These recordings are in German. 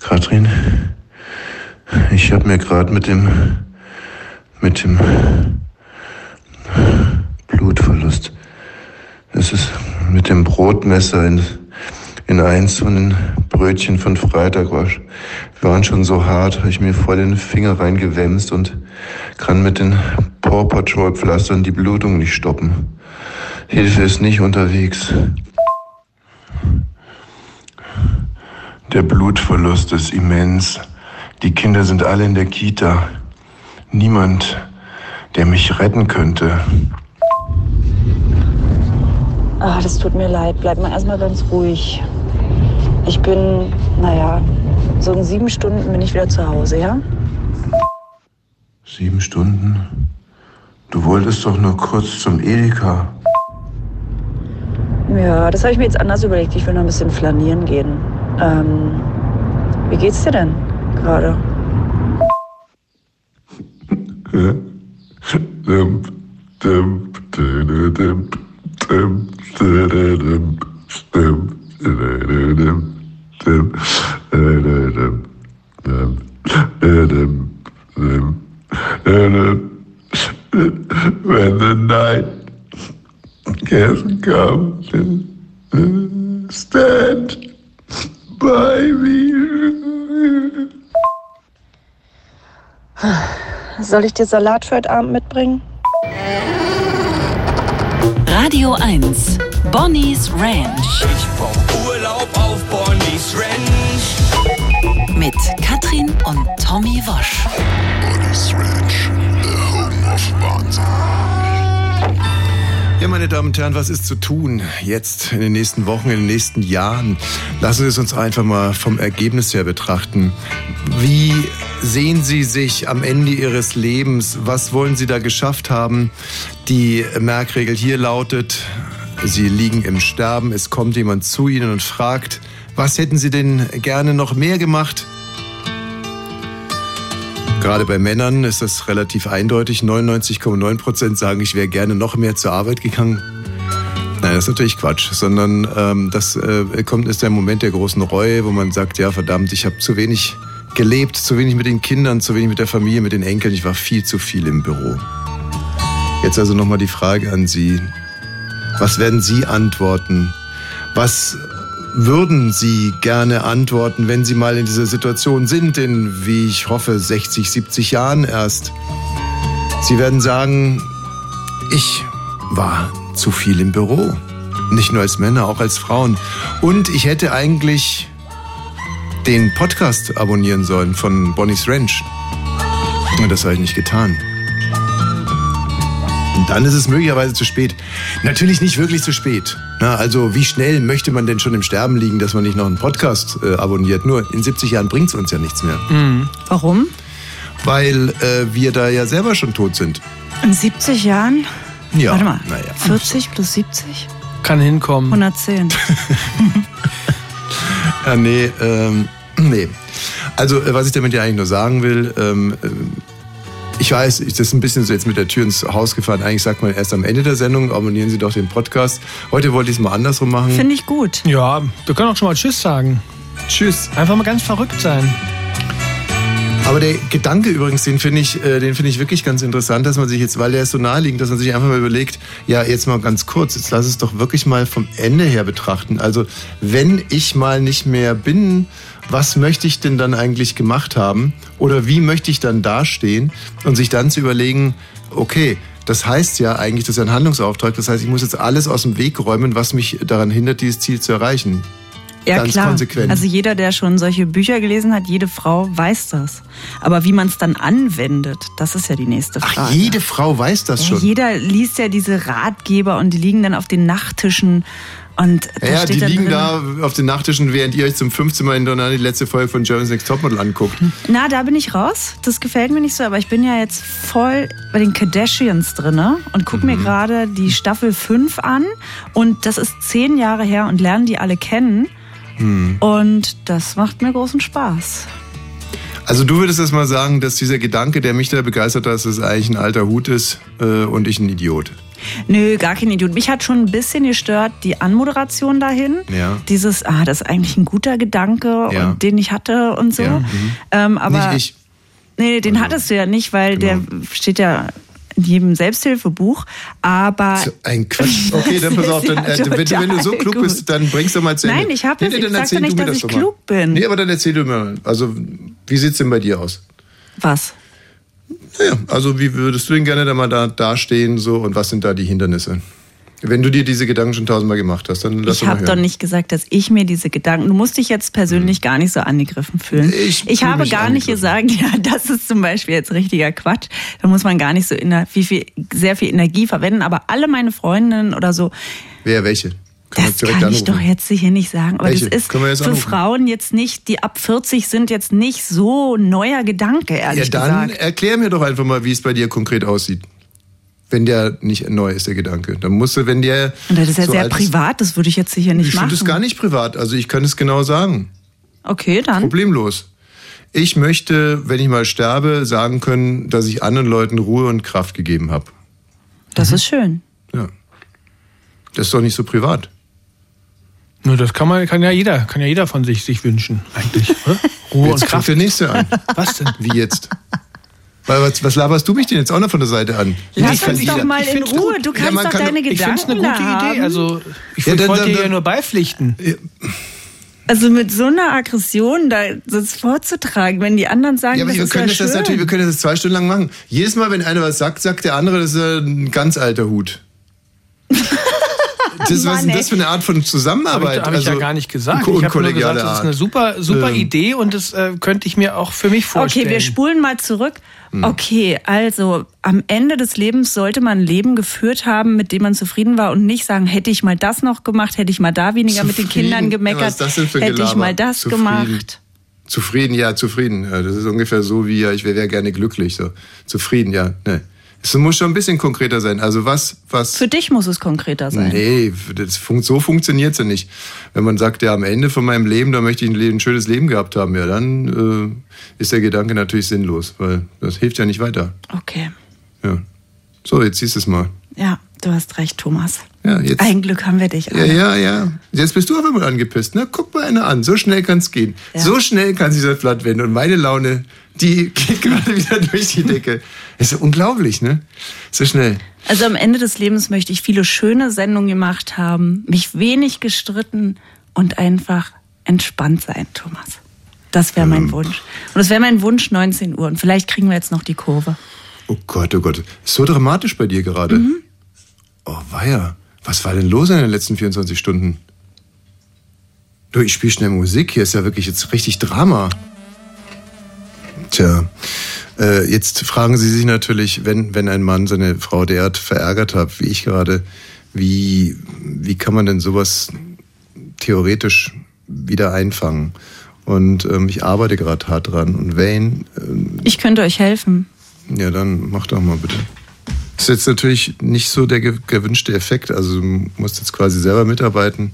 Katrin, ich habe mir gerade mit dem mit dem Blutverlust. Es ist mit dem Brotmesser in, in eins von den Brötchen von Freitag war. Wir waren schon so hart, habe ich mir voll den Finger reingewämst und kann mit den Paw Patrol Pflastern die Blutung nicht stoppen. Hilfe ist nicht unterwegs. Der Blutverlust ist immens. Die Kinder sind alle in der Kita. Niemand, der mich retten könnte. Ah, das tut mir leid. Bleib mal erstmal ganz ruhig. Ich bin, naja, so in sieben Stunden bin ich wieder zu Hause, ja? Sieben Stunden? Du wolltest doch nur kurz zum Edeka. Ja, das habe ich mir jetzt anders überlegt. Ich will noch ein bisschen flanieren gehen. Ähm, wie geht's dir denn gerade? When the night has come, stand by me. Soll ich dir Salat für heute Abend mitbringen? Radio 1. Bonnie's Ranch. Ich brauch Urlaub auf Bonnie's Ranch. Mit Katrin und Tommy Wosch. Bonnie's Ranch, the home of Wahnsinn. Ja, meine Damen und Herren, was ist zu tun jetzt in den nächsten Wochen, in den nächsten Jahren? Lassen Sie es uns einfach mal vom Ergebnis her betrachten. Wie sehen Sie sich am Ende Ihres Lebens? Was wollen Sie da geschafft haben? Die Merkregel hier lautet, Sie liegen im Sterben, es kommt jemand zu Ihnen und fragt, was hätten Sie denn gerne noch mehr gemacht? Gerade bei Männern ist das relativ eindeutig. 99,9 Prozent sagen, ich wäre gerne noch mehr zur Arbeit gegangen. Nein, das ist natürlich Quatsch, sondern ähm, das äh, kommt ist der Moment der großen Reue, wo man sagt, ja verdammt, ich habe zu wenig gelebt, zu wenig mit den Kindern, zu wenig mit der Familie, mit den Enkeln. Ich war viel zu viel im Büro. Jetzt also nochmal die Frage an Sie: Was werden Sie antworten? Was würden Sie gerne antworten, wenn Sie mal in dieser Situation sind, in, wie ich hoffe, 60, 70 Jahren erst? Sie werden sagen, ich war zu viel im Büro. Nicht nur als Männer, auch als Frauen. Und ich hätte eigentlich den Podcast abonnieren sollen von Bonnie's Ranch. Und das habe ich nicht getan. Und dann ist es möglicherweise zu spät. Natürlich nicht wirklich zu spät. Na, also wie schnell möchte man denn schon im Sterben liegen, dass man nicht noch einen Podcast äh, abonniert? Nur in 70 Jahren bringt's uns ja nichts mehr. Hm. Warum? Weil äh, wir da ja selber schon tot sind. In 70 Jahren? Ja, Warte mal. naja. 40 plus 70? Kann hinkommen. 110. Ja, nee, ähm, nee. Also, äh, was ich damit ja eigentlich nur sagen will, ähm, ähm, ich weiß, ich- das ist ein bisschen so jetzt mit der Tür ins Haus gefahren. Eigentlich sagt man erst am Ende der Sendung, abonnieren Sie doch den Podcast. Heute wollte ich es mal andersrum machen. Finde ich gut. Ja, wir können auch schon mal Tschüss sagen. Tschüss. Einfach mal ganz verrückt sein. Aber der Gedanke übrigens, den finde ich, äh, den finde ich wirklich ganz interessant, dass man sich jetzt, weil der ist so naheliegend, dass man sich einfach mal überlegt, ja, jetzt mal ganz kurz, jetzt lass es doch wirklich mal vom Ende her betrachten. Also, wenn ich mal nicht mehr bin, was möchte ich denn dann eigentlich gemacht haben? Oder wie möchte ich dann dastehen? Und sich dann zu überlegen, okay, das heißt ja eigentlich, das ist ein Handlungsauftrag, das heißt, ich muss jetzt alles aus dem Weg räumen, was mich daran hindert, dieses Ziel zu erreichen. Ja, Ganz klar. konsequent. Also jeder, der schon solche Bücher gelesen hat, jede Frau weiß das. Aber wie man es dann anwendet, das ist ja die nächste Frage. Ach, jede Frau weiß das ja, schon. jeder liest ja diese Ratgeber und die liegen dann auf den Nachttischen und da Ja, steht die dann liegen drin, da auf den Nachttischen, während ihr euch zum 15. Mal hintereinander die letzte Folge von Germany's Next Topmodel anguckt. Na, da bin ich raus. Das gefällt mir nicht so, aber ich bin ja jetzt voll bei den Kardashians drinne und guck Mhm. mir gerade die Staffel 5 an. Und das ist zehn Jahre her und lernen die alle kennen. Mhm. Und das macht mir großen Spaß. Also du würdest das mal sagen, dass dieser Gedanke, der mich da begeistert hat, dass es eigentlich ein alter Hut ist äh, und ich ein Idiot. Nö, gar kein Idiot. Mich hat schon ein bisschen gestört die Anmoderation dahin. Ja. Dieses, ah, das ist eigentlich ein guter Gedanke, Ja. und den ich hatte und so. Ja, mhm. ähm, aber Nicht ich. Also, Nee, den hattest du ja nicht, weil Genau. der steht ja in jedem Selbsthilfebuch. Aber So ein Quatsch. Okay, dann Das pass auf, ist dann, ja äh, wenn, du- wenn du so total klug gut. bist, dann bringst du mal zu Nein, Ende. ich hab das- ich dann sag erzähl doch nicht, du mir dass ich doch mal. klug bin. Nee, aber dann erzähl du mir mal. Also, wie sieht's denn bei dir aus? was? Naja, also wie würdest du denn gerne da mal da, dastehen so und was sind da die Hindernisse? Wenn du dir diese Gedanken schon tausendmal gemacht hast, dann lass ich doch mal habe hören. Mhm. doch nicht gesagt, dass ich mir diese Gedanken. Du musst dich jetzt persönlich gar nicht so angegriffen fühlen. Ich ich fühl habe mich gar nicht angegriffen. gesagt, ja, das ist zum Beispiel jetzt richtiger Quatsch. Da muss man gar nicht so ener- viel, viel, sehr viel Energie verwenden. Aber alle meine Freundinnen oder so, Wer, welche? das kann ich doch jetzt hier nicht sagen. Aber Welche? das ist Können wir jetzt für anrufen? Frauen jetzt nicht, die ab 40 sind, jetzt nicht so ein neuer Gedanke, Ja, ehrlich dann gesagt. erklär mir doch einfach mal, wie es bei dir konkret aussieht. Wenn der nicht neu ist, der Gedanke. Dann musst du, wenn der. Und das ist ja äh, so sehr alt privat, das würde ich jetzt hier nicht Ich machen. finde es gar nicht privat. Also ich kann es genau sagen. Okay, dann. Problemlos. Ich möchte, wenn ich mal sterbe, sagen können, dass ich anderen Leuten Ruhe und Kraft gegeben habe. Das ist schön. Ja. Das ist doch nicht so privat. Nur das kann man, kann ja jeder, kann ja jeder von sich sich wünschen, eigentlich. Oder? Ruhe jetzt und kriegt Kraft. der nächste an. Was denn? Wie jetzt? Weil was, was laberst du mich denn jetzt auch noch von der Seite an? Lass Ich kann uns doch jeder- mal ich in find's Ruhe. gut. Du Ja, kannst man doch kann- deine ich Ich finde Gedanken es eine gute da haben. Idee. Also ich Ja, wollte dann- dann- dir ja dann- nur beipflichten. Also mit so einer Aggression da das vorzutragen, wenn die anderen sagen, Ja, aber das wir ist können ja das, schön. das natürlich, wir können das jetzt zwei Stunden lang machen. Jedes Mal, wenn einer was sagt, sagt der andere, das ist äh, ein ganz alter Hut. Das, was ist denn ey. das für eine Art von Habe ich, Zusammenarbeit? Also, hab ich ja gar nicht gesagt. Ich habe nur gesagt, unkollegiale das ist Art. eine super, super Ähm, Idee und das äh, könnte ich mir auch für mich vorstellen. Okay, wir spulen mal zurück. Hm. Okay, also am Ende des Lebens sollte man ein Leben geführt haben, mit dem man zufrieden war und nicht sagen, hätte ich mal das noch gemacht, hätte ich mal da weniger mit den Zufrieden? Kindern Ja, was ist gemeckert, das denn für ein hätte ich Gelaber? mal das Zufrieden. gemacht. Zufrieden, ja, zufrieden. Ja, Das ist ungefähr so wie, ja, ich wäre wär gerne glücklich. So. Zufrieden, ja. Ne. Es muss schon ein bisschen konkreter sein. Also was, was. Für dich muss es konkreter sein. Nee, das fun so funktioniert's ja nicht. Wenn man sagt, ja, am Ende von meinem Leben, da möchte ich ein, Le- ein schönes Leben gehabt haben, ja, dann äh, ist der Gedanke natürlich sinnlos, weil das hilft ja nicht weiter. Okay. Ja. So, jetzt siehst du es mal. Ja, du hast recht, Thomas. Ja, jetzt. Ein Glück haben wir dich. Ja, ja, ja. Jetzt bist du aber mal angepisst. Ne? Guck mal einer an. So schnell kann's gehen. Ja. So schnell kann sich das platt werden. Und meine Laune, die geht gerade wieder durch die Decke. Ist ja unglaublich, ne? So schnell. Also am Ende des Lebens möchte ich viele schöne Sendungen gemacht haben, mich wenig gestritten und einfach entspannt sein, Thomas. Das wäre mein Wunsch. Und das wäre mein Wunsch 19 Uhr. Und vielleicht kriegen wir jetzt noch die Kurve. Oh Gott, oh Gott. Ist so dramatisch bei dir gerade. Oh weia. Was war denn los in den letzten 24 Stunden? Du, ich spiele schnell Musik. Hier ist ja wirklich jetzt richtig Drama. Tja, äh, jetzt fragen Sie sich natürlich, wenn, wenn ein Mann seine Frau derart verärgert hat, wie ich gerade, wie, wie kann man denn sowas theoretisch wieder einfangen? Und ähm, ich arbeite gerade hart dran. Und Wayne, äh, Ich könnte euch helfen. ja, dann mach doch mal bitte. Ist jetzt natürlich nicht so der ge- gewünschte Effekt. Also du musst jetzt quasi selber mitarbeiten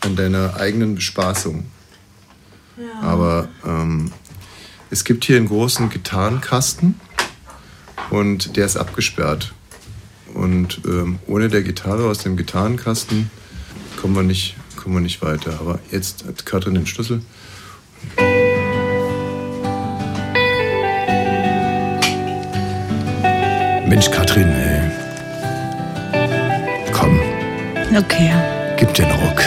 an deiner eigenen Bespaßung. Aber ähm, es gibt hier einen großen Gitarrenkasten und der ist abgesperrt. Und ähm, ohne der Gitarre aus dem Gitarrenkasten kommen wir nicht, kommen wir nicht weiter. Aber jetzt hat Katrin den Schlüssel. Mensch, Katrin, ey. Komm. Okay. Gib den Ruck.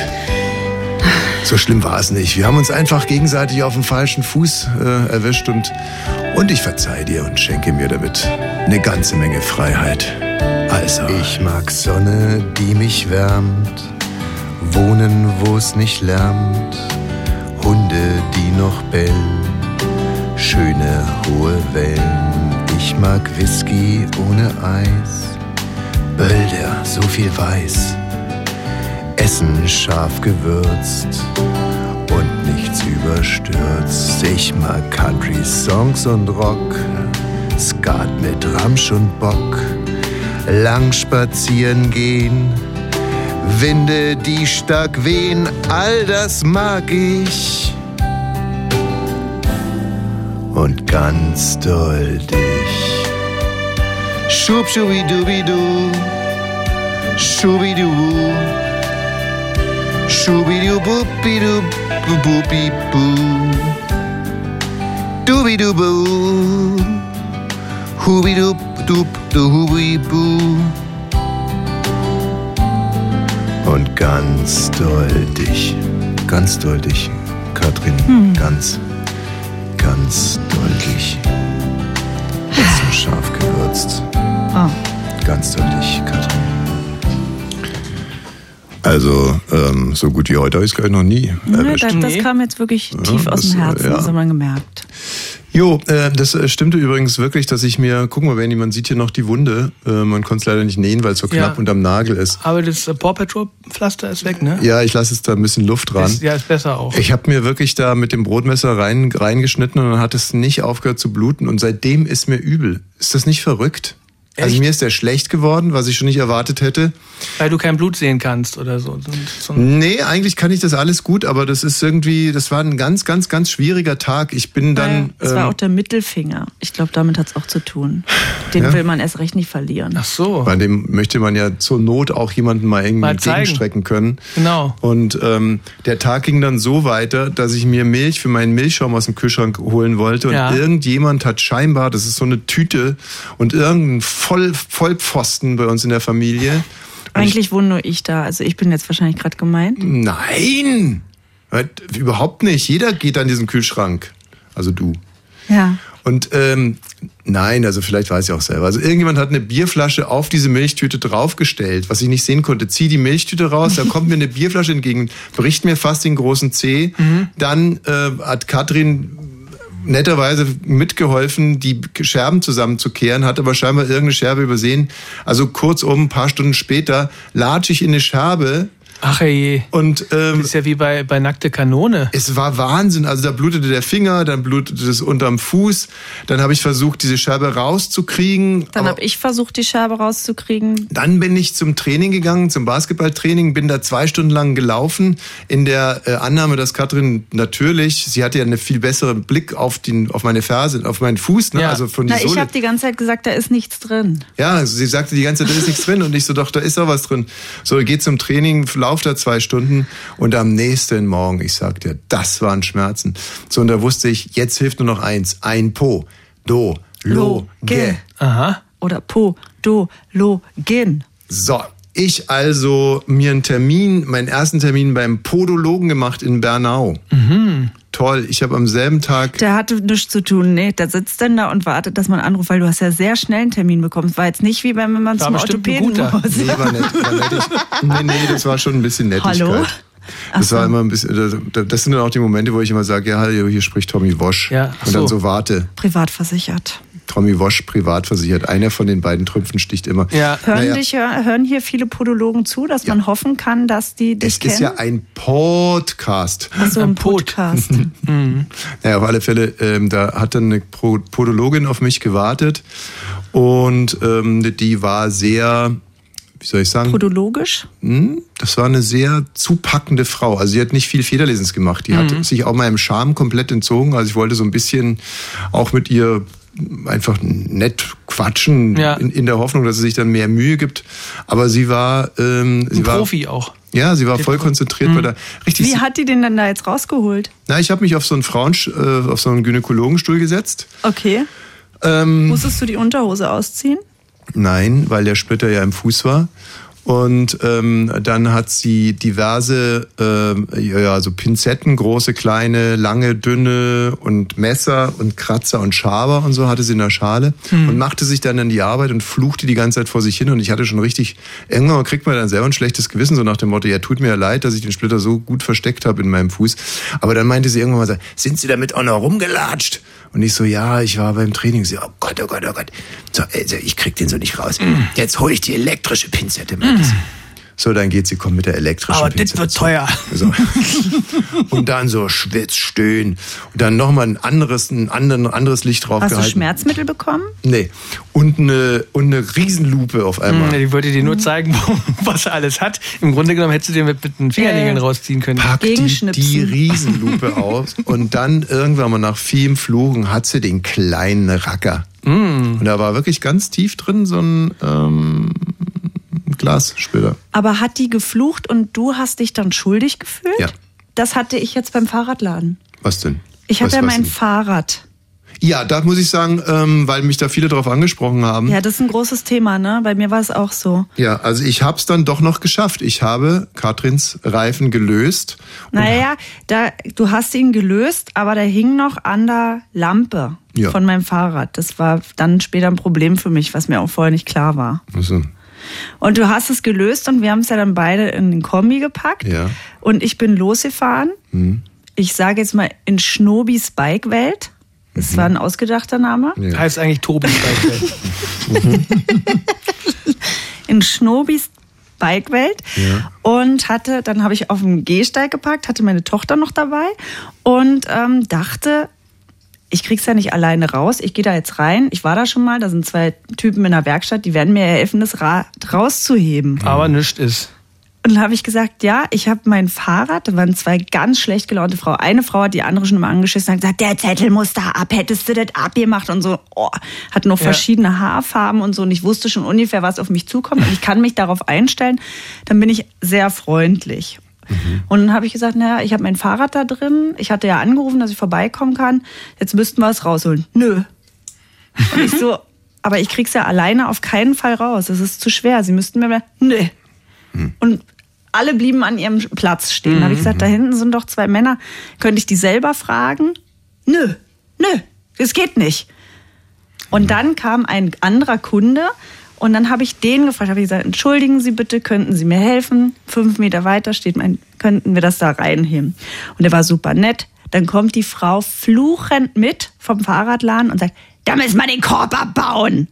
So schlimm war es nicht. Wir haben uns einfach gegenseitig auf dem falschen Fuß äh, erwischt und, und ich verzeih dir und schenke mir damit eine ganze Menge Freiheit. Also. Ich mag Sonne, die mich wärmt, Wohnen, wo es nicht lärmt, Hunde, die noch bellen, schöne hohe Wellen. Ich mag Whisky ohne Eis, Böll, der so viel weiß. Essen scharf gewürzt und nichts überstürzt. Ich mag Country-Songs und Rock, Skat mit Ramsch und Bock, lang spazieren gehen, Winde, die stark wehen, all das mag ich. Und ganz doll dich. Schub, schubi, dubi, du. Schubidu. Schubidu boobidu boobi boo. Doobidu boo. Hubidu doop du hubi boo. Und ganz doll dich. Ganz doll dich, Katrin. Ganz, ganz doll dich. Jetzt so scharf gewürzt. Oh. Ganz doll dich, Katrin. Also, ähm, so gut wie heute habe ich es, glaube ich, noch nie Nö, erwischt. das, Ne, das kam jetzt wirklich tief aus das, dem äh, Herzen, ja. das hat man gemerkt. Jo, äh, das äh, stimmte übrigens wirklich, dass ich mir, guck mal, Wendy, man sieht hier noch die Wunde. Äh, man konnte es leider nicht nähen, weil es so Ja. knapp unterm Nagel ist. Aber das äh, Paw Patrol Pflaster ist weg, ne? Ja, ich lasse jetzt da ein bisschen Luft ran. Ist, ja, ist besser auch. Ich habe mir wirklich da mit dem Brotmesser rein, reingeschnitten und dann hat es nicht aufgehört zu bluten und seitdem ist mir übel. Ist das nicht verrückt? Also Echt? mir ist der schlecht geworden, was ich schon nicht erwartet hätte. Weil du kein Blut sehen kannst oder so. So ein- so ein- Nee, eigentlich kann ich das alles gut, aber das ist irgendwie, das war ein ganz, ganz, ganz schwieriger Tag. Ich bin dann. ähm, es war auch der Mittelfinger. Ich glaube, damit hat es auch zu tun. Den Ja. will man erst recht nicht verlieren. Ach so. Bei dem möchte man ja zur Not auch jemanden mal irgendwie Mal zeigen. entgegenstrecken können. Genau. Und ähm, der Tag ging dann so weiter, dass ich mir Milch für meinen Milchschaum aus dem Kühlschrank holen wollte. Und Ja. irgendjemand hat scheinbar, das ist so eine Tüte, und irgendein Voll, Vollpfosten bei uns in der Familie. Eigentlich wohne nur ich da. Also ich bin jetzt wahrscheinlich gerade gemeint. Hm. Nein! Was? Überhaupt nicht. Jeder geht an diesen Kühlschrank. Also du. Ja. Und ähm, nein, also vielleicht weiß ich auch selber. Also irgendjemand hat eine Bierflasche auf diese Milchtüte draufgestellt, was ich nicht sehen konnte. Zieh die Milchtüte raus, da kommt mir eine Bierflasche entgegen, bricht mir fast den großen Zeh. Dann äh, hat Katrin netterweise mitgeholfen, die Scherben zusammenzukehren, hat aber scheinbar irgendeine Scherbe übersehen. Also kurzum, ein paar Stunden später latsch ich in eine Scherbe Ach ey. und ähm, Das ist ja wie bei, bei nackte Kanone. es war Wahnsinn. Also da blutete der Finger, dann blutete es unterm Fuß. Dann habe ich versucht, diese Scherbe rauszukriegen. Dann aber habe ich versucht, die Scherbe rauszukriegen. dann bin ich zum Training gegangen, zum Basketballtraining, bin da zwei Stunden lang gelaufen, in der äh, Annahme, dass Katrin natürlich, sie hatte ja einen viel besseren Blick auf, den, auf meine Ferse, auf meinen Fuß, ne? Ja. also von Na, der ich Sohle. habe die ganze Zeit gesagt, da ist nichts drin. Ja, also sie sagte die ganze Zeit, da ist nichts drin. Und ich so, doch, da ist doch was drin. So, geht zum Training, lauf da zwei Stunden und am nächsten Morgen, ich sag dir, das waren Schmerzen. So, und da wusste ich, jetzt hilft nur noch eins. Ein Po. Do. Lo. Ge. Aha. Oder Po, Do, Lo, Gin. So, ich also mir einen Termin, meinen ersten Termin beim Podologen gemacht in Bernau. Mhm. Toll, ich habe am selben Tag... Der hatte nichts zu tun, nee. Der sitzt dann da und wartet, dass man anruft, weil du hast ja sehr schnell einen Termin bekommen. Es war jetzt nicht wie wenn man War zum bestimmt ein Orthopäden guter. muss. Nee, war nett, war nett. Ich, nee, nee, das war schon ein bisschen Nettigkeit. Hallo? Das war immer ein bisschen, das- das sind dann auch die Momente, wo ich immer sage, ja, hallo, hier spricht Tommy Wosch. Ja, ach und dann so. so warte. Privat versichert. Tommy Wosch privat versichert. Einer von den beiden Trümpfen sticht immer. Ja. Hören, Naja. dich, hör- hören hier viele Podologen zu, dass man hoffen kann, dass die dich Es kennen? ist ja ein Podcast. Ach so ein Ein Mhm. Pod. Podcast. Naja, auf alle Fälle, ähm, da hat dann eine Pro Podologin auf mich gewartet und ähm, die war sehr, wie soll ich sagen, Podologisch? das war eine sehr zupackende Frau. Also sie hat nicht viel Federlesens gemacht. Die Mhm. hat sich auch meinem Charme komplett entzogen. Also ich wollte so ein bisschen auch mit ihr einfach nett quatschen, Ja. in, in der Hoffnung, dass sie sich dann mehr Mühe gibt. Aber sie war, ähm, sie Ein war Profi Mhm. auch. Ja, sie war voll konzentriert, weil da richtig. Wie hat die den dann da jetzt rausgeholt? Na, ich habe mich auf so einen Frauen, äh, auf so einen Gynäkologenstuhl gesetzt. Okay. Ähm, Musstest du die Unterhose ausziehen? Nein, weil der Splitter ja im Fuß war. Und ähm, dann hat sie diverse, ähm, ja, ja, so Pinzetten, große, kleine, lange, dünne und Messer und Kratzer und Schaber und so hatte sie in der Schale und machte sich dann an die Arbeit und fluchte die ganze Zeit vor sich hin. Und ich hatte schon richtig, irgendwann kriegt man dann selber ein schlechtes Gewissen, so nach dem Motto, ja, tut mir ja leid, dass ich den Splitter so gut versteckt habe in meinem Fuß. Aber dann meinte sie irgendwann mal, so, sind Sie damit auch noch rumgelatscht? Und ich so, ja, ich war beim Training. Sie, oh Gott, oh Gott, oh Gott. So, also ich krieg den so nicht Mm. raus. Jetzt hole ich die elektrische Pinzette, meinte sie. So, dann geht sie, kommt mit der elektrischen Aber das Pinzette. wird zu. teuer. So. Und dann so Schwitz, Stöhnen. Und dann nochmal ein anderes, ein anderen, anderes Licht drauf Hast du gehalten. Schmerzmittel bekommen? Nee. Und eine, und eine Riesenlupe auf einmal. Ich wollte dir Mhm. nur zeigen, wo- was er alles hat. Im Grunde genommen hättest du dir mit, mit den Fingernägeln Ja, ja. rausziehen können. packt die, Gegenschnipsen. die Riesenlupe aus und dann irgendwann mal nach vielem Fluchen hat sie den Mm. kleinen Racker. Und da war wirklich ganz tief drin so ein, ähm, Ein Glas später. Aber hat die geflucht und du hast dich dann schuldig gefühlt? Ja. Das hatte ich jetzt beim Fahrradladen. Was denn? Ich hatte was, ja was mein denn? Fahrrad. Ja, da muss ich sagen, ähm, weil mich da viele drauf angesprochen haben. Ja, das ist ein großes Thema, ne? Bei mir war es auch so. Ja, also ich hab's dann doch noch geschafft. Ich habe Katrins Reifen gelöst. Naja, da, du hast ihn gelöst, aber der hing noch an der Lampe Ja. von meinem Fahrrad. Das war dann später ein Problem für mich, was mir auch vorher nicht klar war. Also, Und du hast es gelöst und wir haben es ja dann beide in den Kombi gepackt. Ja. Und ich bin losgefahren. Ich sage jetzt mal in Schnobis Bike-Welt. Das war ein ausgedachter Name. Ja. Heißt eigentlich Tobi. Steigfeld. in Schnobis Bikewelt Ja. und hatte, dann habe ich auf dem Gehsteig geparkt, hatte meine Tochter noch dabei und ähm, dachte, ich krieg's ja nicht alleine raus, ich gehe da jetzt rein. Ich war da schon mal, da sind zwei Typen in der Werkstatt, die werden mir helfen, das Rad rauszuheben. Aber nichts ist. Und dann habe ich gesagt, ja, ich habe mein Fahrrad, da waren zwei ganz schlecht gelaunte Frauen. Eine Frau hat die andere schon immer angeschissen und hat gesagt, der Zettel muss da ab, hättest du das abgemacht und so. Oh, hat noch Ja. verschiedene Haarfarben und so und ich wusste schon ungefähr, was auf mich zukommt und ich kann mich darauf einstellen. Dann bin ich sehr freundlich. Und dann habe ich gesagt, naja, ich habe mein Fahrrad da drin. Ich hatte ja angerufen, dass ich vorbeikommen kann. Jetzt müssten wir es rausholen. Nö. Und ich so, aber ich krieg's ja alleine auf keinen Fall raus. Es ist zu schwer. Sie müssten mir, nö. Und alle blieben an ihrem Platz stehen. Da habe ich gesagt, da hinten sind doch zwei Männer. Könnte ich die selber fragen? Nö, nö, es geht nicht. Und dann kam ein anderer Kunde und dann habe ich den gefragt, habe ich gesagt, entschuldigen Sie bitte, könnten Sie mir helfen? Fünf Meter weiter steht mein, könnten wir das da reinheben? Und er war super nett. Dann kommt die Frau fluchend mit vom Fahrradladen und sagt, da müssen wir den Korb abbauen.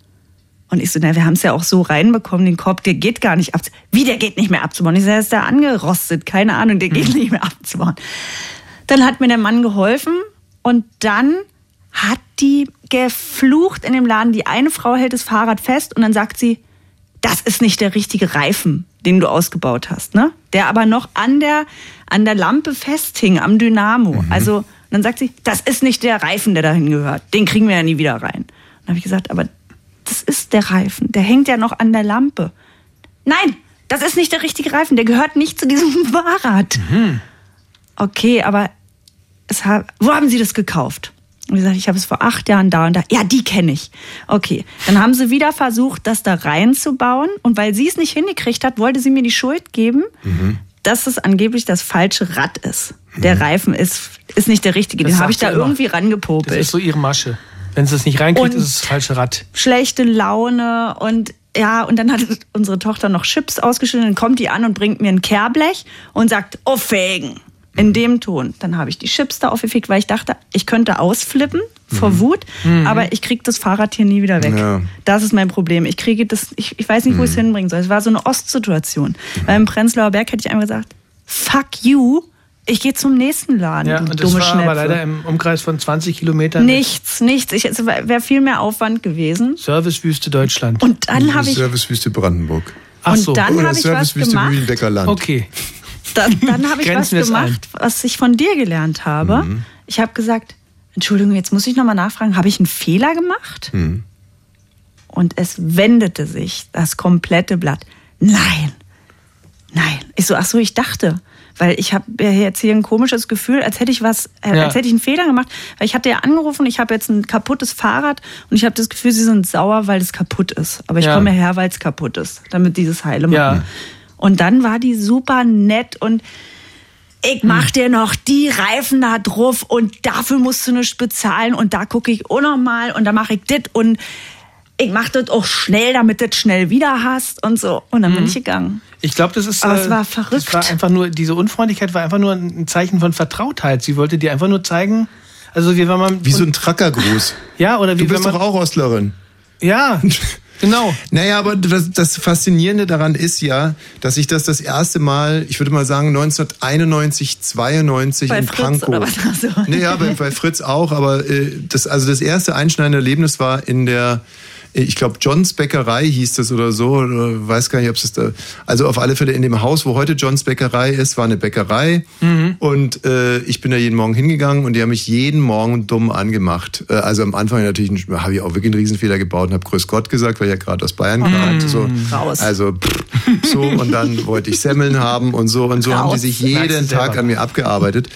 Und ich so, na, wir haben es ja auch so reinbekommen, den Korb, der geht gar nicht ab. Wie, der geht nicht mehr abzubauen? Ich so, der ist da angerostet, keine Ahnung, der geht nicht mehr abzubauen. Dann hat mir der Mann geholfen und dann hat die geflucht in dem Laden. Die eine Frau hält das Fahrrad fest und dann sagt sie, das ist nicht der richtige Reifen, den du ausgebaut hast, ne? Der aber noch an der, an der Lampe festhing, am Dynamo. Also, und dann sagt sie, das ist nicht der Reifen, der dahin gehört. Den kriegen wir ja nie wieder rein. Und dann habe ich gesagt, aber das ist der Reifen. Der hängt ja noch an der Lampe. Nein, das ist nicht der richtige Reifen. Der gehört nicht zu diesem Fahrrad. Okay, aber es hab, wo haben Sie das gekauft? Und ich sagte, ich habe es vor acht Jahren da und da. Ja, die kenne ich. Okay, dann haben sie wieder versucht, das da reinzubauen. Und weil sie es nicht hingekriegt hat, wollte sie mir die Schuld geben, Mhm. dass es angeblich das falsche Rad ist. Der Reifen ist, ist nicht der richtige. Das Den habe sagt ich da sie immer. irgendwie rangepopelt Das ist so ihre Masche. Wenn sie es nicht reinkriegt, Und- ist es das falsche Rad. schlechte Laune und ja, und dann hat unsere Tochter noch Chips ausgeschüttet, dann kommt die an und bringt mir ein Kehrblech und sagt, aufwägen. Mhm. In dem Ton. Dann habe ich die Chips da aufgefegt, weil ich dachte, ich könnte ausflippen Mhm. vor Wut, aber ich kriege das Fahrrad hier nie wieder weg. Ja. Das ist mein Problem. Ich kriege das, ich, ich weiß nicht, wo Mhm. ich es hinbringen soll. Es war so eine Ostsituation. Weil im Prenzlauer Berg hätte ich einfach gesagt, fuck you, ich gehe zum nächsten Laden, Ja, du und das dumme war aber Schnepfe. leider im Umkreis von 20 Kilometern Nichts, nichts. Ich- Es wäre viel mehr Aufwand gewesen. Servicewüste Deutschland. Und dann habe ich Servicewüste Brandenburg. Ach und so. dann- Oder hab ich was Servicewüste gemacht. Mühlenbeckerland. okay. dann, dann habe ich was Grenzen wir es gemacht, was ich von dir gelernt habe. Ich habe gesagt, Entschuldigung, jetzt muss ich nochmal nachfragen, habe ich einen Fehler gemacht? Und es wendete sich das komplette Blatt. Nein, nein. Ich so, ach so, ich dachte, weil ich habe ja jetzt hier ein komisches Gefühl, als hätte ich was, äh, Ja. als hätte ich einen Fehler gemacht, weil ich hatte ja angerufen, ich habe jetzt ein kaputtes Fahrrad und ich habe das Gefühl, sie sind sauer, weil es kaputt ist. Aber ich Ja. komme her, weil es kaputt ist, damit dieses heile Ja. machen. Und dann war die super nett und ich mach dir noch die Reifen da drauf und dafür musst du nichts bezahlen und da gucke ich auch noch mal und da mache ich dit und ich mach das auch schnell, damit du das schnell wieder hast und so. Und dann bin ich gegangen. Ich glaube, das ist. äh, Aber es war verrückt. Das war einfach nur, diese Unfreundlichkeit war einfach nur ein Zeichen von Vertrautheit. Sie wollte dir einfach nur zeigen, also wie wenn man. Wie so ein Truckergruß. ja, oder wie Du bist wenn doch man. auch Ostlerin. ja, genau. Naja, aber das, das Faszinierende daran ist ja, dass ich das das erste Mal, ich würde mal sagen 1991, 92 Bei in Fritz Pankow. oder was? Ach so. Naja, bei, bei Fritz auch, aber äh, das, also das erste einschneidende Erlebnis war in der, äh, ich glaube, Johns Bäckerei hieß das oder so, oder Mhm. weiß gar nicht, ob es das da, also auf alle Fälle in dem Haus, wo heute Johns Bäckerei ist, war eine Bäckerei Und äh, ich bin da jeden Morgen hingegangen und die haben mich jeden Morgen dumm angemacht. Äh, also am Anfang natürlich habe ich auch wirklich einen Riesenfehler gebaut und habe Grüß Gott gesagt, weil ich ja gerade aus Bayern Mhm. kam. So, raus. Also pff, so und dann wollte ich Semmeln haben und so und so haben die Raus. sich Merkst jeden du Tag selber. an mir abgearbeitet.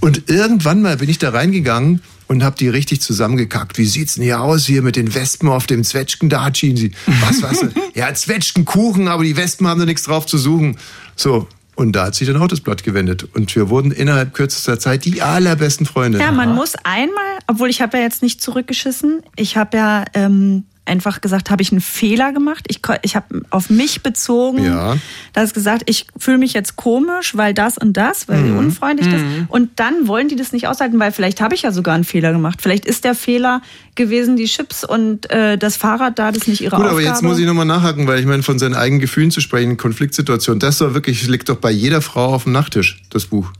Und irgendwann mal bin ich da reingegangen und habe die richtig zusammengekackt. Wie sieht's denn hier aus hier mit den Wespen auf dem Zwetschgen? Da schienen sie. Was, was? ja, Zwetschgenkuchen, aber die Wespen haben da nichts drauf zu suchen. So. Und da hat sich dann auch das Blatt gewendet. Und wir wurden innerhalb kürzester Zeit die allerbesten Freunde. Ja, man muss einmal, obwohl ich habe ja jetzt nicht zurückgeschissen, ich habe ja ähm, einfach gesagt, habe ich einen Fehler gemacht. Ich, ko- ich habe auf mich bezogen, Ja. da ist gesagt, ich fühle mich jetzt komisch, weil das und das, weil wie Mhm. unfreundlich Mhm. das. Und dann wollen die das nicht aushalten, weil vielleicht habe ich ja sogar einen Fehler gemacht. Vielleicht ist der Fehler gewesen, die Chips und äh, das Fahrrad da, das ist nicht ihre Gut, Aufgabe. aber jetzt muss ich nochmal nachhaken, weil ich meine, von seinen eigenen Gefühlen zu sprechen, Konfliktsituation, das doch wirklich, liegt doch bei jeder Frau auf dem Nachttisch, das Buch.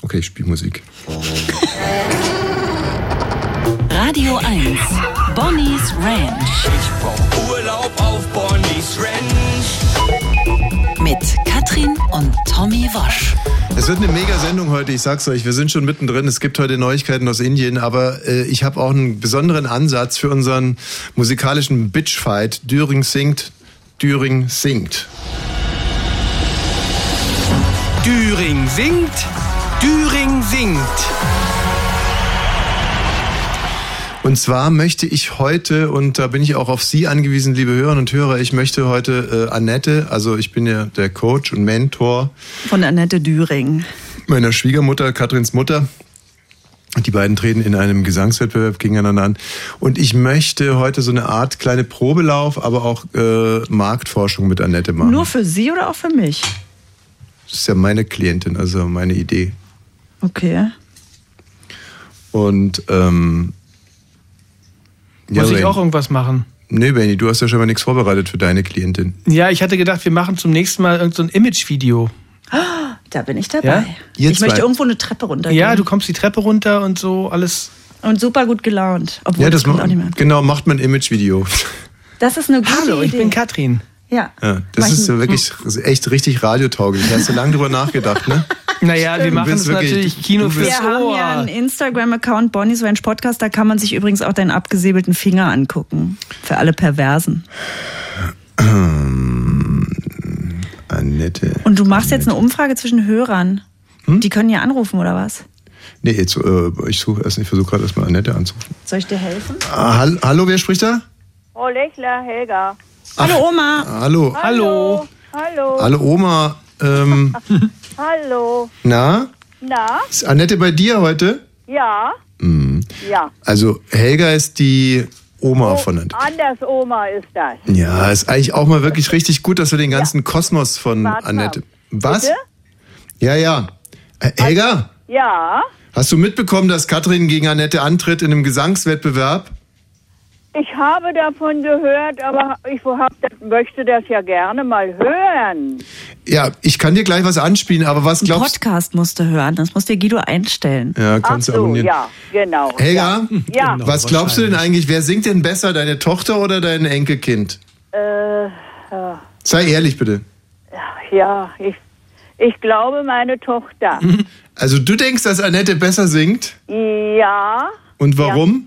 Okay, ich spiele Musik. Radio 1. Bonnie's Ranch. Ich brauch Urlaub auf Bonnie's Ranch. Mit Katrin und Tommy Wasch. Es wird eine mega Sendung heute, ich sag's euch. Wir sind schon mittendrin. Es gibt heute Neuigkeiten aus Indien, aber äh, ich habe auch einen besonderen Ansatz für unseren musikalischen Bitchfight. Düring singt, Düring singt. Düring singt, Düring singt. Und zwar möchte ich heute, und da bin ich auch auf Sie angewiesen, liebe Hörerinnen und Hörer, ich möchte heute äh, Annette, also ich bin ja der Coach und Mentor Von Annette Düring. meiner Schwiegermutter, Katrins Mutter. Die beiden treten in einem Gesangswettbewerb gegeneinander an. Und ich möchte heute so eine Art kleine Probelauf, aber auch äh, Marktforschung mit Annette machen. Nur für sie oder auch für mich? Das ist ja meine Klientin, also meine Idee. Okay. Und ähm, Muss ich Wayne. auch irgendwas machen? Nee, Benny, du hast ja schon mal nichts vorbereitet für deine Klientin. Ja, ich hatte gedacht, wir machen zum nächsten Mal irgendein so ein Image-Video. Ah, Da bin ich dabei. Ja? Ihr Ich zwei. möchte irgendwo eine Treppe runtergehen. Ja, du kommst die Treppe runter und so alles. Und super gut gelaunt. Obwohl, ja, das kommt macht auch nicht mehr. an. genau macht man Image-Video. Das ist eine gute Hallo, Idee. ich bin Katrin. Ja. Ja, das Mach ist ich- ja wirklich echt richtig radiotauglich. Da hast du lange drüber nachgedacht, ne? Naja, wir Du machen bist es wirklich- natürlich Kino du fürs Wir haben ja Ohr. einen Instagram-Account, Bonnie's Ranch Podcast. Da kann man sich übrigens auch deinen abgesäbelten Finger angucken. Für alle Perversen. Ähm, Annette. Und du machst jetzt eine Umfrage zwischen Hörern. Hm? Die können ja anrufen, oder was? Nee, jetzt, äh, ich suche erst, ich versuche gerade erstmal Annette anzurufen. Soll ich dir helfen? Ah, hall, hallo, wer spricht da? Oh, Lechler, Helga. Hallo Oma. Ah. Hallo. Hallo. Hallo Oma. Ähm, Hallo. na, Na? ist Annette bei dir heute? Mhm. Ja. Ja. Also Helga ist die Oh. Oma von Annette. Anders Oma ist das. Ja, ist eigentlich auch mal wirklich richtig gut, dass wir den ganzen Kosmos von Warte mal. Annette. Was? Bitte? Ja, ja. Äh, Helga? Ja. Hast du mitbekommen, dass Katrin gegen Annette antritt in einem Gesangswettbewerb? Ich habe davon gehört, aber ich hab, möchte das ja gerne mal hören. Ja, ich kann dir gleich was anspielen, aber was glaubst du? Podcast musst du hören. Das muss dir Guido einstellen. Ja, kannst du So, abonnieren. ja, genau. Helga, Ja. Genau, was glaubst du denn eigentlich? Wer singt denn besser, deine Tochter oder dein Enkelkind? Äh, äh, Sei ehrlich bitte. ja, ich, ich glaube, meine Tochter. Also du denkst, dass Annette besser singt? Ja. Und warum?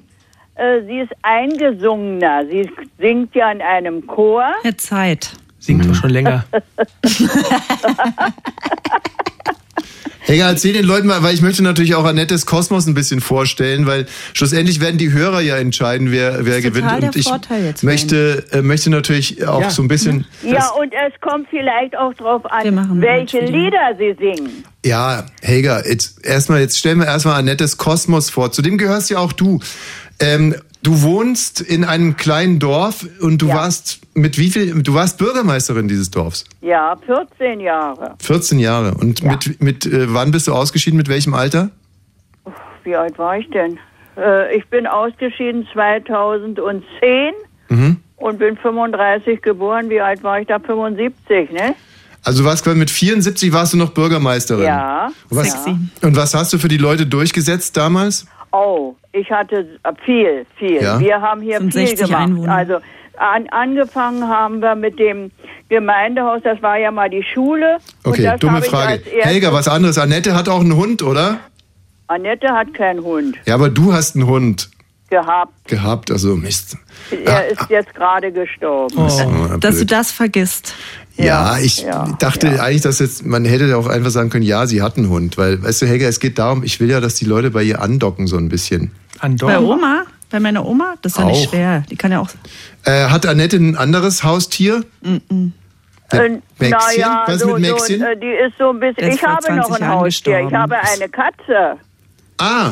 Äh, sie ist eingesungener. Sie singt ja in einem Chor. Eine Zeit. Singt doch schon länger. Helga, erzähl den Leuten mal, weil ich möchte natürlich auch Annettes Kosmos ein bisschen vorstellen, weil schlussendlich werden die Hörer ja entscheiden, wer, Das wer ist gewinnt. total der Und ich Vorteil jetzt, möchte, äh, möchte natürlich auch Ja. so ein bisschen. Ja, und es kommt vielleicht auch drauf an, welche Lieder sie singen. Ja, Helga, jetzt erstmal, jetzt stellen wir erstmal Annettes Kosmos vor. Zu dem gehörst ja auch du. Ähm, du wohnst in einem kleinen Dorf und du warst mit wie viel, du warst Bürgermeisterin dieses Dorfs. Ja, 14 Jahre. 14 Jahre. Und mit, mit äh, wann bist du ausgeschieden? Mit welchem Alter? Wie alt war ich denn? Äh, ich bin ausgeschieden 2010 Mhm. und bin 35 geboren. Wie alt war ich da? 75, ne? Also du warst quasi mit 74 warst du noch Bürgermeisterin. Ja. Und was, Sexy. Und was hast du für die Leute durchgesetzt damals? Oh, ich hatte viel, viel. Ja. Wir haben hier viel 65 gemacht. Einwohner. Also An, angefangen haben wir mit dem Gemeindehaus, das war ja mal die Schule. Und Okay, das dumme habe ich Frage. als erstes- Helga, was anderes. Annette hat auch einen Hund, oder? Annette hat keinen Hund Ja, aber du hast einen Hund gehabt. gehabt, also Mist. ah. Er ist jetzt gerade gestorben. Oh, Dass du blöd. das vergisst. Ja, ich dachte eigentlich, dass jetzt, man hätte ja auch einfach sagen können, ja, sie hat einen Hund. Weil, weißt du, Helga, es geht darum, ich will ja, dass die Leute bei ihr andocken so ein bisschen. Bei Oma, bei meiner Oma, das ist ja Auch. nicht schwer. Die kann ja auch. Äh, hat Annette ein anderes Haustier? Mm-mm. Ein Mäxchen? Naja, Was Äh, so, mit Mäxchen? So, äh, die ist so ein Der bisschen. ist Ich vor habe noch 20 ein Jahren Haustier. Ich gestorben. habe eine Katze. Ah,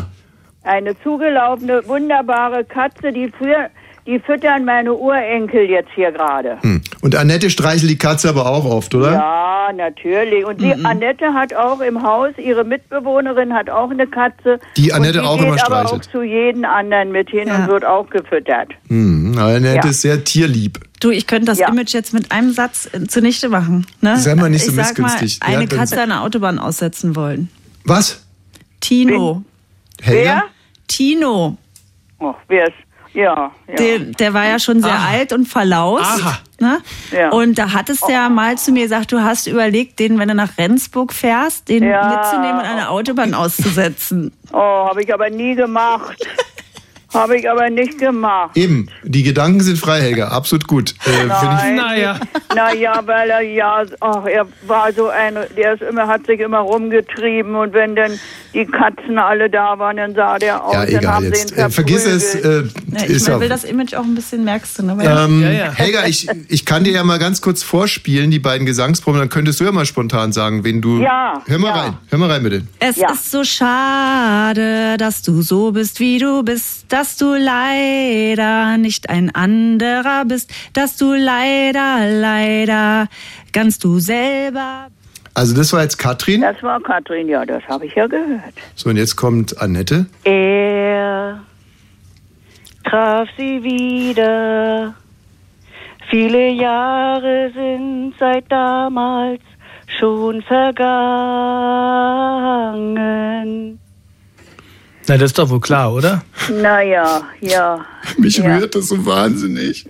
Eine zugelaufene, wunderbare Katze, die für, die füttern meine Urenkel jetzt hier gerade. hm. und Annette streichelt die Katze aber auch oft, oder? Ja, Ah, natürlich. Und Mhm. die Annette hat auch im Haus, ihre Mitbewohnerin hat auch eine Katze. Die Annette und die auch geht immer aber auch streichelt. zu jedem anderen mit hin und wird auch gefüttert. Hm, aber Annette Ja. ist sehr tierlieb. Du, ich könnte das Image jetzt mit einem Satz äh, zunichte machen. Ne? Sei mal nicht so ich sag missgünstig. Mal, Ja, eine dann- Katze an der Autobahn aussetzen wollen. Was? Tino. Helga? Tino. Ach, wer ist? Ja, ja. Der, der war ja schon sehr alt und verlaust. Aha. Ne? Ja. Oh. Und da hattest du ja mal zu mir gesagt, du hast überlegt, den, wenn du nach Rendsburg fährst, den Ja. mitzunehmen und an der Autobahn auszusetzen. Oh, habe ich aber nie gemacht. habe ich aber nicht gemacht. Eben, die Gedanken sind frei, Helga. Absolut gut. Äh, find ich, Naja, weil er ja, ach, er war so ein, der ist immer, hat sich immer rumgetrieben und wenn dann die Katzen alle da waren, dann sah der aus, ja, Oh, dann egal haben jetzt. sie ihn Äh, vergiss es. Äh, Ja, Ne, ich ist mein, ja- will das Image auch ein bisschen, merkst du, ne? Weil- Ähm, Helga, ich, ich kann dir ja mal ganz kurz vorspielen, die beiden Gesangsproben, dann könntest du ja mal spontan sagen, wen du. Ja, Hör mal ja. rein, hör mal rein bitte. Es ist so schade, dass du so bist, wie du bist, dass du leider nicht ein anderer bist, dass du leider, leider ganz du selber. Also, das war jetzt Katrin. Das war Katrin, ja, das habe ich ja gehört. So, und jetzt kommt Annette. Er traf sie wieder. Viele Jahre sind seit damals schon vergangen. Na, das ist doch wohl klar, oder? Naja, ja, Mich rührt das so wahnsinnig.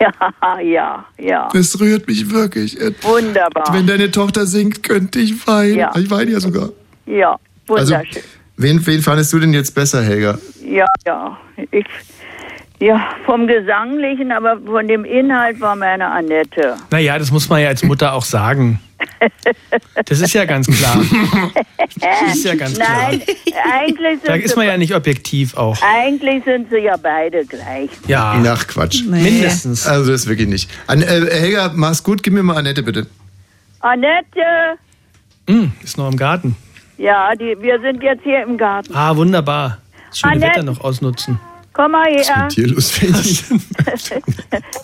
ja, ja, ja. Das rührt mich wirklich. Äh, Wunderbar. Wenn deine Tochter singt, könnte ich weinen. Ja. Ich weine ja sogar. Ja, Also, wunderschön. wen, wen fandest du denn jetzt besser, Helga? Ja, ja. Ich, ja, vom Gesanglichen, aber von dem Inhalt war meine Annette. Naja, das muss man ja als Mutter auch sagen. Das ist ja ganz klar. Das ist ja ganz klar. Nein, eigentlich Da sind, ist sie, man ja nicht objektiv auch. eigentlich sind sie ja beide gleich. Ja. Nach Quatsch. Nee. Mindestens. Also, das wirklich nicht. An, äh, Helga, mach's gut, gib mir mal Annette bitte. Annette, Hm, ist noch im Garten. ja, die, wir sind jetzt hier im Garten. Ah, wunderbar. Das schöne Annette. Wetter noch ausnutzen. Komm mal her. los,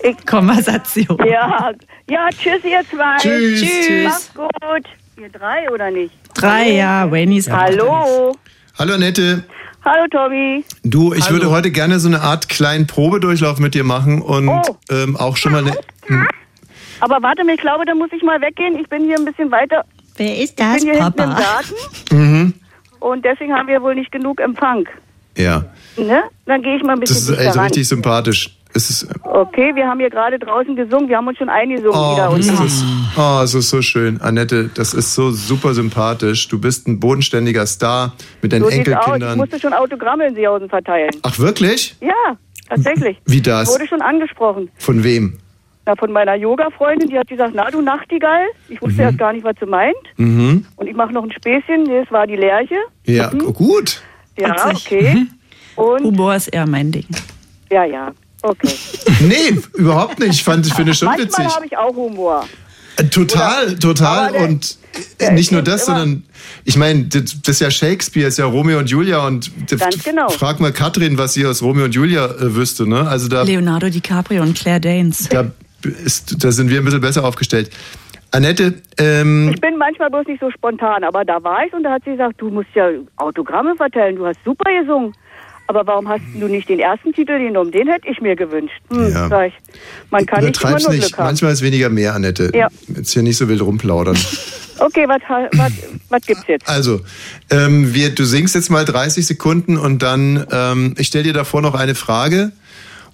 Ich, Konversation. ja, ja, tschüss, ihr zwei. Tschüss. Tschüss. Macht's gut. Ihr drei oder nicht? Drei, ja, Wayne ist auch Hallo. Hallo, Annette. Hallo, Tommy. Du, ich würde heute gerne so eine Art kleinen Probedurchlauf mit dir machen und Oh. ähm, auch schon mal eine. Aber warte mal, ich glaube, da muss ich mal weggehen. Ich bin hier ein bisschen weiter. Wer ist ich das, bin hier hinten im Papa? Garten Mhm. und deswegen haben wir wohl nicht genug Empfang. Ja. Ne? Dann gehe ich mal ein Das ist bisschen dichter also ran. richtig sympathisch. Es ist, Okay, wir haben hier gerade draußen gesungen. Wir haben uns schon eingesungen wieder. oh, Und es ist, oh, es ist so schön. Annette, das ist so super sympathisch. Du bist ein bodenständiger Star mit deinen so sieht's aus. Ich Enkelkindern. musste schon Autogramme in Seehausen verteilen. Ach, wirklich? Ja, tatsächlich. Wie das? Ich wurde schon angesprochen. Von wem? Na, von meiner Yoga-Freundin, die hat gesagt, na du Nachtigall. Ich wusste erst gar nicht, was sie meint. Mhm. Und ich mache noch ein Späßchen. Nee, es war die Lerche. Ja, Mhm. gut. Ja, Witzig. Mhm. okay. Und, Humor ist eher mein Ding. ja, ja, okay. Nee, überhaupt nicht. Ich fand, ich finde es schon witzig. Manchmal habe ich auch Humor. Äh, Total, total. und äh, nicht nur das, sondern ich meine, das, das ist ja Shakespeare, ist ja Romeo und Julia und d- Ganz genau. frag mal Katrin, was sie aus Romeo und Julia äh, wüsste, ne? Also da, Leonardo DiCaprio und Claire Danes. da, ist, da sind wir ein bisschen besser aufgestellt. Annette, ähm, Ich bin manchmal bloß nicht so spontan, aber da war ich und da hat sie gesagt, du musst ja Autogramme verteilen, du hast super gesungen. Aber warum hast du nicht den ersten Titel genommen? Den hätte ich mir gewünscht. Hm, Hm. Ja. sag ich. Man kann nicht immer übertreib's nur nicht. Glück haben. Manchmal ist weniger mehr, Annette. Ja. Jetzt hier nicht so wild rumplaudern. Okay, was, ha- was, was gibt's jetzt? Also, ähm, wir, du singst jetzt mal 30 Sekunden und dann, ähm, ich stelle dir davor noch eine Frage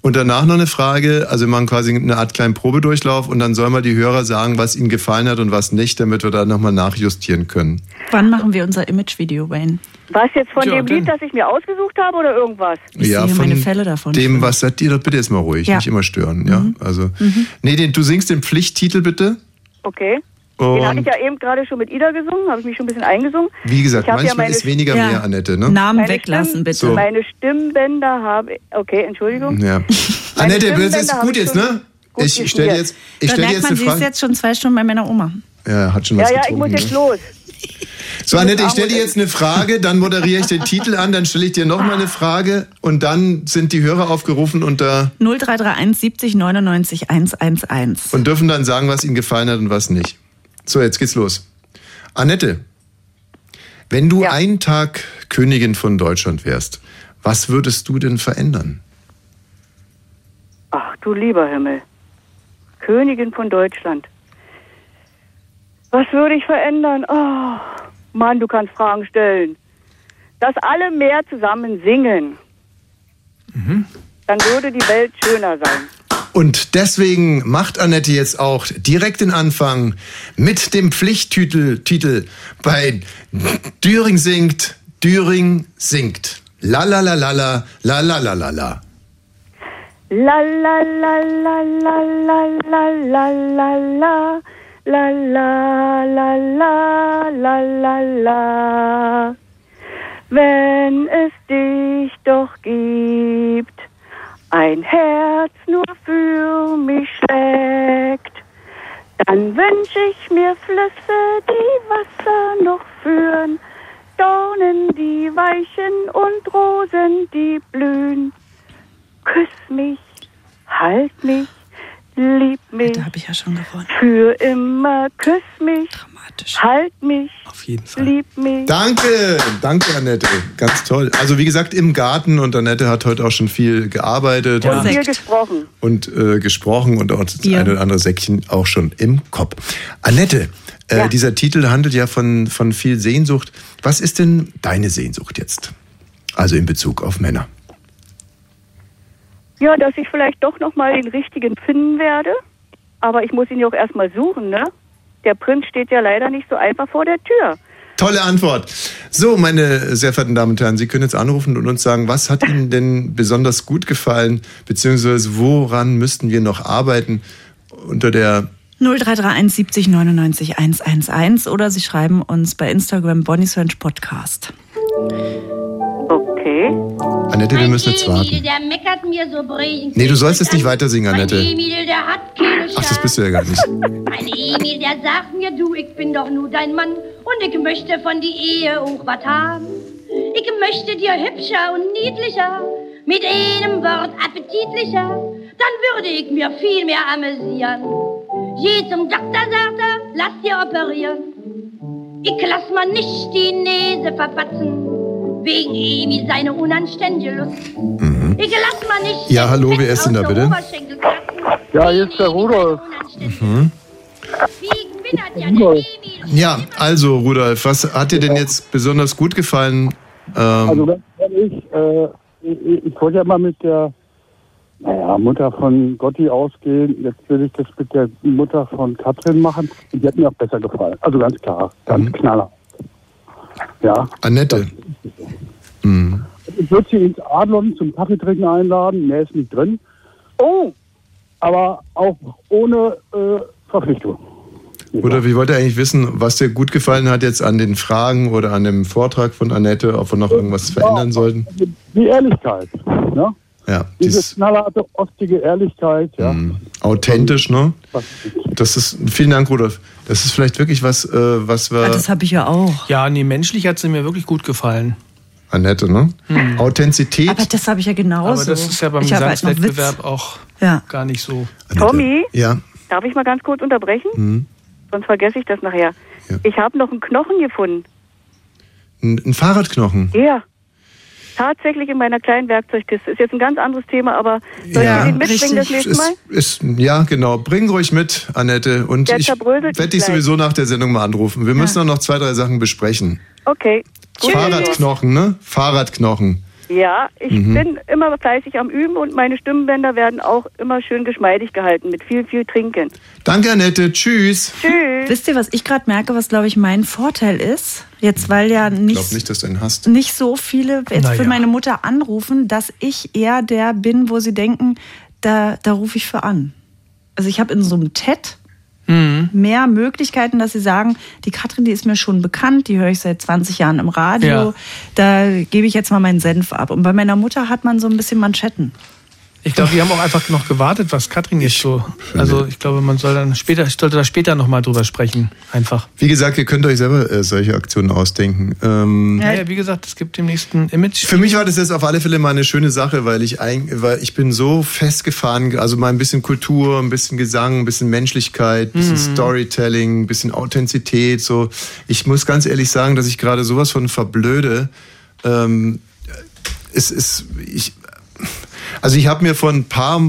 Und danach noch eine Frage, also wir machen quasi eine Art kleinen Probedurchlauf und dann sollen wir die Hörer sagen, was ihnen gefallen hat und was nicht, damit wir da nochmal nachjustieren können. Wann machen wir unser Imagevideo, Wayne? Was jetzt von Ja, dem Lied, das ich mir ausgesucht habe oder irgendwas? Dem, was seid ihr, bitte jetzt mal ruhig, Ja. nicht immer stören. Ja? Also, Mhm. nee, den, du singst den Pflichttitel bitte. Okay. Den Und- hatte ich ja eben gerade schon mit Ida gesungen, habe ich mich schon ein bisschen eingesungen. Wie gesagt, Ich hab manchmal meine ist weniger Stimm- mehr, Annette. Ne? Meine Stimmen- So. Meine Stimmbänder habe Okay, Entschuldigung. Ja. Meine Annette, das Stimmbänder ist habe gut ich jetzt, schon- ne? Gut Ich ist stelle mir. jetzt, ich da stell merkt jetzt man, eine sie ist Frage. jetzt schon zwei Stunden bei meiner Oma. Ja, hat schon Ja, was ja, ich muss getrunken. jetzt ne? los. So, Annette, ich stelle dir jetzt eine Frage, dann moderiere ich den Titel an, dann stelle ich dir nochmal eine Frage und dann sind die Hörer aufgerufen und, äh, da, 0331 70 99 111. und dürfen dann sagen, was ihnen gefallen hat und was nicht. So, jetzt geht's los. Annette, wenn du einen Tag Königin von Deutschland wärst, was würdest du denn verändern? Ach du lieber Himmel. Königin von Deutschland. Was würde ich verändern? Oh, Mann, du kannst Fragen stellen. Dass alle mehr zusammen singen. Mhm. Dann würde die Welt schöner sein. Und deswegen macht Annette jetzt auch direkt den Anfang mit dem Pflichttitel Titel bei Düring singt, Düring singt. La la la la la, la la la la la. La la la la la la la la la la la la la la la la la Wenn es dich doch gibt, ein Herz nur für mich schlägt, dann wünsch ich mir Flüsse, die Wasser noch führen, Dornen, die weichen und Rosen, die blühen. Küss mich, halt mich, lieb mich. Da habe ich ja schon gewonnen. Für immer küss mich. Dramatisch. Halt mich. Auf jeden Fall. Lieb mich. Danke, danke Annette, ganz toll. Also wie gesagt im Garten und Annette hat heute auch schon viel gearbeitet Und viel und, gesprochen. und äh, gesprochen und auch das eine oder andere Säckchen auch schon im Kopf. Annette, äh, Ja. dieser Titel handelt ja von, von viel Sehnsucht. Was ist denn deine Sehnsucht jetzt? Also in Bezug auf Männer. Ja, dass ich vielleicht doch nochmal den richtigen finden werde. Aber ich muss ihn ja auch erstmal suchen, ne? Der Prinz steht ja leider nicht so einfach vor der Tür. Tolle Antwort. So, meine sehr verehrten Damen und Herren, Sie können jetzt anrufen und uns sagen, was hat Ihnen denn besonders gut gefallen, beziehungsweise woran müssten wir noch arbeiten unter der 0331 70 99 111 oder Sie schreiben uns bei Instagram Bonnie's Ranch Podcast. Okay. Annette, wir müssen jetzt warten. Der meckert mir so brillant. Nee, du sollst jetzt nicht weiter singen, Annette. Emil, der hat keine Ach, das bist du ja gar nicht. Mein Emil, der sagt mir, du, ich bin doch nur dein Mann und ich möchte von die Ehe auch was haben. Ich möchte dir hübscher und niedlicher, mit einem Wort appetitlicher, dann würde ich mir viel mehr amüsieren. Geh zum Doktor, sagt er, lass dir operieren. Ich lass mal nicht die Nase verpatzen, wegen Emil seine unanständige Lust. Ich lass mal nicht Ja, hallo, wer ist denn da der bitte? Oberschenkel kratzen, Ja, hier ist der Rudolf. Mhm. Ja, also Rudolf, was hat dir denn jetzt besonders gut gefallen? Also Ähm, ganz ehrlich, äh, ich, ich wollte ja mal mit der naja, Mutter von Gotti ausgehen. Jetzt will ich das mit der Mutter von Katrin machen. Die hat mir auch besser gefallen. Also ganz klar, ganz Mhm. knaller. Ja. Annette. Mhm. Ich würde sie ins Adlon zum Kaffee trinken einladen. Mehr ist nicht drin. Oh! Aber auch ohne äh, Verpflichtung. Rudolf, ich wollte eigentlich wissen, was dir gut gefallen hat jetzt an den Fragen oder an dem Vortrag von Annette, ob wir noch irgendwas verändern sollten. Die Ehrlichkeit. Ne? Ja, ähm, Diese knallharte, ostige Ehrlichkeit. Ja. Hm. authentisch, ne? Das ist, vielen Dank, Rudolf. Das ist vielleicht wirklich was, äh, was wir, habe ich ja auch. Ja, nee, menschlich hat sie mir wirklich gut gefallen. Annette, ne? Authentizität. Aber das habe ich ja genauso. Aber das ist ja beim Ich habe halt noch Witz. Gesangswettbewerb auch gar nicht so. Tommy, Ja. darf ich mal ganz kurz unterbrechen? Sonst vergesse ich das nachher. Ich habe noch einen Knochen gefunden. Ein, ein Fahrradknochen. Ja. Tatsächlich in meiner kleinen Werkzeugkiste. Ist jetzt ein ganz anderes Thema, aber soll ich den mitbringen das nächste Mal? Ist, ist, ja, genau. Bring ruhig mit, Annette. Und Der ich zerbröselt werde mich dich gleich. sowieso nach der Sendung mal anrufen. Wir müssen auch noch zwei, drei Sachen besprechen. Okay. Tschüss. Fahrradknochen, ne? Fahrradknochen. Ja, ich Mhm. bin immer fleißig am Üben und meine Stimmbänder werden auch immer schön geschmeidig gehalten mit viel, viel Trinken. Danke, Annette. Tschüss. Tschüss. Wisst ihr, was ich gerade merke, was glaube ich mein Vorteil ist? Jetzt, weil ja Ich nicht, glaube nicht, dass du einen hast. nicht so viele jetzt Na für ja. meine Mutter anrufen, dass ich eher der bin, wo sie denken, da, da rufe ich für an. Also ich habe in so einem TED Mhm. mehr Möglichkeiten, dass sie sagen, die Katrin, die ist mir schon bekannt, die höre ich seit 20 Jahren im Radio, Ja. da gebe ich jetzt mal meinen Senf ab. Und bei meiner Mutter hat man so ein bisschen Manschetten. Ich glaube, die haben auch einfach noch gewartet, was Katrin jetzt so. Also ich glaube, man soll dann später, ich sollte da später nochmal drüber sprechen. Einfach. Wie gesagt, ihr könnt euch selber äh, solche Aktionen ausdenken. Ähm, Ja, ja, wie gesagt, es gibt demnächst ein Image. Für mich war das jetzt auf alle Fälle mal eine schöne Sache, weil ich ein, weil ich bin so festgefahren, also mal ein bisschen Kultur, ein bisschen Gesang, ein bisschen Menschlichkeit, ein bisschen Mhm. Storytelling, ein bisschen Authentizität. So, ich muss ganz ehrlich sagen, dass ich gerade sowas von verblöde. Ähm, es ist, ich, also ich habe mir vor ein paar,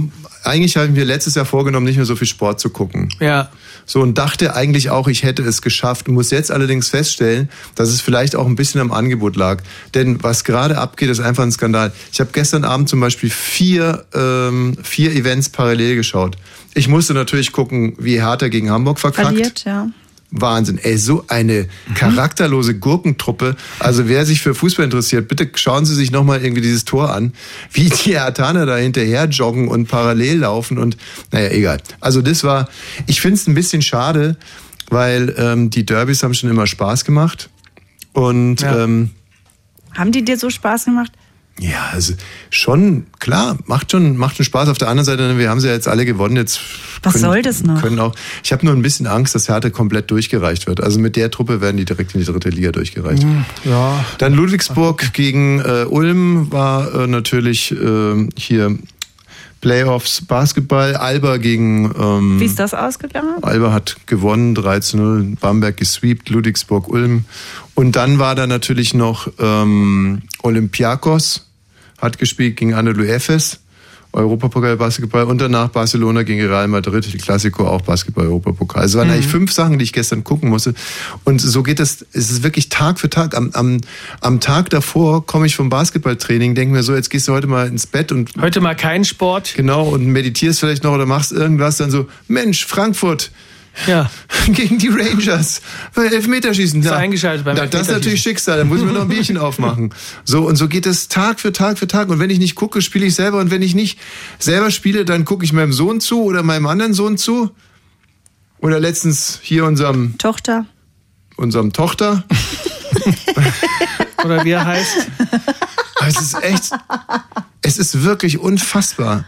eigentlich habe ich mir letztes Jahr vorgenommen, nicht mehr so viel Sport zu gucken. Ja. So und dachte eigentlich auch, ich hätte es geschafft. Muss jetzt allerdings feststellen, dass es vielleicht auch ein bisschen am Angebot lag. Denn was gerade abgeht, ist einfach ein Skandal. Ich habe gestern Abend zum Beispiel vier, ähm, vier Events parallel geschaut. Ich musste natürlich gucken, wie Hertha gegen Hamburg verkackt. Verliert, ja. Wahnsinn. Ey, so eine charakterlose Gurkentruppe. Also wer sich für Fußball interessiert, bitte schauen Sie sich nochmal irgendwie dieses Tor an, wie die Hertaner da hinterher joggen und parallel laufen und naja, egal. Also das war, ich finde es ein bisschen schade, weil ähm, die Derbys haben schon immer Spaß gemacht. Und ähm, Haben die dir so Spaß gemacht? ja, also schon, klar, macht schon, macht schon Spaß. Auf der anderen Seite, wir haben sie ja jetzt alle gewonnen. Jetzt Was soll das noch? Können auch, ich habe nur ein bisschen Angst, dass Hertha komplett durchgereicht wird. Also mit der Truppe werden die direkt in die dritte Liga durchgereicht. Ja. Dann Ludwigsburg gegen äh, Ulm war äh, natürlich ähm, hier Playoffs Basketball. Alba gegen ähm, Wie ist das ausgegangen? Alba hat gewonnen, 3 zu 0, Bamberg gesweept, Ludwigsburg, Ulm. Und dann war da natürlich noch ähm, Olympiakos, hat gespielt gegen Anadolu Efes, Europapokal Basketball und danach Barcelona gegen Real Madrid, die Klassiko auch Basketball Europapokal. Also es waren Mhm. eigentlich fünf Sachen, die ich gestern gucken musste. Und so geht das, es ist wirklich Tag für Tag. Am, am, am Tag davor komme ich vom Basketballtraining, denke mir so, jetzt gehst du heute mal ins Bett und Heute mal kein Sport. Genau, und meditierst vielleicht noch oder machst irgendwas, dann so, Mensch, Frankfurt. Ja. Gegen die Rangers. Bei Elfmeterschießen. Ist eingeschaltet beim da, Das ist natürlich Elfmeterschießen. Schicksal, da muss ich mir noch ein Bierchen aufmachen. So, und so geht das Tag für Tag für Tag. Und wenn ich nicht gucke, spiele ich selber. Und wenn ich nicht selber spiele, dann gucke ich meinem Sohn zu oder meinem anderen Sohn zu. Oder letztens hier unserem Tochter. Unserem Tochter. Oder wie er heißt. Aber es ist echt, es ist wirklich unfassbar.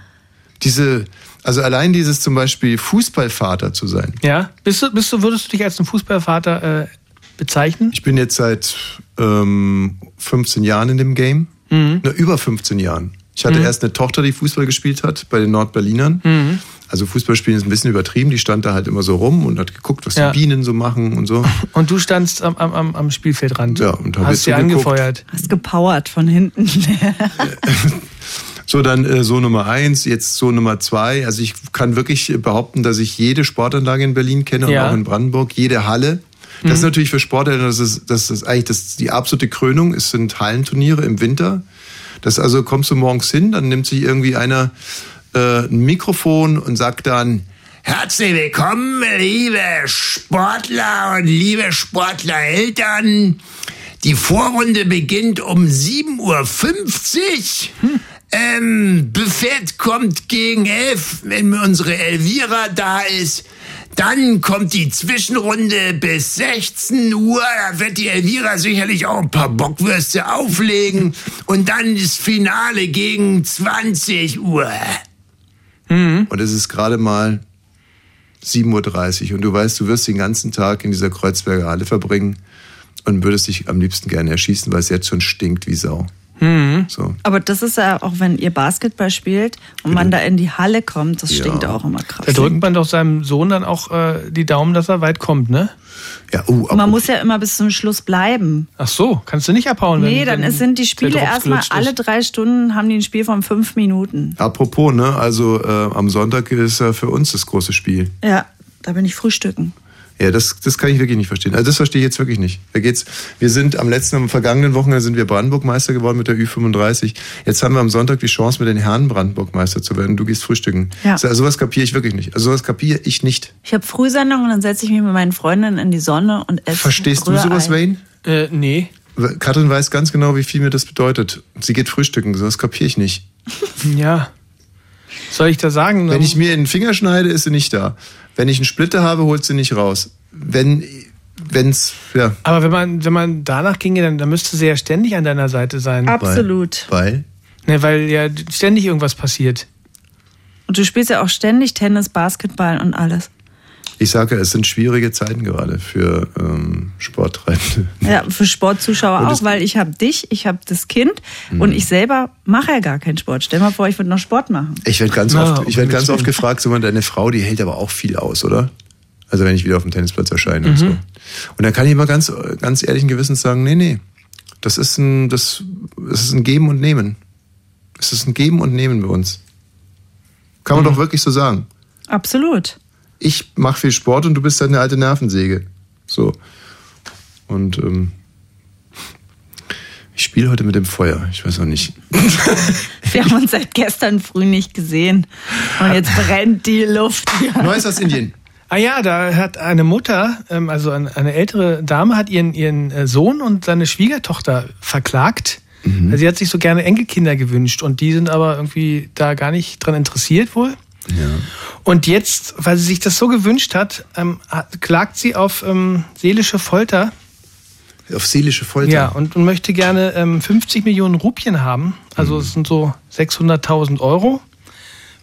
Diese, also allein dieses zum Beispiel Fußballvater zu sein. Ja. Bist du, bist du, würdest du dich als ein Fußballvater äh, bezeichnen? Ich bin jetzt seit ähm, 15 Jahren in dem Game. Mhm. Na, über 15 Jahren. Ich hatte Mhm. erst eine Tochter, die Fußball gespielt hat bei den Nordberlinern. Mhm. Also Fußballspielen ist ein bisschen übertrieben. Die stand da halt immer so rum und hat geguckt, was Ja. die Bienen so machen und so. Und du standst am, am- am, am Spielfeldrand. Ja, und hab jetzt hast dir zugeguckt. angefeuert. Hast gepowert von hinten. So, dann äh, so Nummer eins, jetzt so Nummer zwei. Also ich kann wirklich behaupten, dass ich jede Sportanlage in Berlin kenne Ja. und auch in Brandenburg, jede Halle. Das ist natürlich für Sportler, das ist, das ist eigentlich das, die absolute Krönung. Es sind Hallenturniere im Winter. Das also kommst du morgens hin, dann nimmt sich irgendwie einer äh, ein Mikrofon und sagt dann, Herzlich willkommen, liebe Sportler und liebe Sportlereltern. Die Vorrunde beginnt um 7.50 Uhr. Hm. Ähm, Buffett kommt gegen 11, wenn unsere Elvira da ist. Dann kommt die Zwischenrunde bis 16 Uhr. Da wird die Elvira sicherlich auch ein paar Bockwürste auflegen. Und dann das Finale gegen 20 Uhr. Und es ist gerade mal 7.30 Uhr. Und du weißt, du wirst den ganzen Tag in dieser Kreuzberger Halle verbringen und würdest dich am liebsten gerne erschießen, weil es jetzt schon stinkt wie Sau. So. Aber das ist ja auch, wenn ihr Basketball spielt und man da in die Halle kommt, das Ja. stinkt auch immer krass. Da drückt man doch seinem Sohn dann auch äh, die Daumen, dass er weit kommt, ne? Ja, oh, Und man muss ja immer bis zum Schluss bleiben. Ach so, kannst du nicht abhauen, wenn nee, dann wenn ist, sind die der Spiele Drops erstmal gelutscht alle ist. drei Stunden haben die ein Spiel von fünf Minuten. Apropos, ne? Also äh, am Sonntag ist ja für uns das große Spiel. Ja, da bin ich frühstücken. Ja, das, das kann ich wirklich nicht verstehen. Also das verstehe ich jetzt wirklich nicht. Da geht's. Wir sind am letzten, am vergangenen Wochenende sind wir Brandenburg-Meister geworden mit der Ü35. Jetzt haben wir am Sonntag die Chance, mit den Herren Brandenburg-Meister zu werden. Du gehst frühstücken. Ja. Also sowas kapiere ich wirklich nicht. Also sowas kapiere ich nicht. Ich habe Frühsendung und dann setze ich mich mit meinen Freundinnen in die Sonne und esse. Verstehst du Rührei. sowas, Wayne? Äh, nee. Katrin weiß ganz genau, wie viel mir das bedeutet. Sie geht frühstücken, sowas kapiere ich nicht. Ja. Soll ich da sagen? Wenn ich mir in den Finger schneide, ist sie nicht da. Wenn ich einen Splitter habe, holt sie nicht raus. Wenn, wenn's, ja. Aber wenn man, wenn man danach ginge, dann, dann müsste sie ja ständig an deiner Seite sein. Absolut. Weil? Ne, weil ja ständig irgendwas passiert. Und du spielst ja auch ständig Tennis, Basketball und alles. Ich sage, ja, es sind schwierige Zeiten gerade für ähm, Sporttreibende. Ja, für Sportzuschauer Und auch, es- weil ich habe dich, ich habe das Kind und ich selber mache ja gar keinen Sport. Stell mal vor, ich würde noch Sport machen. Ich werde ganz, Na, oft, ich werd um ganz Himmels oft Willen. gefragt, so man, deine Frau, die hält aber auch viel aus, oder? Also wenn ich wieder auf dem Tennisplatz erscheine Mhm. und so. Und dann kann ich immer ganz, ganz ehrlichen Gewissens sagen, nee, nee, das ist ein, das, das ist ein Geben und Nehmen. Es ist ein Geben und Nehmen bei uns. Kann Mhm. man doch wirklich so sagen. Absolut. Ich mache viel Sport und du bist halt eine alte Nervensäge. So. Und ähm, ich spiele heute mit dem Feuer. Ich weiß auch nicht. Wir haben uns seit gestern früh nicht gesehen. Und jetzt brennt die Luft hier. Neues aus Indien. Ah ja, da hat eine Mutter, ähm, also eine, eine ältere Dame, hat ihren, ihren äh, Sohn und seine Schwiegertochter verklagt. Also sie hat sich so gerne Enkelkinder gewünscht und die sind aber irgendwie da gar nicht dran interessiert wohl. Und jetzt, weil sie sich das so gewünscht hat, ähm, hat- klagt sie auf ähm, seelische Folter. Auf seelische Folter. Ja, und, und möchte gerne ähm, 50 Millionen Rupien haben. Also es sind so 600.000 Euro,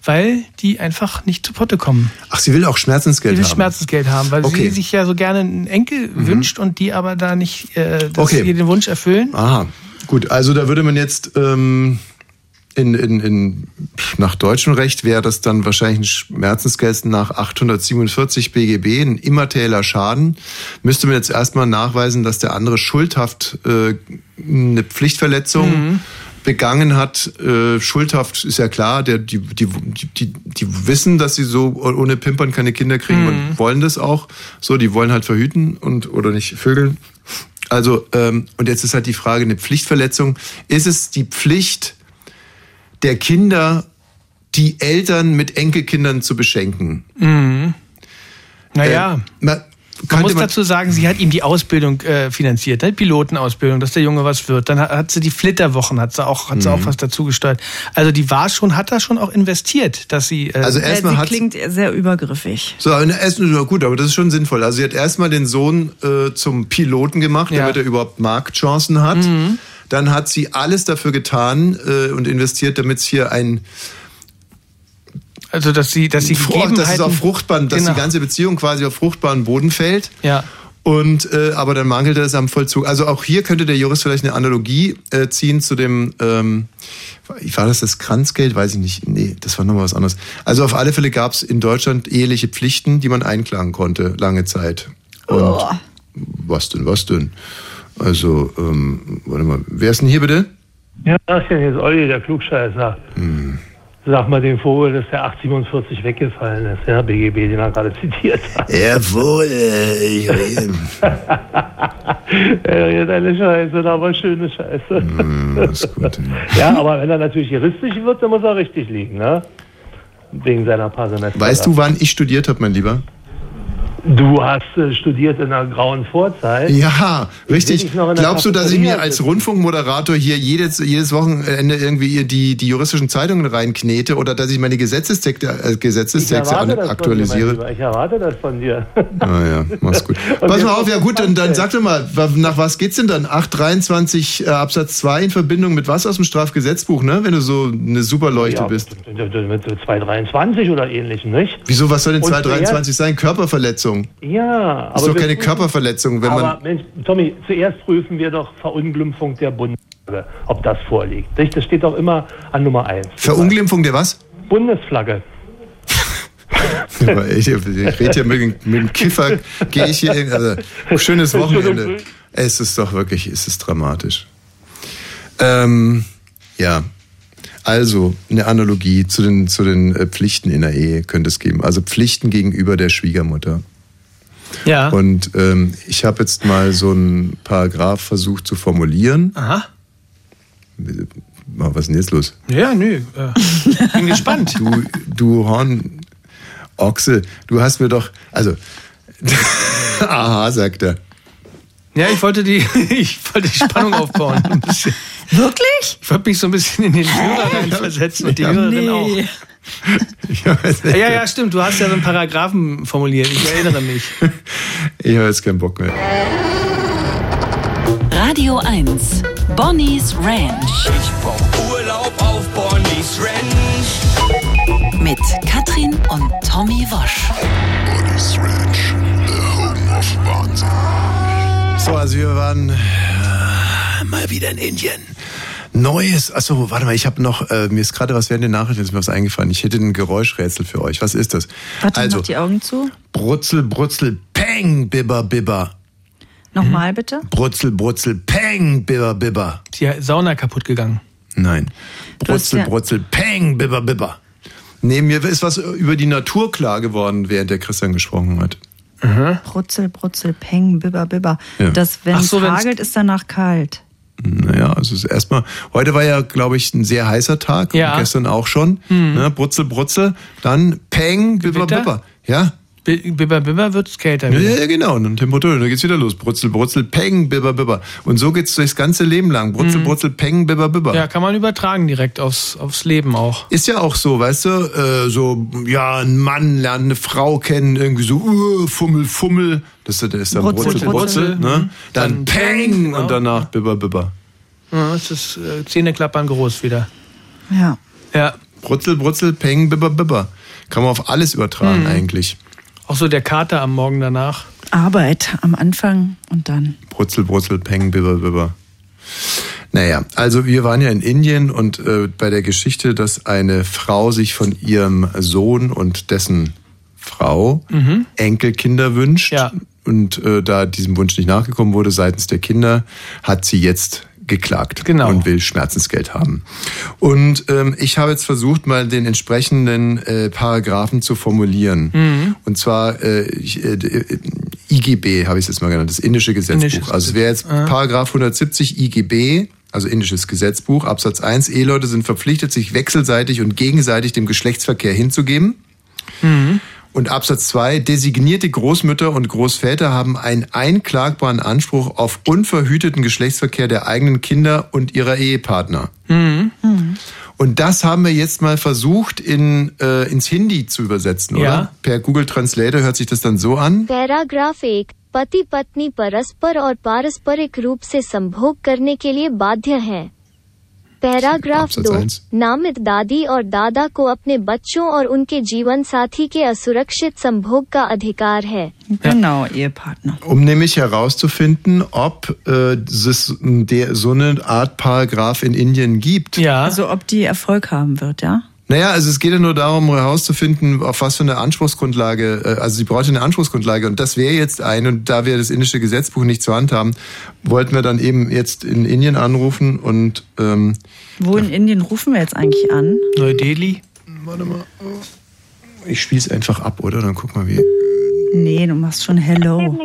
weil die einfach nicht zu Potte kommen. Ach, sie will auch Schmerzensgeld Die will haben. Schmerzensgeld haben, weil Okay. Mhm. sie sich ja so gerne einen Enkel wünscht und die aber da nicht, äh, dass Okay. Äh, sie ihr den Wunsch erfüllen. Aha, gut. Also da würde man jetzt ähm, in, in, in, pf, nach deutschem Recht wäre das dann wahrscheinlich ein Schmerzensgeld nach 847 BGB, ein immaterieller Schaden. Müsste man jetzt erstmal nachweisen, dass der andere schuldhaft äh, eine Pflichtverletzung begangen hat. Äh, schuldhaft ist ja klar, der, die, die, die, die wissen, dass sie so ohne Pimpern keine Kinder kriegen und wollen das auch. So, die wollen halt verhüten und oder nicht vögeln. Also, ähm, und jetzt ist halt die Frage, eine Pflichtverletzung. Ist es die Pflicht der Kinder, die Eltern mit Enkelkindern zu beschenken? Mhm. Naja. Ähm, man, Man könnte muss man- dazu sagen, sie hat ihm die Ausbildung äh, finanziert, ne? Pilotenausbildung, dass der Junge was wird. Dann hat, hat sie die Flitterwochen, hat sie auch, hat sie Mhm. auch was dazu gesteuert. Also die war schon, hat da schon auch investiert, dass sie. Äh, Also erstmal sie hat- klingt sehr übergriffig. So, in Essen, ja gut, aber das ist schon sinnvoll. Also sie hat erstmal den Sohn äh, zum Piloten gemacht, damit er überhaupt Marktchancen hat. Mhm. Dann hat sie alles dafür getan äh, und investiert, damit es hier ein Also dass sie, dass sie Frucht, dass es Gegebenheiten- auf fruchtbaren, dass Genau. die ganze Beziehung quasi auf fruchtbaren Boden fällt. Ja. Und äh, aber dann mangelt es am Vollzug. Also auch hier könnte der Jurist vielleicht eine Analogie äh, ziehen zu dem, ähm, war das das Kranzgeld? Weiß ich nicht. Nee, das war nochmal was anderes. Also auf alle Fälle gab es in Deutschland eheliche Pflichten, die man einklagen konnte, lange Zeit. Und was denn, was denn? Also, ähm, warte mal, wer ist denn hier bitte? Ja, das ist ja jetzt Olli, der Klugscheißer. Sag mal dem Vogel, dass der 847 weggefallen ist, ja, BGB, den er gerade zitiert hat. Jawohl, ich rede. er redet eine Scheiße, aber schöne Scheiße. Hm, ja, aber wenn er natürlich juristisch wird, dann muss er richtig liegen, ne? Wegen seiner paar Semester. Weißt du, wann ich studiert habe, mein Lieber? Du hast äh, studiert in der grauen Vorzeit. Ja, Ich richtig. sehe dich noch in der Glaubst du, dass ich mir Cafeteria als Rundfunkmoderator hier jedes, jedes Wochenende irgendwie die, die juristischen Zeitungen reinknete oder dass ich meine Gesetzestexte, äh, Gesetzestexte an, das Von dir, aktualisiere? mein Lieber. ich erwarte das von dir. Naja, mach's gut. Pass jetzt mal auf, ja noch gut, dann, dann sag Frankfeld. doch mal, wa- nach was geht's denn dann? 823 äh, Absatz 2 in Verbindung mit was aus dem Strafgesetzbuch, ne? Wenn du so eine Superleuchte bist. Mit so 223 oder ähnlichem, nicht? Wieso, was soll denn Und 223 sein? Körperverletzung. Ja, aber Ist doch wir keine prüfen- Körperverletzung, wenn aber man. Mensch, Tommy, zuerst prüfen wir doch Verunglimpfung der Bundesflagge, ob das vorliegt. Nicht? Das steht doch immer an Nummer 1. Verunglimpfung der was? Bundesflagge. Aber Ich, ich rede hier mit, dem- mit dem Kiffer, gehe ich hier in. Also, schönes Wochenende. Es ist doch wirklich, es ist dramatisch. Ähm, ja. Also, eine Analogie zu den, zu den äh, Pflichten in der Ehe könnte es geben. Also Pflichten gegenüber der Schwiegermutter. Ja. Und ähm, ich habe jetzt mal so einen Paragraph versucht zu formulieren. Aha. Was ist denn jetzt los? Ja, nö. Äh, bin gespannt. Du, du Horn, Ochse, du hast mir doch, also, aha, sagt er. Ja, ich wollte die, ich wollte die Spannung aufbauen. Ein bisschen. Wirklich? Ich wollte mich so ein bisschen in den Hörer reinversetzen und die Ja. Hörerin Nee. auch. Ja, ja, ja, stimmt. Du hast ja so einen Paragraphen formuliert. Ich erinnere mich. Ich habe jetzt keinen Bock mehr. Radio 1. Bonnie's Ranch. Ich brauch Urlaub auf Bonnie's Ranch. Mit Katrin und Tommy Wosch. Bonnie's Ranch, the home of Wahnsinn. So, also wir waren äh, mal wieder in Indien. Neues, achso, warte mal, ich habe noch, äh, mir ist gerade was während der Nachricht, ist mir was eingefallen. Ich hätte ein Geräuschrätsel für euch. Was ist das? Warte, also, mach die Augen zu. Brutzel, Brutzel, Peng, Bibber, Bibber. Mhm. Nochmal bitte. Brutzel, Brutzel, Peng, Bibber, Bibber. Ist die Sauna kaputt gegangen? Nein. Du hast Brutzel, ja- Brutzel, Peng, Bibber, Bibber. Nee, mir ist was über die Natur klar geworden, während der Christian gesprochen hat. Brutzel, brutzel, peng, bibber, bibber. Ja. Das, wenn Ach es so, wenn's- hagelt, ist danach kalt. Naja, also es ist erstmal, heute war ja, glaube ich, ein sehr heißer Tag, Ja. und gestern auch schon. Ne, brutzel, brutzel, dann Peng, Bibber, Hm. Gewitter? Bibber. Ja? Bibber, Bibber wird es kälter. Ja, ja, genau. Und dann Temperatur, da geht's wieder los. Brutzel, brutzel, Peng, Bibber, Bibber. Und so geht's durchs ganze Leben lang. Brutzel, brutzel, Peng, Bibber, Bibber. Hm. Ja, kann man übertragen direkt aufs, aufs Leben auch. Ist ja auch so, weißt du, äh, so, ja, ein Mann lernt eine Frau kennen, irgendwie so, uh, Fummel, Fummel. Das ist, das ist dann Brutzel, Brutzel, Brutzel, Brutzel, Mhm. ne? Dann, Dann genau. Peng und danach Bibber, Bibber. Ja, es ist äh, Zähneklappern groß wieder. Ja. Ja. Brutzel, Brutzel, Peng, Bibber, Bibber. Kann man auf alles übertragen Mhm. eigentlich. Auch so der Kater am Morgen danach. Arbeit am Anfang und dann. Brutzel, Brutzel, Peng, Bibber, Bibber. Naja, also wir waren ja in Indien und äh, bei der Geschichte, dass eine Frau sich von ihrem Sohn und dessen Frau Mhm. Enkelkinder wünscht. Und äh, da diesem Wunsch nicht nachgekommen wurde seitens der Kinder, hat sie jetzt geklagt und will Schmerzensgeld haben. Und ähm, ich habe jetzt versucht, mal den entsprechenden äh, Paragraphen zu formulieren. Mhm. Und zwar äh, ich, äh, äh, IGB habe ich es jetzt mal genannt, das indische Gesetzbuch. also es wäre jetzt Paragraph 170 IGB, also indisches Gesetzbuch, Absatz 1. Eheleute sind verpflichtet, sich wechselseitig und gegenseitig dem Geschlechtsverkehr hinzugeben. Und Absatz 2, designierte Großmütter und Großväter haben einen einklagbaren Anspruch auf unverhüteten Geschlechtsverkehr der eigenen Kinder und ihrer Ehepartner. Und das haben wir jetzt mal versucht, in, äh, ins Hindi zu übersetzen, oder? Ja. Per Google Translator hört sich das dann so an. पैराग्राफ एक पति पत्नी परस्पर और पारस्परिक रूप से संभोग करने के लिए बाध्य हैं। पैराग्राफ Absatz दो eins. नामित दादी और दादा को अपने बच्चों और उनके जीवन साथी के असुरक्षित संभोग का अधिकार है Genau, Ehepartner. Um nämlich herauszufinden, ob äh, es der, so eine Art Paragraph in Indien gibt. Ja. Also ob die Erfolg haben wird, ja? Naja, also es geht ja nur darum, herauszufinden, auf was für eine Anspruchsgrundlage, äh, also sie braucht ja eine Anspruchsgrundlage und das wäre jetzt ein, und da wir das indische Gesetzbuch nicht zur Hand haben, wollten wir dann eben jetzt in Indien anrufen und ähm, Wo in Indien rufen wir jetzt eigentlich an? Neu-Delhi? Warte mal. ich spiel's einfach ab, oder? Dann guck mal wie. Äh, Nee, du machst schon Hello.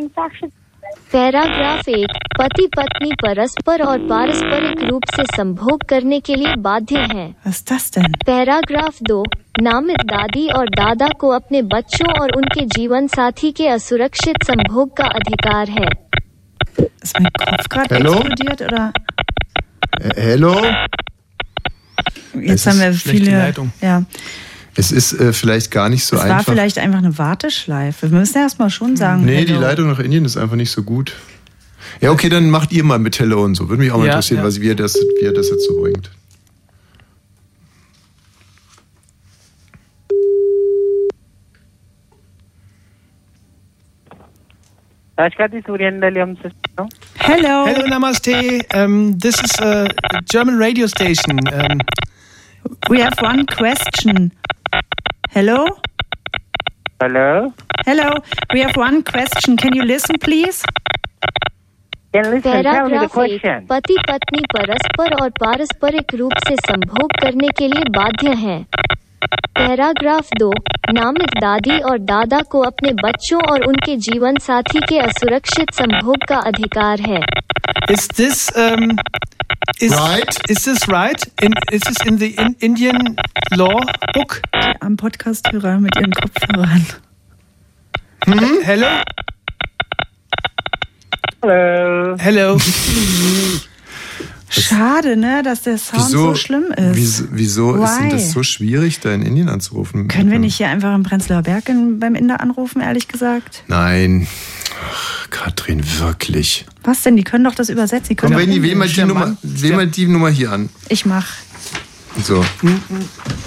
पैराग्राफ एक पति पत्नी परस्पर और पारस्परिक रूप से संभोग करने के लिए बाध्य हैं। पैराग्राफ दो नामित दादी और दादा को अपने बच्चों और उनके जीवन साथी के असुरक्षित संभोग का अधिकार है Ist mein Kopf gerade Hello? explodiert oder? Äh, hello? Jetzt Es haben ist wir schlechte viele. Leitung. Ja, Es ist äh, vielleicht gar nicht so es war einfach. vielleicht einfach eine Warteschleife. Wir müssen erstmal schon sagen. nee, die Hello. Leitung nach Indien ist einfach nicht so gut. Ja, okay, dann macht ihr mal mit Hello und so. Würde mich auch mal Ja, interessieren, ja. was, wie, ihr das, wie ihr das jetzt so bringt. नमस्कार जी सूर्यन डेली हमसे Hello. Hello, Namaste. Um, this is a German radio station. Um, We have one question. Hello? हेलो Hello. We have one question. Can you listen, please? पैराग्राफ एक पति पत्नी परस्पर और पारस्परिक रूप से संभोग करने के लिए बाध्य हैं। पैराग्राफ दो नामित दादी और दादा को अपने बच्चों और उनके जीवन साथी के असुरक्षित संभोग का अधिकार है Is this um, is, right? Is this right? In, is this in the in Indian law book? Am Podcasthörer mit ihren Kopfhörern. Mhm. Hello. Hello. Hello. Schade, ne, dass der Sound so schlimm ist. Wieso, wieso ist denn Why? das so schwierig, da in Indien anzurufen? Ähm, Können wir nicht hier einfach im Prenzlauer Berg in, beim Inder anrufen, ehrlich gesagt? Nein. Ach, Katrin, wirklich. Was denn? Die können doch das übersetzen. Die können Komm, doch Benni, wähl mal, Indisch. die Nummer, wähl mal die Nummer hier an. Ich mach. So.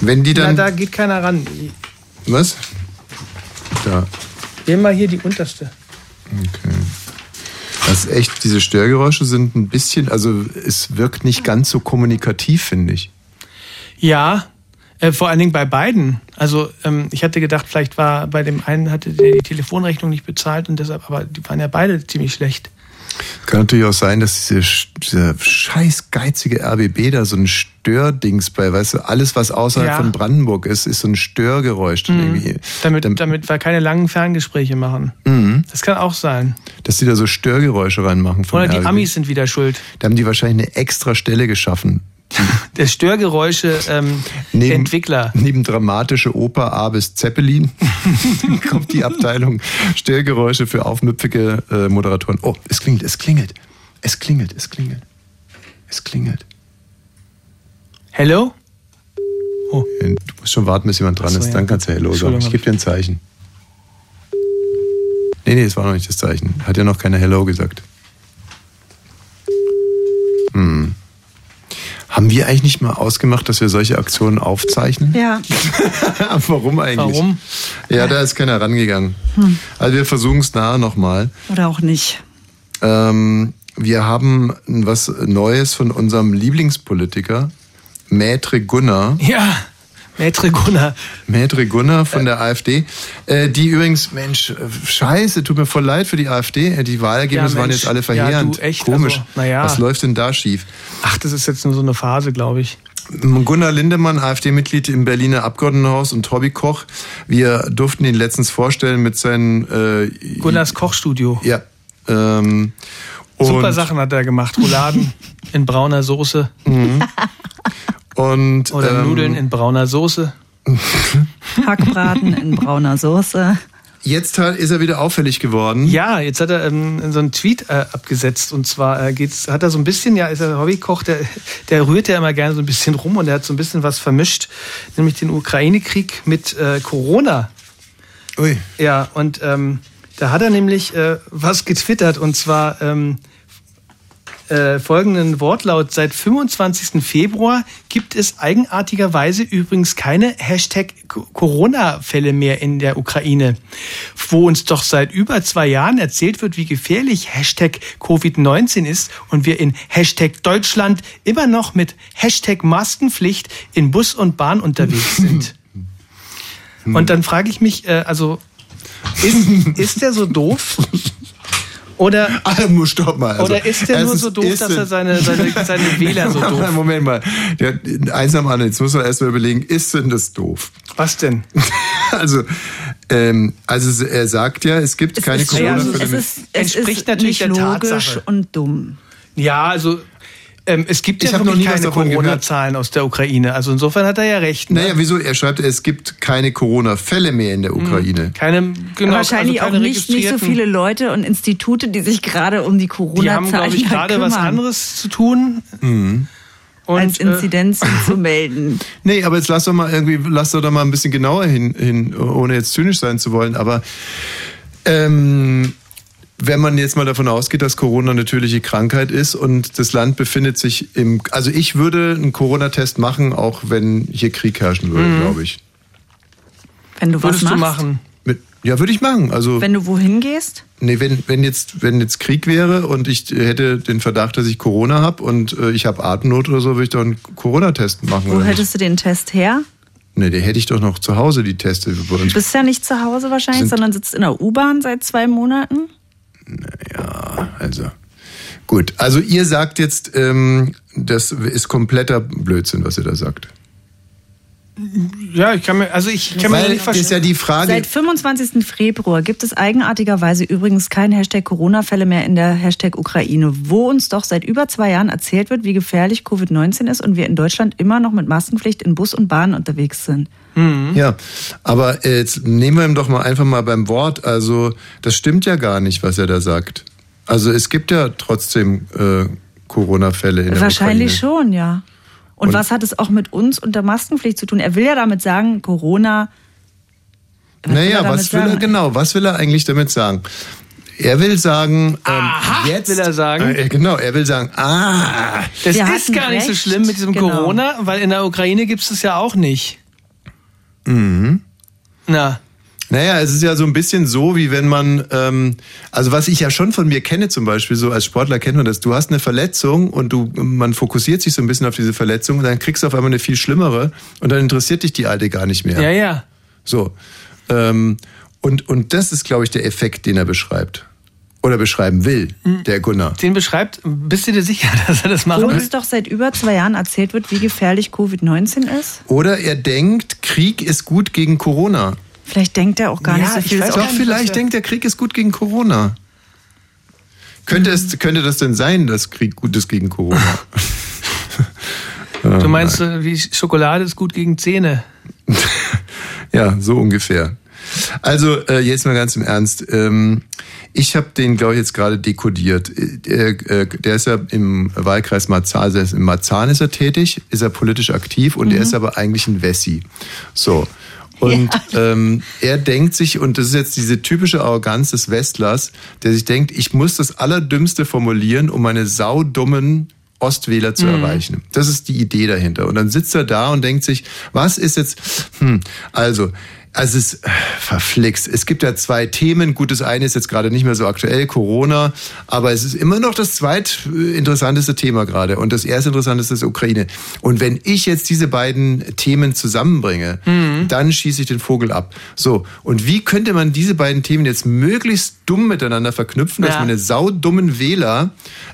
Wenn die Mm, Na, dann. da geht keiner ran. Was? Da. Geh mal hier die unterste. Das ist echt, diese Störgeräusche sind ein bisschen, also es wirkt nicht ganz so kommunikativ, finde ich. Ja, äh, vor allen Dingen bei beiden. Also ähm, ich hatte gedacht, vielleicht war bei dem einen hatte der die Telefonrechnung nicht bezahlt und deshalb, aber die waren ja beide ziemlich schlecht. Kann natürlich auch sein, dass diese, Sch- dieser scheiß geizige RBB da so ein Stördings bei, weißt du, alles, was außerhalb Ja. Mm. von Brandenburg ist, ist so ein Störgeräusch. dann irgendwie. Damit, damit wir keine langen Ferngespräche machen. Mhm. Das kann auch sein. Dass die da so Störgeräusche reinmachen. Von Oder die RBB. Amis sind wieder schuld. Da haben die wahrscheinlich eine extra Stelle geschaffen. Der äh, Störgeräusche ähm, Entwickler. Neben dramatische Oper A bis Zeppelin kommt die Abteilung Störgeräusche für aufmüpfige äh, Moderatoren. Oh, es klingelt, es klingelt. Es klingelt, es klingelt. Es klingelt. Hello? Oh. Du musst schon warten, bis jemand dran Ach so, ist. ja. Dann kannst du Hello sagen. Entschuldigung, Ich hab gebe dir ein Zeichen. Nee, nee, es war noch nicht das Zeichen. Hat ja noch keiner Hello gesagt. Hm. Haben wir eigentlich nicht mal ausgemacht, dass wir solche Aktionen aufzeichnen? Ja. Warum eigentlich? Warum? Ja, da ist keiner rangegangen. Also wir versuchen es nachher nochmal. Oder auch nicht. Ähm, wir haben was Neues von unserem Lieblingspolitiker, Maitre Gunnar. Ja, Maitre Gunnar. Maitre Gunnar von der AfD. Äh, die übrigens, Mensch, äh, scheiße, tut mir voll leid für die AfD. Äh, Die Wahlergebnisse Ja, waren Mensch. jetzt alle Ja, verheerend. du, echt, Komisch. also, na ja. Was läuft denn da schief? Ach, das ist jetzt nur so eine Phase, glaube ich. Gunnar Lindemann, AfD-Mitglied im Berliner Abgeordnetenhaus und Tobi Koch. Wir durften ihn letztens vorstellen mit seinen... Äh, Gunnars Kochstudio. Ja. Ähm, Super und- Sachen hat er gemacht. Rouladen in brauner Soße. Und, Oder ähm, Nudeln in brauner Soße. Hackbraten in brauner Soße. Jetzt hat, ist er wieder auffällig geworden. Ja, jetzt hat er ähm, so einen Tweet äh, abgesetzt und zwar äh, geht's, hat er so ein bisschen, ja, ist er Hobbykoch, der, der rührt ja immer gerne so ein bisschen rum und er hat so ein bisschen was vermischt, nämlich den Ukraine-Krieg mit äh, Corona. Ui. Ja, und ähm, da hat er nämlich äh, was getwittert und zwar ähm, äh, folgenden Wortlaut. Seit 25. Februar gibt es eigenartigerweise übrigens keine Hashtag Co- Corona-Fälle mehr in der Ukraine, wo uns doch seit über zwei Jahren erzählt wird, wie gefährlich Hashtag Covid-19 ist und wir in Hashtag Deutschland immer noch mit Hashtag Maskenpflicht in Bus und Bahn unterwegs sind. Und dann frage ich mich, äh, also ist, ist der so doof? Oder, Alter, stopp mal. Also, oder ist der nur erstens so doof, ist dass er seine, seine, seine Wähler so doof Moment mal. Der, eins am anderen. Jetzt muss man erst mal überlegen, ist denn das doof? Was denn? also, ähm, also er sagt ja, es gibt keine ist- naja, Corona-Fälle also es mehr. ist- es ist nicht logisch und dumm. Ja, also ähm, es gibt Ich ja hab noch wirklich nie was keine davon gehört. Corona-Zahlen aus der Ukraine. Also insofern hat er ja recht. Ne? Naja, wieso? Er schreibt, es gibt keine Corona-Fälle mehr in der Hm. Ukraine. Keine, genau, Wahrscheinlich also auch keine nicht, nicht so registrierten- viele Leute und Institute, die sich gerade um die corona Die haben, glaube ich, gerade was anderes zu tun. äh, Mhm. als Inzidenzen zu melden. Nee, aber jetzt lass doch mal irgendwie, lass doch da mal ein bisschen genauer hin, hin ohne jetzt zynisch sein zu wollen, aber ähm, wenn man jetzt mal davon ausgeht, dass Corona eine natürliche Krankheit ist und das Land befindet sich im, also ich würde einen Corona-Test machen, auch wenn hier Krieg herrschen würde, Mhm. glaube ich. Wenn du was Würdest du machst, machen? Mit, ja, würde ich machen. Also wenn du wohin gehst, Nee, wenn, wenn, jetzt, wenn jetzt Krieg wäre und ich hätte den Verdacht, dass ich Corona habe und äh, ich habe Atemnot oder so, würde ich doch einen Corona-Test machen. wo oder nicht? hättest du den Test her? Nee, die hätte ich doch noch zu Hause, die Teste. Bei Du uns bist ja nicht zu Hause wahrscheinlich, Sind- sondern sitzt in der U-Bahn seit zwei Monaten. Also. Gut, also ihr sagt jetzt, ähm, das ist kompletter Blödsinn, was ihr da sagt. Ja, ich kann mir, also ich kann mir Weil nicht das verstehen. ist ja die Seit 25. Februar gibt es eigenartigerweise übrigens kein Hashtag Corona-Fälle mehr in der Hashtag Ukraine, wo uns doch seit über zwei Jahren erzählt wird, wie gefährlich Covid-19 ist und wir in Deutschland immer noch mit Maskenpflicht in Bus und Bahn unterwegs sind. hm? Ja, aber äh, jetzt nehmen wir ihm doch mal einfach mal beim Wort. Also das stimmt ja gar nicht, was er da sagt. Also es gibt ja trotzdem äh, Corona-Fälle in der Wahrscheinlich Ukraine. schon, ja. Und, Und- was hat es auch mit uns und der Maskenpflicht zu tun? Er will ja damit sagen, Corona. was will er Naja, damit was will er sagen? genau? Was will er eigentlich damit sagen? Er will sagen, ähm, jetzt will er sagen. Äh, genau, er will sagen, ah, Das ist gar nicht so schlimm mit diesem Genau. Corona, weil in der Ukraine gibt es es ja auch nicht. Mhm. Na. Naja, es ist ja so ein bisschen so, wie wenn man, ähm, also was ich ja schon von mir kenne zum Beispiel, so als Sportler kennt man das, du hast eine Verletzung und du, man fokussiert sich so ein bisschen auf diese Verletzung und dann kriegst du auf einmal eine viel schlimmere und dann interessiert dich die alte gar nicht mehr. Ja, ja. So. Ähm, und, und das ist, glaube ich, der Effekt, den er beschreibt. Oder beschreiben will, Mhm. der Gunnar. Den beschreibt, bist du dir sicher, dass er das machen Wo will? uns doch seit über zwei Jahren erzählt wird, wie gefährlich Covid-19 ist. Oder er denkt, Krieg ist gut gegen Corona. Vielleicht denkt er auch gar nicht so viel. Ist auch Doch, gar nicht, was vielleicht wir- denkt der Krieg ist gut gegen Corona. Könnte, es, könnte das denn sein, dass Krieg gut ist gegen Corona? Du meinst, äh, wie Schokolade ist gut gegen Zähne. Ja, so ungefähr. Also äh, jetzt mal ganz im Ernst. Ähm, ich habe den, glaube ich, jetzt gerade dekodiert. Äh, äh, der ist ja im Wahlkreis Marzahn, der ist in Marzahn ist er tätig, ist er politisch aktiv und er ist aber eigentlich ein Wessi. So. Und ähm, er denkt sich, und das ist jetzt diese typische Arroganz des Westlers, der sich denkt, ich muss das Allerdümmste formulieren, um meine saudummen Ostwähler zu erreichen. Das ist die Idee dahinter. Und dann sitzt er da und denkt sich, was ist jetzt, hm, also, also es ist äh, verflixt. Es gibt ja zwei Themen. Gut, das eine ist jetzt gerade nicht mehr so aktuell, Corona, aber es ist immer noch das zweitinteressanteste Thema gerade. Und das erste interessanteste ist Ukraine. Und wenn ich jetzt diese beiden Themen zusammenbringe, dann schieße ich den Vogel ab. So, und wie könnte man diese beiden Themen jetzt möglichst dumm miteinander verknüpfen, dass Ja. meine saudummen Wähler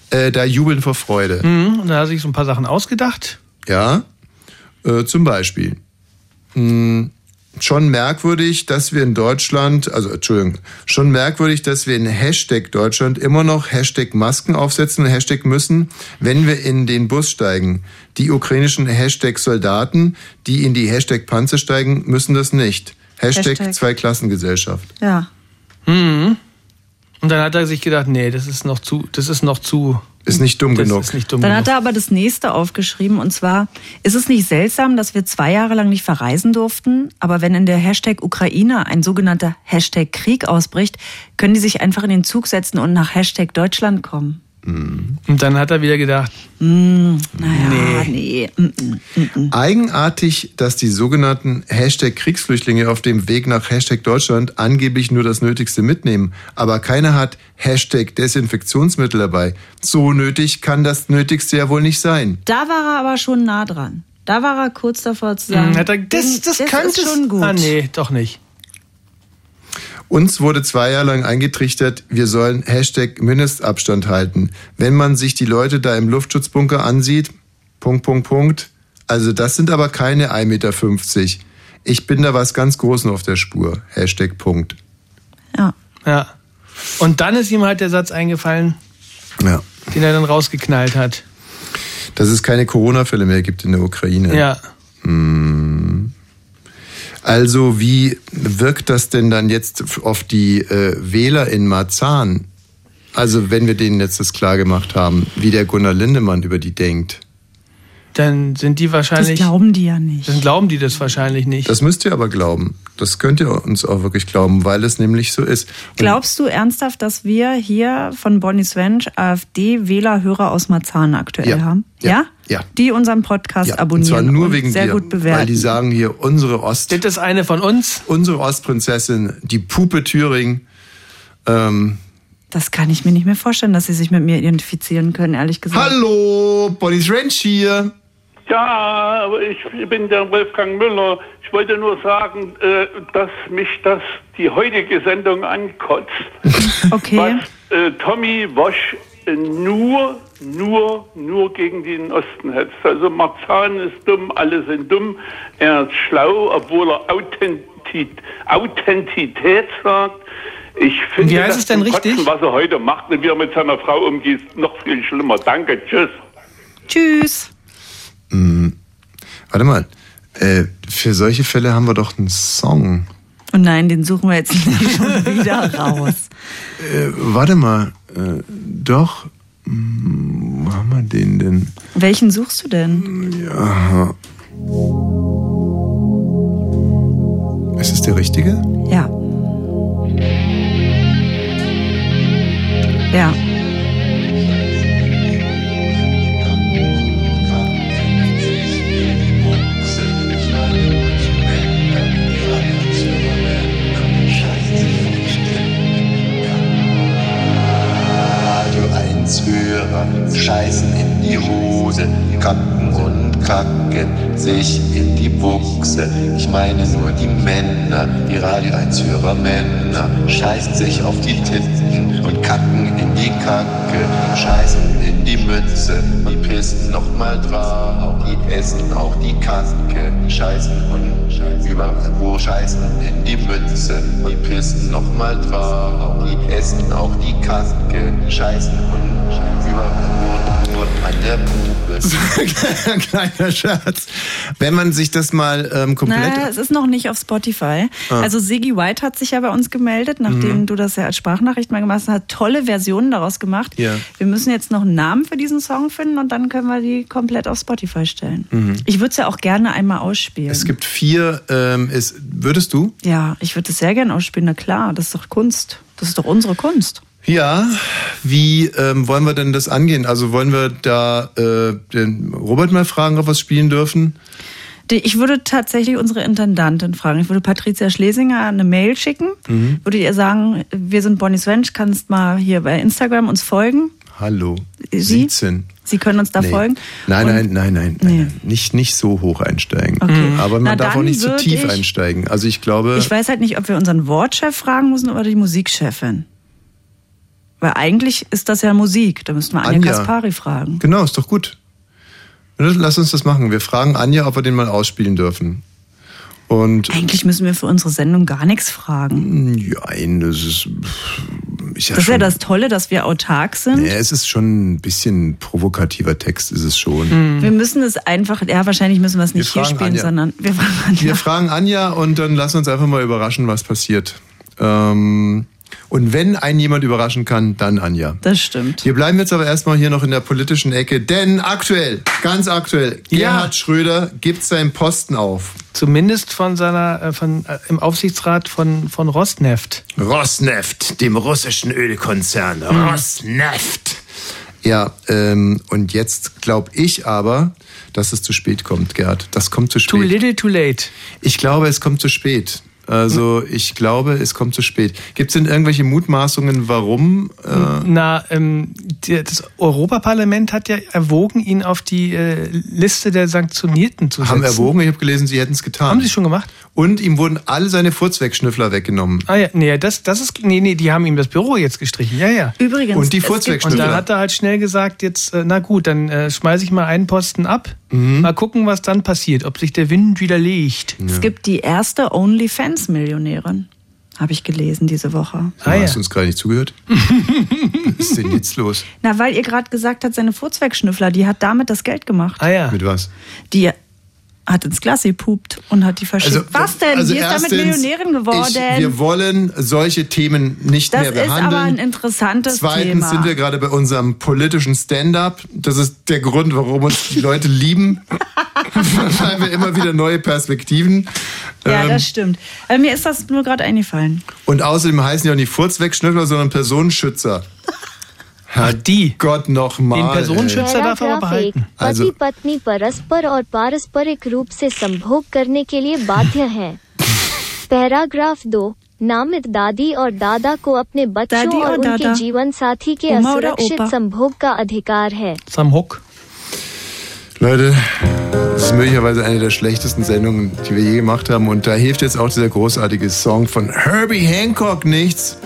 äh, da jubeln vor Freude? Mhm, und da hat sich so ein paar Sachen ausgedacht. Ja, äh, zum Beispiel. Mh, schon merkwürdig, dass wir in Deutschland, also Entschuldigung, schon merkwürdig, dass wir in Hashtag Deutschland immer noch Hashtag Masken aufsetzen und Hashtag müssen, wenn wir in den Bus steigen. Die ukrainischen Hashtag Soldaten, die in die Hashtag Panzer steigen, müssen das nicht. Hashtag, Hashtag. Zweiklassengesellschaft. Ja. Mhm. Und dann hat er sich gedacht, nee, das ist noch zu, das ist noch zu. Ist nicht dumm genug. Ist nicht dumm Dann hat genug. er aber das nächste aufgeschrieben und zwar, ist es nicht seltsam, dass wir zwei Jahre lang nicht verreisen durften, aber wenn in der Hashtag Ukraine ein sogenannter Hashtag Krieg ausbricht, können die sich einfach in den Zug setzen und nach Hashtag Deutschland kommen. Und dann hat er wieder gedacht, Hm, naja, nee. mm, nee. Eigenartig, dass die sogenannten Hashtag Kriegsflüchtlinge auf dem Weg nach Hashtag Deutschland angeblich nur das Nötigste mitnehmen, aber keiner hat Hashtag Desinfektionsmittel dabei. So nötig kann das Nötigste ja wohl nicht sein. Da war er aber schon nah dran. Da war er kurz davor zu sagen, hm, hat er, das, das, könnte ist schon gut. Ah, nee, doch nicht. Uns wurde zwei Jahre lang eingetrichtert, wir sollen Hashtag Mindestabstand halten. Wenn man sich die Leute da im Luftschutzbunker ansieht, Punkt, Punkt, Punkt. Also das sind aber keine 1,50 Meter. Ich bin da was ganz Großen auf der Spur. Hashtag Punkt. Ja. Und dann ist ihm halt der Satz eingefallen, Ja. den er dann rausgeknallt hat. Dass es keine Corona-Fälle mehr gibt in der Ukraine. Ja. Hm. Also wie wirkt das denn dann jetzt auf die äh, Wähler in Marzahn? Also wenn wir denen jetzt das klar gemacht haben, wie der Gunnar Lindemann über die denkt. Dann sind die Das wahrscheinlich. glauben die ja nicht. Dann glauben die das wahrscheinlich nicht. Das müsst ihr aber glauben. Das könnt ihr uns auch wirklich glauben, weil es nämlich so ist. Und Glaubst du ernsthaft, dass wir hier von Bonnie Swench AfD-Wählerhörer aus Marzahn aktuell Ja. haben? Ja. Ja. Die unseren Podcast Und abonnieren. zwar nur wegen sehr dir, gut weil die bewerten. sagen hier unsere Ost. Das ist eine von uns. Unsere Ostprinzessin, die Puppe Thüring. Ähm, Das kann ich mir nicht mehr vorstellen, dass sie sich mit mir identifizieren können, ehrlich gesagt. Hallo, Bonnie's Ranch hier. Ja, ich bin der Wolfgang Müller. Ich wollte nur sagen, äh, dass mich das die heutige Sendung ankotzt. Okay. Was äh, Tommy Wosch nur, nur, nur gegen den Osten hetzt. Also Marzahn ist dumm, alle sind dumm. Er ist schlau, obwohl er Authentizität, Authentität sagt. Ich finde, Wie heißt das es denn zum Kotzen, richtig? was er heute macht und wie er mit seiner Frau umgeht, ist noch viel schlimmer. Danke, tschüss. Tschüss. Warte mal. Äh, für solche Fälle haben wir doch einen Song. Und Oh nein, den suchen wir jetzt nicht schon wieder raus. Äh, warte mal. Äh, doch. Hm, wo haben wir den denn? Welchen suchst du denn? Aha. Ist es der richtige? Ja. Ja. Radio 1 Hörer scheißen in die Hose, kacken und kacken sich in die Buchse. Ich meine nur die Männer, die Radio 1 Hörer Männer, scheißen sich auf die Titten und kacken in die Kacke, scheißen in die Mütze und pissen nochmal drauf. Die essen auch die Kacke, scheißen und überall wo scheißen in die Mütze und pissen nochmal drauf. Die essen auch die Kacke, scheißen und überall nur, nur an der Bube. Kleiner Scherz. Wenn man sich das mal ähm, komplett. Naja, es ist noch nicht auf Spotify. Ah. Also Siggy White hat sich ja bei uns gemeldet, nachdem Mhm. du das ja als Sprachnachricht mal gemacht hast, hat tolle Versionen daraus gemacht. Ja. Wir müssen jetzt noch einen Namen für diesen Song finden und dann können wir die komplett auf Spotify stellen. Mhm. Ich würde es ja auch gerne einmal ausspielen. Es gibt vier. Ähm, es, würdest du? ja, ich würde es sehr gerne ausspielen. Na klar, das ist doch Kunst. Das ist doch unsere Kunst. Ja, wie ähm, wollen wir denn das angehen? Also wollen wir da äh, den Robert mal fragen, ob wir es spielen dürfen? Die- Ich würde tatsächlich unsere Intendantin fragen. Ich würde Patricia Schlesinger eine Mail schicken. Mhm. Würde ihr sagen, wir sind Bonnie Swench, kannst mal hier bei Instagram uns folgen. Hallo. Sie? 17. Sie können uns da Nee. folgen. Nein, Und- nein, nein, nein, nein, nein. Nicht, nicht so hoch einsteigen. Okay. Aber Na, man darf auch dann nicht zu würd tief ich- einsteigen. Also ich glaube, Ich weiß halt nicht, ob wir unseren Wortchef fragen müssen oder die Musikchefin. Weil eigentlich ist das ja Musik. Da müssten wir Anja, Anja. Kaspari fragen. genau, ist doch gut. Lass uns das machen. Wir fragen Anja, ob wir den mal ausspielen dürfen. Und Eigentlich müssen wir für unsere Sendung gar nichts fragen. Nein, das ist. Ist das ist ja ja schon- das Tolle, dass wir autark sind. Ja, es ist schon ein bisschen provokativer Text, ist es schon. Wir müssen es einfach, ja, wahrscheinlich müssen wir es Hm. Wir nicht hier fragen spielen, Anja. sondern wir fragen Anja. Wir fragen Anja und dann lassen wir uns einfach mal überraschen, was passiert. Ähm, und wenn einen jemand überraschen kann, dann Anja. Das stimmt. Wir bleiben jetzt aber erstmal hier noch in der politischen Ecke, denn aktuell, ganz aktuell, Gerhard Schröder gibt seinen Posten auf. Zumindest von seiner, äh, von, äh, im Aufsichtsrat von, von Rosneft. Rosneft, dem russischen Ölkonzern. Rosneft. Hm. Ja, ähm, und jetzt glaube ich aber, dass es zu spät kommt, Gerhard. Das kommt zu spät. Too little, too late. Ich glaube, es kommt zu spät. Also ich glaube, es kommt zu spät. Gibt es denn irgendwelche Mutmaßungen, warum? Äh, Na, ähm, die- das Europaparlament hat ja erwogen, ihn auf die äh, Liste der Sanktionierten zu setzen. haben erwogen, ich habe gelesen, sie hätten es getan. Haben sie schon gemacht? Und ihm wurden alle seine Furzwegschnüffler weggenommen. Ah ja, nee, das, das ist, nee, nee, die haben ihm das Büro jetzt gestrichen, ja, ja. Übrigens, Und die Und Furzwegschnüffler. dann hat er halt schnell gesagt, jetzt, äh, na gut, dann äh, schmeiße ich mal einen Posten ab, Mhm. mal gucken, was dann passiert, ob sich der Wind wieder legt. Es gibt die erste OnlyFans-Millionärin, habe ich gelesen diese Woche. Du Ah hast uns gerade nicht zugehört? Was ist denn jetzt los? Na, weil ihr gerade gesagt habt, seine Furzwegschnüffler, die hat damit das Geld gemacht. Ah ja. Mit was? Die hat ins Glas gepupt und hat die verschickt. Was denn? also die ist damit erstens, Millionärin geworden. Ich, wir wollen solche Themen nicht das mehr ist aber behandeln. ein interessantes Zweitens Thema. sind wir gerade bei unserem politischen Stand-up. Das ist der Grund, warum uns die Leute lieben, weil wir immer wieder neue Perspektiven. ja, ähm, das stimmt. Äh, mir ist das nur gerade eingefallen. und außerdem heißen die auch nicht Furzwegschnüffler, sondern Personenschützer. Ach, die. Gott nochmal. Den Personenschützer darf er aber पैराग्राफ एक behalten. पति पत्नी परस्पर और पारस्परिक रूप से संभोग करने के लिए बाध्य हैं पैराग्राफ दो नामित दादी और दादा को अपने दादी बच्चों और और उनके दादा, जीवन साथी के उमा और असुरक्षित ओपा। संभोग का अधिकार है Sam Hook. Leute, das ist möglicherweise eine der schlechtesten Sendungen, die wir je gemacht haben. Und da hilft jetzt auch dieser großartige Song von Herbie Hancock nichts.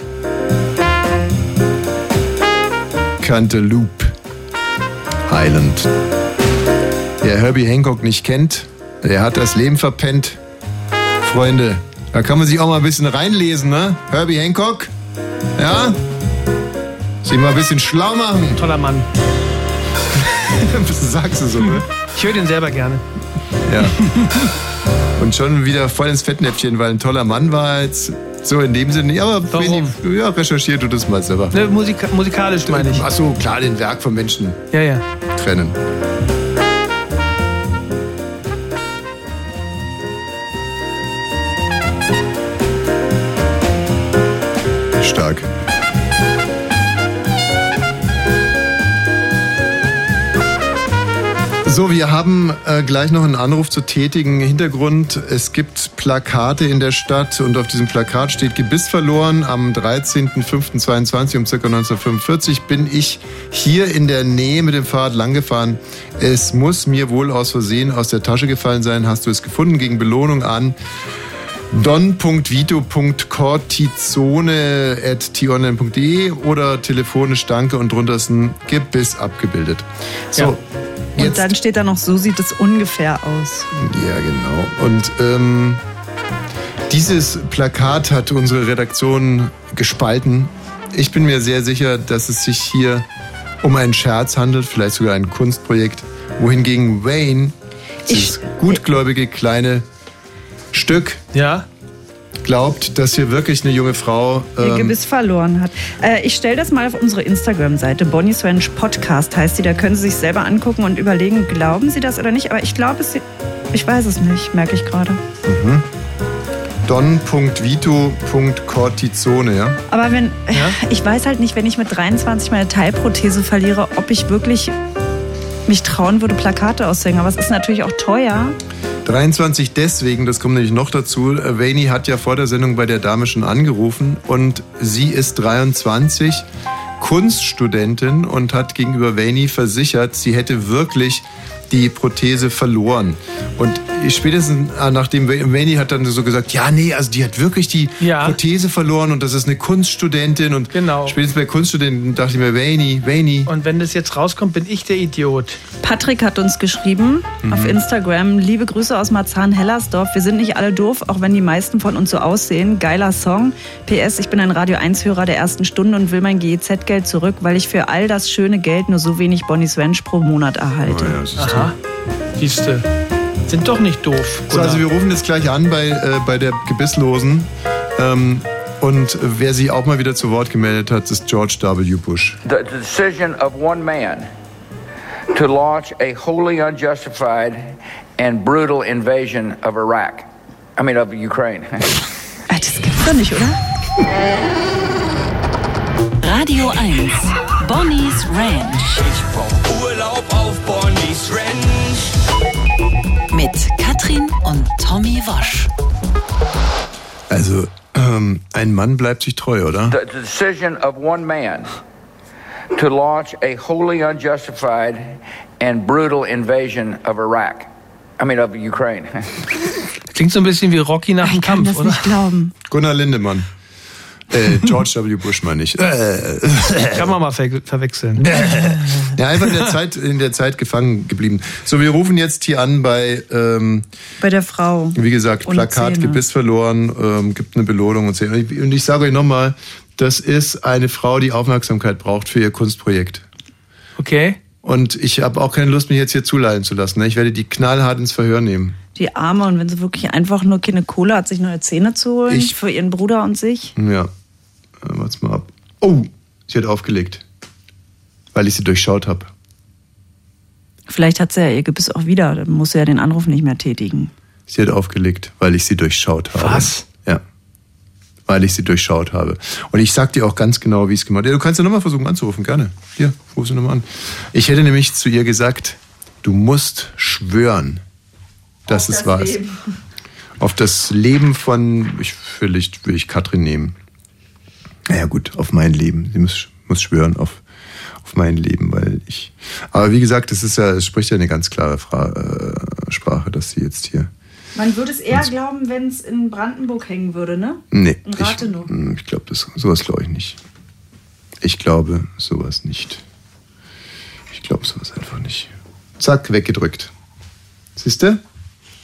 Cantaloupe Island. Wer Herbie Hancock nicht kennt, der hat das Leben verpennt. Freunde, da kann man sich auch mal ein bisschen reinlesen, ne? Herbie Hancock? Ja? Sich mal ein bisschen schlau machen. Toller Mann. das sagst du so, ne? Ich höre den selber gerne. Ja. Und schon wieder voll ins Fettnäpfchen, weil ein toller Mann war jetzt. So in dem Sinne, nicht, aber wenig- ja, recherchiert du das mal selber. Ne, musika musikalisch meine ich. Achso, klar, den Werk von Menschen Ja, ja. trennen. Stark. So, wir haben äh, gleich noch einen Anruf zu tätigen. Hintergrund, es gibt Plakate in der Stadt und auf diesem Plakat steht Gebiss verloren. Am 13.05.22 um ca. 1945 bin ich hier in der Nähe mit dem Fahrrad langgefahren. Es muss mir wohl aus Versehen aus der Tasche gefallen sein. Hast du es gefunden? Gegen Belohnung an don.vito.cortizone.tonline.de e oder telefonisch Danke und drunter ist ein Gebiss abgebildet. So, Und dann steht da noch, so sieht es ungefähr aus. ja, genau. Und ähm, dieses Plakat hat unsere Redaktion gespalten. Ich bin mir sehr sicher, dass es sich hier um einen Scherz handelt, vielleicht sogar ein Kunstprojekt, wohingegen Wayne, dieses gutgläubige kleine Stück, ja. glaubt, dass hier wirklich eine junge Frau Ihr ähm, Gebiss verloren hat. Äh, ich stelle das mal auf unsere Instagram-Seite. Bonnie's Ranch Podcast heißt sie. Da können Sie sich selber angucken und überlegen, glauben Sie das oder nicht. Aber ich glaube es, ich weiß es nicht, merke ich gerade. Mhm. Don.vito.cortisone, ja? Aber wenn, ich weiß halt nicht, wenn ich mit 23 meine Teilprothese verliere, ob ich wirklich mich trauen würde, Plakate auszuhängen. Aber es ist natürlich auch teuer. 23 deswegen, das kommt nämlich noch dazu. äh, Vaini hat ja vor der Sendung bei der Dame schon angerufen und sie ist 23, Kunststudentin und hat gegenüber Vaini versichert, sie hätte wirklich die Prothese verloren. Und spätestens äh, nachdem Vaini hat dann so gesagt, ja, nee, also die hat wirklich die Prothese verloren und das ist eine Kunststudentin und spätestens bei Kunststudenten dachte ich mir, Vaini, Vaini. Und wenn das jetzt rauskommt, bin ich der Idiot. Patrick hat uns geschrieben Mhm. auf Instagram, liebe Grüße aus Marzahn-Hellersdorf. Wir sind nicht alle doof, auch wenn die meisten von uns so aussehen. Geiler Song. PS, ich bin ein Radio 1-Hörer der ersten Stunde und will mein GEZ-Geld zurück, weil ich für all das schöne Geld nur so wenig Bonnie's Ranch pro Monat erhalte. Oh, Aha. Siehste. Sind doch nicht doof. So, also wir rufen jetzt gleich an bei, äh, bei der Gebisslosen. Ähm, und wer sie auch mal wieder zu Wort gemeldet hat, ist George W. Bush. The decision of one man to launch a wholly unjustified and brutal invasion of Iraq. I mean, of Ukraine. Doch nicht, oder? Radio 1. Bonnie's Ranch. Ich brauch Urlaub auf Bonnie's Ranch. Mit Katrin und Tommy Wasch. Also, ähm, ein Mann bleibt sich treu, oder? The decision of one man to launch a wholly unjustified and brutal invasion of Iraq. I mean, of Ukraine. Klingt so ein bisschen wie Rocky nach dem Kampf, oder? glauben. Gunnar Lindemann. Äh, George W. Bush meine ich. Äh, Kann man mal ver verwechseln. ja, einfach in der, Zeit, in der Zeit gefangen geblieben. So, wir rufen jetzt hier an bei, ähm, Bei der Frau. wie gesagt, Ohne Plakat, Zähne. Gebiss verloren, ähm, gibt eine Belohnung und so. Und ich, und ich sage euch nochmal, das ist eine Frau, die Aufmerksamkeit braucht für ihr Kunstprojekt. Okay. Und ich habe auch keine Lust, mich jetzt hier zuleiten zu lassen. ne? Ich werde die knallhart ins Verhör nehmen. Die Arme und wenn sie wirklich einfach nur keine Kohle hat, sich neue Zähne zu holen Ich- für ihren Bruder und sich. Ja, warte mal ab. Oh, sie hat aufgelegt, weil ich sie durchschaut habe. Vielleicht hat sie ja ihr Gebiss auch wieder, dann muss sie ja den Anruf nicht mehr tätigen. Sie hat aufgelegt, weil ich sie durchschaut habe. Was? Ja, weil ich sie durchschaut habe. Und ich sag dir auch ganz genau, wie ich es gemacht habe. Ja, du kannst ja nochmal versuchen anzurufen, gerne. Hier, ruf sie nochmal an. Ich hätte nämlich zu ihr gesagt, du musst schwören, dass es wahr ist. Auf das Leben von, ich, vielleicht will ich Katrin nehmen. Naja gut, auf mein Leben. Sie muss, muss schwören auf, auf mein Leben, weil ich. Aber wie gesagt, es ist ja, es spricht ja eine ganz klare Fra äh, Sprache, dass sie jetzt hier. Man würde es eher glauben, wenn es in Brandenburg hängen würde, ne? Nee. In Ich, Rathenow. mm, ich glaube, das sowas glaube ich nicht. Ich glaube sowas nicht. Ich glaube sowas einfach nicht. Zack, weggedrückt. Siehst du?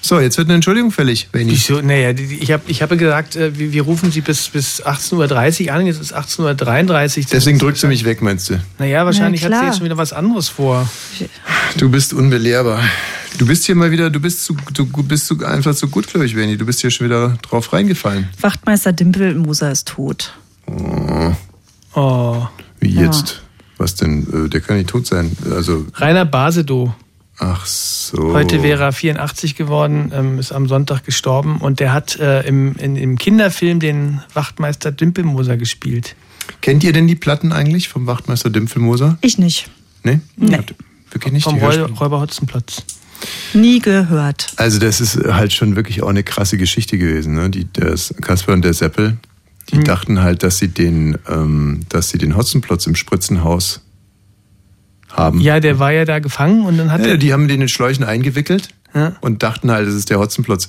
So, jetzt wird eine Entschuldigung fällig. Wenn ich Wieso? Naja, die- die- ich habe ich habe gesagt, äh, wir, wir rufen sie bis, bis 18.30 Uhr an, jetzt ist 18.33 Uhr. Deswegen drückst du mich weg, meinst du? Naja, wahrscheinlich Na hat sie klar. jetzt schon wieder was anderes vor. Du bist unbelehrbar. Du bist hier mal wieder, du bist, zu, du bist zu, einfach zu gut, glaube ich, Benny. Du bist hier schon wieder drauf reingefallen. Wachtmeister Dimpelmoser ist tot. Oh. Wie jetzt? Was denn? Äh, Der kann nicht tot sein. Also, Rainer Basedow. ach so. Heute wäre er 84 geworden, ähm, ist am Sonntag gestorben und der hat äh, im, in, im Kinderfilm den Wachtmeister Dimpelmoser gespielt. Kennt ihr denn die Platten eigentlich vom Wachtmeister Dimpfelmoser? Ich nicht. Nee? Nee. Wirklich nicht? Vom Die Räu Hörspiele? Räuber Hotzenplatz. Nie gehört. Also das ist halt schon wirklich auch eine krasse Geschichte gewesen. Ne? Die, das Kasper und der Seppel, Hm. die dachten halt, dass sie den, ähm, dass sie den Hotzenplotz im Spritzenhaus haben. Ja, der war ja da gefangen und dann hat Ja, er. die haben den in Schläuchen eingewickelt und dachten halt, es ist der Hotzenplotz.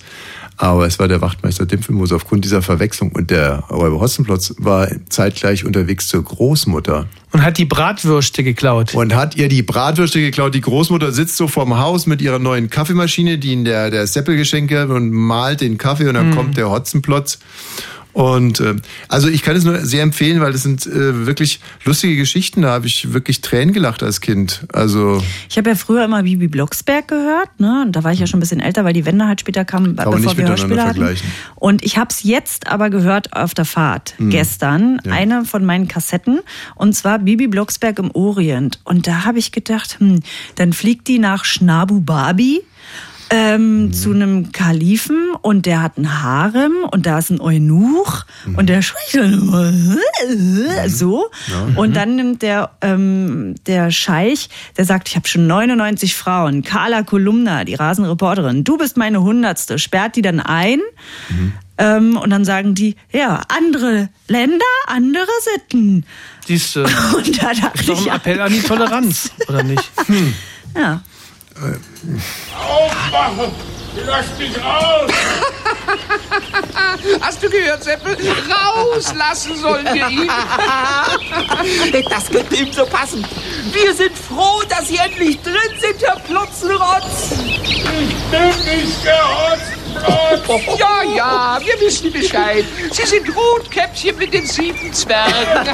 Aber es war der Wachtmeister Dimpfelmoos aufgrund dieser Verwechslung. Und der Räuber Hotzenplotz war zeitgleich unterwegs zur Großmutter. Und hat die Bratwürste geklaut. Und hat ihr die Bratwürste geklaut. Die Großmutter sitzt so vorm Haus mit ihrer neuen Kaffeemaschine, die in der, der Seppel geschenkt hat und malt den Kaffee und dann kommt der Hotzenplotz. Und äh, also ich kann es nur sehr empfehlen, weil das sind äh, wirklich lustige Geschichten. Da habe ich wirklich Tränen gelacht als Kind. Also Ich habe ja früher immer Bibi Blocksberg gehört, ne? Und da war ich ja schon ein bisschen älter, weil die Wende halt später kam, Kann man nicht bevor wir Hörspiele miteinander hatten. vergleichen. Und ich habe es jetzt aber gehört auf der Fahrt Mhm. gestern, Ja. eine von meinen Kassetten, und zwar Bibi Blocksberg im Orient. Und da habe ich gedacht, hm, dann fliegt die nach Schnabu Babi. Mhm. Ähm, Zu einem Kalifen und der hat einen Harem und da ist ein Eunuch und der spricht dann immer so. Ja. Und dann nimmt der, ähm, der Scheich, der sagt, ich habe schon 99 Frauen. Carla Kolumna, die Rasenreporterin, du bist meine hundertste. Sperrt die dann ein. Ähm, und dann sagen die, ja, andere Länder, andere Sitten. Siehst du. Und da dachte Ist doch ein ich, Appell an die Toleranz, oder nicht? Ja. Aufmachen! Lass mich raus! Hast du gehört, Seppel? Rauslassen sollen wir ihn. Das könnte ihm so passen. Wir sind froh, dass Sie endlich drin sind, Herr Plotzenrotz. Ich bin nicht gerotzt, Ja, ja, wir wissen Bescheid. Sie sind Rotkäppchen mit den sieben Zwergen.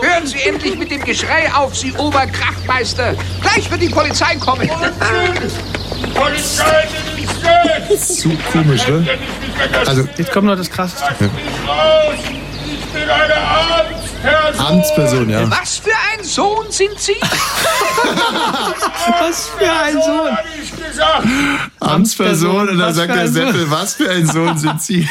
Hören Sie endlich mit dem Geschrei auf, Sie Oberkrachtmeister. Gleich wird die Polizei kommen. Polizei Zu komisch, ne? Also Jetzt kommt noch das Krasseste. Raus! Ich bin eine Amtsperson! Amtsperson, ja. Was für ein Sohn sind Sie? Was für ein Sohn? Amtsperson und dann Was sagt für der ein Seppel, was für ein Sohn sind Sie?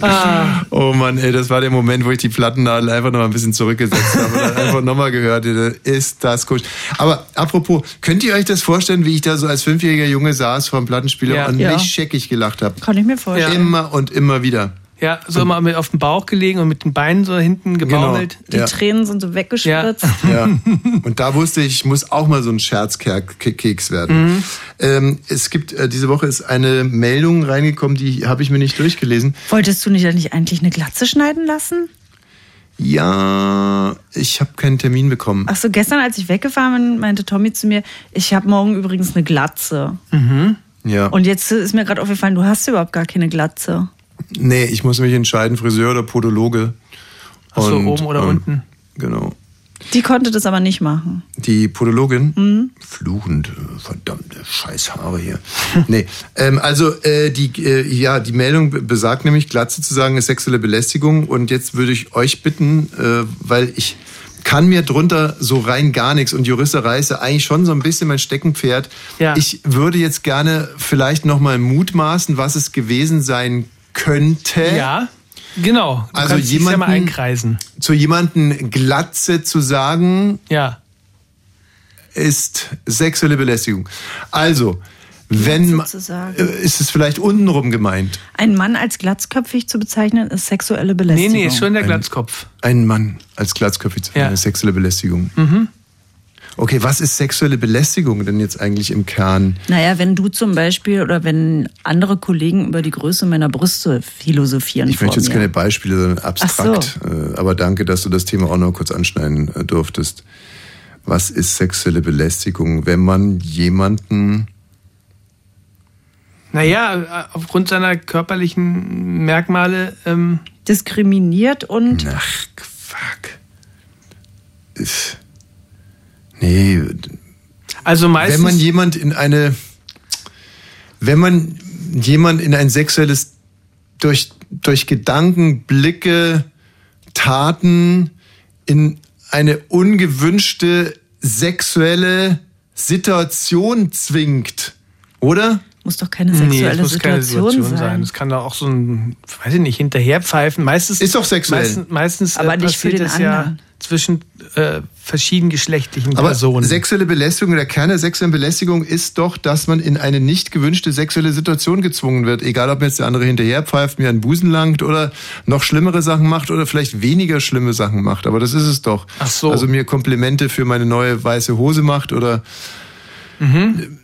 Ah. Oh Mann, ey, das war der Moment, wo ich die Plattennadel einfach noch mal ein bisschen zurückgesetzt habe und dann einfach nochmal gehört hätte. Ist das komisch. Aber apropos, könnt ihr euch das vorstellen, wie ich da so als fünfjähriger Junge saß vor dem Plattenspieler Ja. und Ja. mich scheckig gelacht habe? Kann ich mir vorstellen. Immer und immer wieder. Ja, so immer mit auf dem Bauch gelegen und mit den Beinen so hinten Genau. gebaumelt. Die Ja. Tränen sind so weggespritzt. Ja. Und da wusste ich, ich muss auch mal so ein Scherzkeks werden. Mhm. Ähm, es gibt, äh, diese Woche ist eine Meldung reingekommen, die habe ich mir nicht durchgelesen. Wolltest du nicht eigentlich eigentlich eine Glatze schneiden lassen? Ja, ich habe keinen Termin bekommen. Ah, Ach so, gestern, als ich weggefahren bin, meinte Tommy zu mir, ich habe morgen übrigens eine Glatze. Hm. Mhm. Ja. Und jetzt ist mir gerade aufgefallen, du hast überhaupt gar keine Glatze. nee, ich muss mich entscheiden, Friseur oder Podologe. Ach so, oben oder unten? Genau. Die konnte das aber nicht machen. Die Podologin, Mhm. fluchend, äh, verdammte Scheißhaare hier. nee, ähm, also äh, die, äh, ja, die Meldung be- besagt nämlich, Glatze zu sagen ist sexuelle Belästigung. Und jetzt würde ich euch bitten, äh, weil ich kann mir drunter so rein gar nichts und Juristerei ist ja eigentlich schon so ein bisschen mein Steckenpferd. Ja. Ich würde jetzt gerne vielleicht nochmal mutmaßen, was es gewesen sein könnte. Ja, genau. Du Also kannst dich ja mal jemanden- einkreisen. Zu jemanden Glatze zu sagen, Ja. ist sexuelle Belästigung. Also, wenn ma- sozusagen. äh, ist es vielleicht untenrum gemeint. Einen Mann als glatzköpfig zu bezeichnen, ist sexuelle Nee, Belästigung. nee, ist schon der Glatzkopf. Ein Mann als glatzköpfig zu finden, ist sexuelle Belästigung. Mhm. Okay, was ist sexuelle Belästigung denn jetzt eigentlich im Kern? Naja, wenn du zum Beispiel oder wenn andere Kollegen über die Größe meiner Brüste philosophieren. Ich möchte vor jetzt mir. keine Beispiele, sondern abstrakt. Äh, Aber danke, dass du das Thema auch noch kurz anschneiden äh, durftest. Was ist sexuelle Belästigung, wenn man jemanden Naja, aufgrund seiner körperlichen Merkmale. Ähm, Diskriminiert Hm. und. Ach, fuck. ist. Nee, Also meistens. wenn man jemand in eine, wenn man jemand in ein sexuelles durch durch Gedanken, Blicke, Taten in eine ungewünschte sexuelle Situation zwingt, oder? Muss doch keine Nee, es muss keine Situation sein. Es kann da auch so ein, weiß ich nicht, hinterherpfeifen. Meistens Ist doch sexuell. Meistens, meistens äh, Aber nicht für passiert den das ja anderen. zwischen äh, verschiedenen geschlechtlichen Aber Personen. sexuelle Belästigung, der Kern der sexuellen Belästigung ist doch, dass man in eine nicht gewünschte sexuelle Situation gezwungen wird. Egal, ob mir jetzt der andere hinterherpfeift, mir an den Busen langt oder noch schlimmere Sachen macht oder vielleicht weniger schlimme Sachen macht. Aber das ist es doch. Ach so. Also mir Komplimente für meine neue weiße Hose macht oder... Mhm.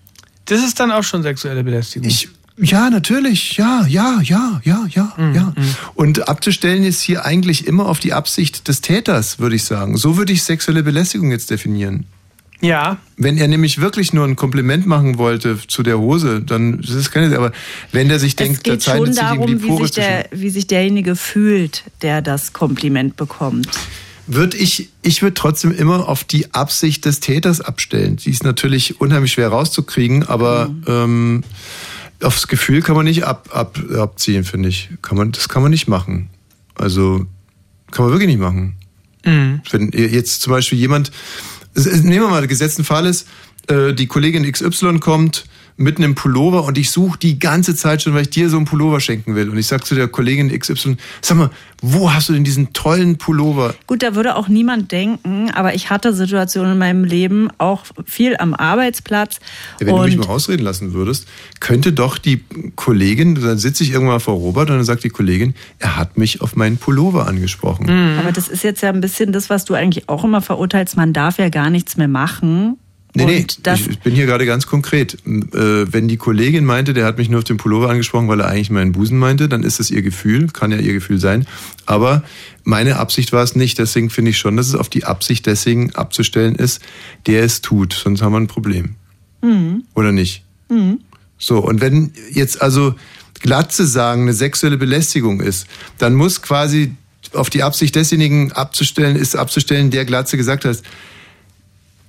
Das ist dann auch schon sexuelle Belästigung. Ja, natürlich. Ja, ja, ja, ja, ja, ja. Und abzustellen ist hier eigentlich immer auf die Absicht des Täters, würde ich sagen. So würde ich sexuelle Belästigung jetzt definieren. ja. Wenn er nämlich wirklich nur ein Kompliment machen wollte zu der Hose, dann das ist keine. Aber wenn der sich denkt, da geht schon zeichnet sich ihm die darum, wie Pore sich, zwischen. der, wie sich derjenige fühlt, der das Kompliment bekommt. Würde ich, ich würde trotzdem immer auf die Absicht des Täters abstellen. Die ist natürlich unheimlich schwer rauszukriegen, aber ähm, aufs Gefühl kann man nicht ab, ab, abziehen, finde ich. Kann man, das kann man nicht machen. Also kann man wirklich nicht machen. Mhm. Wenn ihr jetzt zum Beispiel jemand, es- es- nehmen wir mal den gesetzten Fall ist, äh, die Kollegin XY kommt mit einem Pullover und ich suche die ganze Zeit schon, weil ich dir so einen Pullover schenken will. Und ich sag zu der Kollegin XY, sag mal, wo hast du denn diesen tollen Pullover? Gut, da würde auch niemand denken, aber ich hatte Situationen in meinem Leben, auch viel am Arbeitsplatz. Ja, wenn du mich und mal ausreden lassen würdest, könnte doch die Kollegin, dann sitze ich irgendwann vor Robert und dann sagt die Kollegin, er hat mich auf meinen Pullover angesprochen. Mhm. Aber das ist jetzt ja ein bisschen das, was du eigentlich auch immer verurteilst. Man darf ja gar nichts mehr machen. Nee, nee, das- ich bin hier gerade ganz konkret. M- Äh, wenn die Kollegin meinte, der hat mich nur auf den Pullover angesprochen, weil er eigentlich meinen Busen meinte, dann ist das ihr Gefühl, kann ja ihr Gefühl sein. Aber meine Absicht war es nicht. Deswegen finde ich schon, dass es auf die Absicht deswegen abzustellen ist, der es tut. Sonst haben wir ein Problem. Mhm. Oder nicht? Mhm. So, und wenn jetzt also Glatze sagen eine sexuelle Belästigung ist, dann muss quasi auf die Absicht desjenigen abzustellen, ist abzustellen, der Glatze gesagt hat,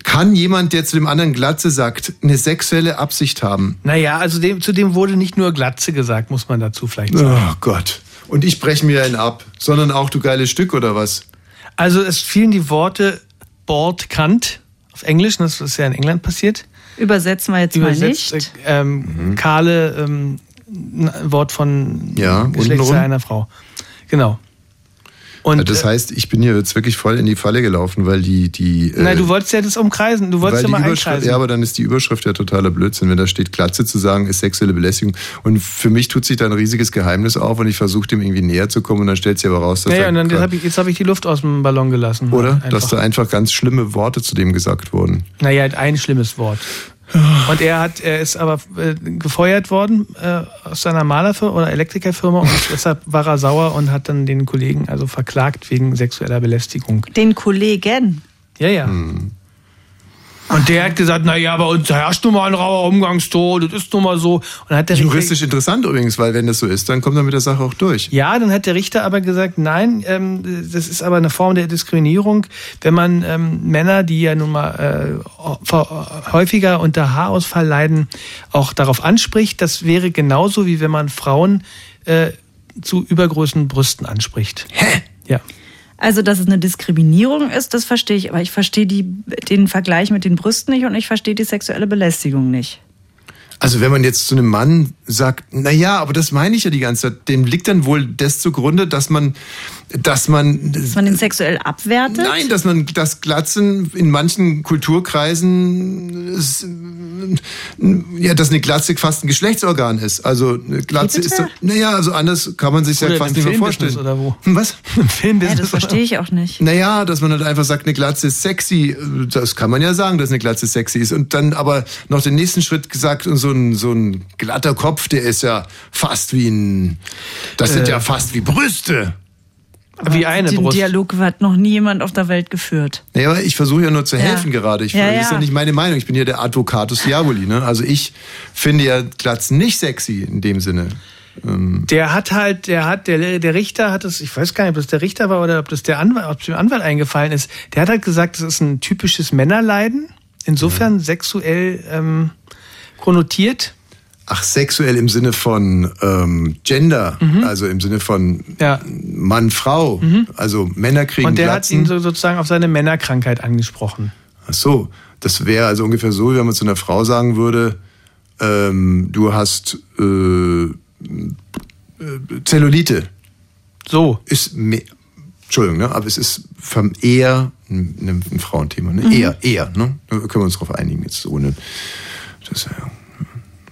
kann jemand, der zu dem anderen Glatze sagt, eine sexuelle Absicht haben? Naja, also dem, zu dem wurde nicht nur Glatze gesagt, muss man dazu vielleicht sagen. Oh Gott. Und ich breche mir einen ab, sondern auch du geiles Stück oder was? Also es fielen die Worte Bordkant auf Englisch, und das ist ja in England passiert. Übersetzen wir jetzt Übersetzt, mal nicht. Äh, ähm, Mhm. Kahle, ähm, ein Wort von Ja, Geschlechtsteil untenrum. einer Frau. Genau. Und, das äh, heißt, ich bin hier jetzt wirklich voll in die Falle gelaufen, weil die, die, äh, Nein, du wolltest ja das umkreisen, du wolltest Weil ja die mal Überschrift- einkreisen. Ja, aber dann ist die Überschrift ja totaler Blödsinn. Wenn da steht, Glatze zu sagen, ist sexuelle Belästigung. Und für mich tut sich da ein riesiges Geheimnis auf und ich versuche dem irgendwie näher zu kommen und dann stellt sich aber raus, dass, naja, da, und dann, jetzt habe ich, jetzt hab ich die Luft aus dem Ballon gelassen. oder? Einfach. dass da einfach ganz schlimme Worte zu dem gesagt wurden. Naja, ein schlimmes Wort. Und er hat, er ist aber äh, gefeuert worden äh, aus seiner Malerfirma oder Elektrikerfirma und deshalb war er sauer und hat dann den Kollegen also verklagt wegen sexueller Belästigung. Den Kollegen. Ja, ja. Und der hat gesagt, naja, bei uns herrscht nun mal ein rauer Umgangston, das ist nun mal so. Und dann hat der Richter, Juristisch interessant übrigens, weil wenn das so ist, dann kommt er mit der Sache auch durch. ja, dann hat der Richter aber gesagt, nein, ähm, das ist aber eine Form der Diskriminierung, wenn man ähm, Männer, die ja nun mal äh, ver- häufiger unter Haarausfall leiden, auch darauf anspricht. Das wäre genauso, wie wenn man Frauen äh, zu übergroßen Brüsten anspricht. Hä? Ja. Also, dass es eine Diskriminierung ist, das verstehe ich. Aber ich verstehe die, den Vergleich mit den Brüsten nicht und ich verstehe die sexuelle Belästigung nicht. Also wenn man jetzt zu einem Mann sagt, na ja, aber das meine ich ja die ganze Zeit, dem liegt dann wohl das zugrunde, dass man, dass man, Dass man den sexuell abwertet? nein, dass man das Glatzen in manchen Kulturkreisen, ist, ähm, ja, dass eine Glatze fast ein Geschlechtsorgan ist. Also eine Glatze bitte? ist, doch- na ja, also anders kann man sich ja Oder fast im nicht mehr Filmbusiness vorstellen. oder wo? Was? Im Ja, das verstehe ich auch nicht. Naja, dass man halt einfach sagt, eine Glatze ist sexy. äh, Das kann man ja sagen, dass eine Glatze sexy ist. Und dann aber noch den nächsten Schritt gesagt, und so ein, so ein glatter Kopf, der ist ja fast wie ein, das sind Äh. ja fast wie Brüste. Wie eine Den Brust. Dialog hat noch nie jemand auf der Welt geführt. Naja, aber ich versuche ja nur zu Ja. helfen gerade. Ich, Ja, Das ist ja. ja nicht meine Meinung. Ich bin ja der Advocatus Diaboli. Ne? Also ich finde ja Glatzen nicht sexy in dem Sinne. Ähm, Der hat halt, der hat, der, der Richter hat es, ich weiß gar nicht, ob das der Richter war oder ob das der Anwalt, ob es dem Anwalt eingefallen ist. Der hat halt gesagt, das ist ein typisches Männerleiden, insofern sexuell ähm, konnotiert. Ach, sexuell im Sinne von ähm, Gender, also im Sinne von Mhm. Ja. Mhm. Mann, Frau. Also Männer kriegen Und der Glatzen. hat ihn so sozusagen auf seine Männerkrankheit angesprochen. Ach so, das wäre also ungefähr so, wenn man zu einer Frau sagen würde, ähm, du hast äh, äh, Zellulite. So. Ist me- Entschuldigung, ne? aber es ist vom eher ein, ein ein Frauenthema. Ne? Mhm. Eher, eher. Ne? Da können wir uns drauf einigen jetzt. Ohne, das, ja,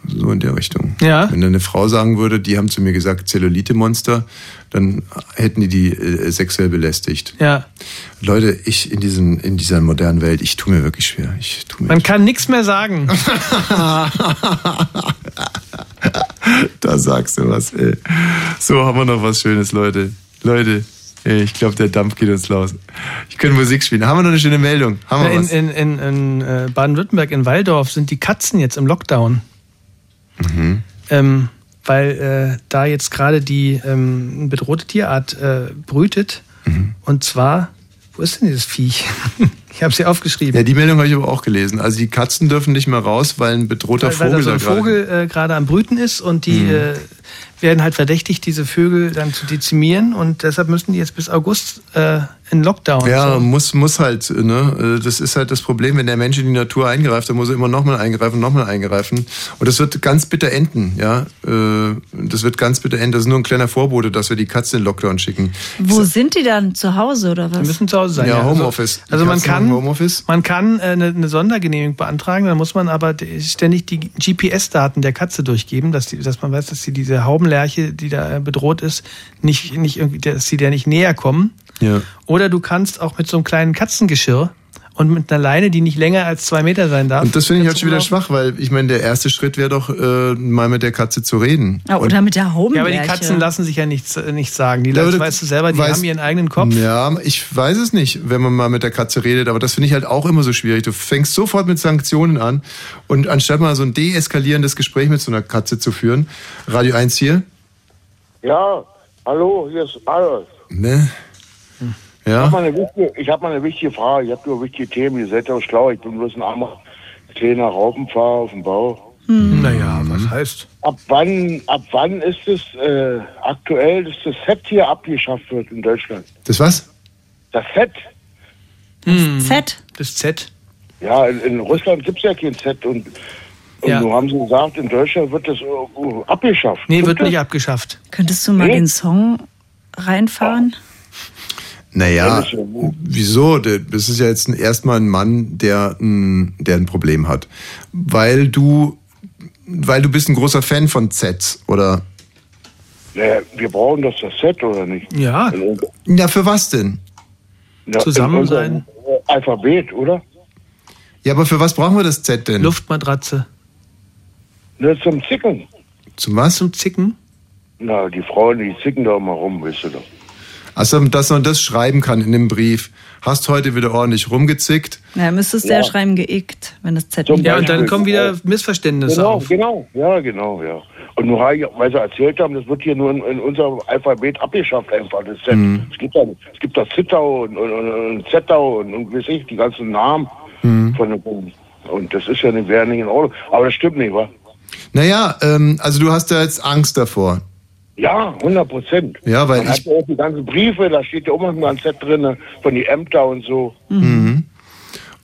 so in der Richtung. Ja. Wenn dann eine Frau sagen würde, die haben zu mir gesagt, Zellulite-Monster, dann hätten die die äh, sexuell belästigt. Ja. Leute, ich in, diesem, in dieser modernen Welt, ich tue mir wirklich schwer. Ich tue mir Man kann nichts mehr sagen. Da sagst du was, ey. So haben wir noch was Schönes, Leute. Leute, ey, ich glaube, der Dampf geht uns raus. Ich könnte Musik spielen. Haben wir noch eine schöne Meldung? Haben wir in was? in, in, in äh, Baden-Württemberg, in Waldorf, sind die Katzen jetzt im Lockdown. Mhm. ähm, weil äh, da jetzt gerade die ähm, bedrohte Tierart äh, brütet. Mhm. Und zwar, wo ist denn dieses Viech? ich habe sie aufgeschrieben. Ja, die Meldung habe ich aber auch gelesen. Also die Katzen dürfen nicht mehr raus, weil ein bedrohter weil, weil Vogel da so da ein gerade... Vogel äh, gerade am Brüten ist und die Mhm. äh, werden halt verdächtigt, diese Vögel dann zu dezimieren. Und deshalb müssen die jetzt bis August äh, in Lockdown. Ja, So. muss, muss halt, ne? Äh, Das ist halt das Problem, wenn der Mensch in die Natur eingreift, dann muss er immer nochmal eingreifen, nochmal eingreifen. Und das wird ganz bitter enden, ja. Äh, Das wird ganz bitter enden. Das ist nur ein kleiner Vorbote, dass wir die Katze in den Lockdown schicken. Wo sind die dann? Zu Hause oder was? Die müssen zu Hause sein. Ja, Also- Homeoffice. Die Also man Katzen kann, haben Homeoffice. man kann äh, eine, eine Sondergenehmigung beantragen, dann muss man aber d- ständig die GPS-Daten der Katze durchgeben, dass, die, dass man weiß, dass sie diese Haubenlerche, die da äh, bedroht ist, nicht, nicht irgendwie, dass sie der nicht näher kommen. Ja. Oder du kannst auch mit so einem kleinen Katzengeschirr und mit einer Leine, die nicht länger als zwei Meter sein darf. Und das finde ich halt kannst schon wieder rumlaufen. schwach, weil ich meine, der erste Schritt wäre doch, äh, mal mit der Katze zu reden. Ja, oder mit der Ja, aber Haubenlerche. die Katzen lassen sich ja nichts, äh, nichts sagen. Die Ja, aber Leute, das- weißt du selber, die weiß- haben ihren eigenen Kopf. Ja, ich weiß es nicht, wenn man mal mit der Katze redet, aber das finde ich halt auch immer so schwierig. Du fängst sofort mit Sanktionen an und anstatt mal so ein deeskalierendes Gespräch mit so einer Katze zu führen, Radio 1 hier, Ja, hallo, hier ist Alex. ne? Ich habe Ja, mal, eine wichtige- ich hab mal eine wichtige Frage. Ihr habt nur wichtige Themen. Ihr seid ja schlau. Ich bin bloß ein armer kleiner Raupenfahrer auf dem Bau. Naja, was heißt? Ab wann, ab wann ist es äh, aktuell, dass das Set hier abgeschafft wird in Deutschland? das was? Das Set? Mhm. Das Z? Das Z. Ja, in, in Russland gibt es ja kein Set. Und, und Ja. nun haben sie gesagt, in Deutschland wird das äh, abgeschafft. Nee, wird Stimmt nicht abgeschafft. Könntest du mal Nee. den Song reinfahren? Naja, wieso? Das ist ja jetzt ein- erstmal ein Mann, der ein, der ein Problem hat. Weil du, weil du bist ein großer Fan von Zs, oder? das? Naja, wir brauchen doch das Set, oder nicht? Ja. Ja, für was denn? Ja, in Zusammen unserem, äh, Alphabet, oder? Ja, aber für was brauchen wir das Z denn? Luftmatratze. Ne, zum Zicken. Zum was? Zum Zicken? Na, die Frauen, die zicken da immer rum, weißt du doch. Also, dass man das schreiben kann in dem Brief. Hast heute wieder ordentlich rumgezickt. Na, müsstest du ja. Ja. schreiben geickt, wenn das Z Zum nicht Ja, und dann kommt Beispiel. kommen wieder Missverständnisse genau, auf. genau, ja, genau, ja. Und nur weil weil sie erzählt haben, das wird hier nur in, in unserem Alphabet abgeschafft einfach. Das Z. Mhm. Es gibt da, es gibt da Zittau und, und, und, und Zettau und, und weiß ich, die ganzen Namen Mhm. von den Buben. Und das ist ja nicht, wäre nicht in Ordnung. Aber das stimmt nicht, wa? Naja, ähm, also du hast da jetzt Angst davor. Ja, 100 Prozent. Ja, weil Man ich- hat ja auch die ganzen Briefe, da steht ja immer ein Z drin, von die Ämter und so. Mhm.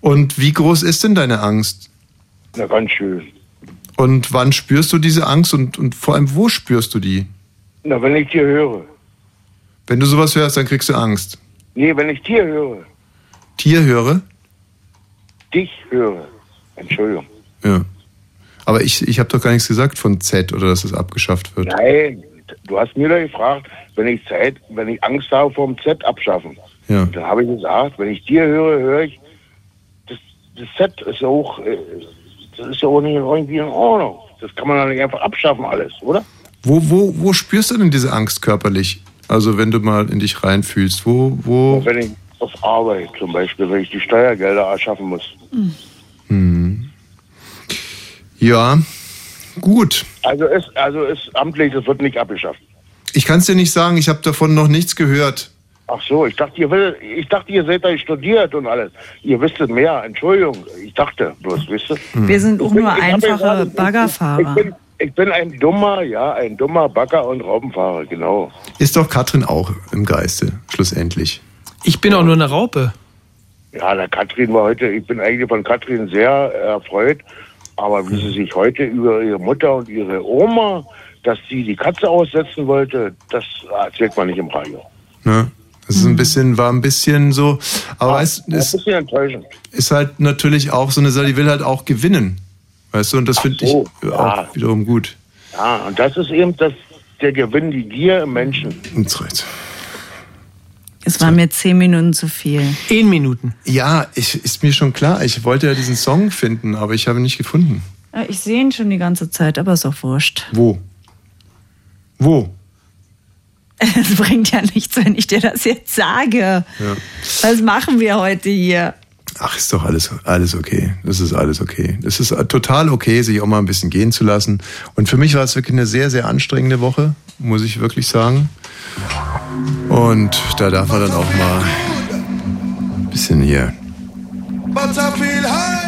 Und wie groß ist denn deine Angst? Na, ganz schön. Und wann spürst du diese Angst und, und vor allem, wo spürst du die? Na, wenn ich dir höre. Wenn du sowas hörst, dann kriegst du Angst. Nee, wenn ich dir höre. Tier höre? Dich höre. Entschuldigung. Ja. Aber ich, ich habe doch gar nichts gesagt von Z oder dass es abgeschafft wird. Nein, du hast mir doch gefragt, wenn ich Zeit, wenn ich Angst habe vorm Z abschaffen. Ja. Da habe ich gesagt, wenn ich dir höre, höre ich, das, das Z ist ja auch, äh, das ist ja auch nicht irgendwie in Ordnung. Das kann man doch nicht einfach abschaffen alles, oder? Wo, wo, wo spürst du denn diese Angst körperlich? Also wenn du mal in dich reinfühlst, wo, wo. Wenn ich auf Arbeit zum Beispiel, wenn ich die Steuergelder erschaffen muss. Hm. Ja, gut. Also ist, also ist amtlich, das wird nicht abgeschafft. Ich kann es dir nicht sagen, ich habe davon noch nichts gehört. Ach so, ich dachte, ihr, will, ich dachte, ihr seid da studiert und alles. Ihr wisstet mehr, Entschuldigung. Ich dachte bloß, wisst ihr? Wir sind auch Ich bin- nur ich hab ja einfache gerade- ich- Baggerfahrer. Ich bin, ich bin ein dummer, ja, ein dummer Bagger- und Raubenfahrer, genau. Ist doch Katrin auch im Geiste, schlussendlich. Ich bin auch nur eine Raupe. Ja, der Katrin war heute, ich bin eigentlich von Katrin sehr äh, erfreut, aber wie sie sich heute über ihre Mutter und ihre Oma, dass sie die Katze aussetzen wollte, das erzählt man nicht im Radio. Ne? Das ist ein bisschen, war ein bisschen so. Aber es Das ist, ist ja enttäuschend. ist halt natürlich auch so eine Sache, die will halt auch gewinnen. Weißt du, und das finde ich auch wiederum gut. Ja, und das ist eben das, der Gewinn, die Gier im Menschen. Ins Recht. Es waren mir zehn Minuten zu viel. Zehn Minuten. Ja, ich, ist mir schon klar. Ich wollte ja diesen Song finden, aber ich habe ihn nicht gefunden. Äh, Ich sehe ihn schon die ganze Zeit, aber ist auch wurscht. Wo? Wo? Es bringt ja nichts, wenn ich dir das jetzt sage. Ja. Was machen wir heute hier? Ach, ist doch alles, alles okay. Das ist alles okay. Es ist äh, total okay, sich auch mal ein bisschen gehen zu lassen. Und für mich war es wirklich eine sehr, sehr anstrengende Woche, muss ich wirklich sagen. Und da darf man dann auch mal ein bisschen hier. Butterfield High.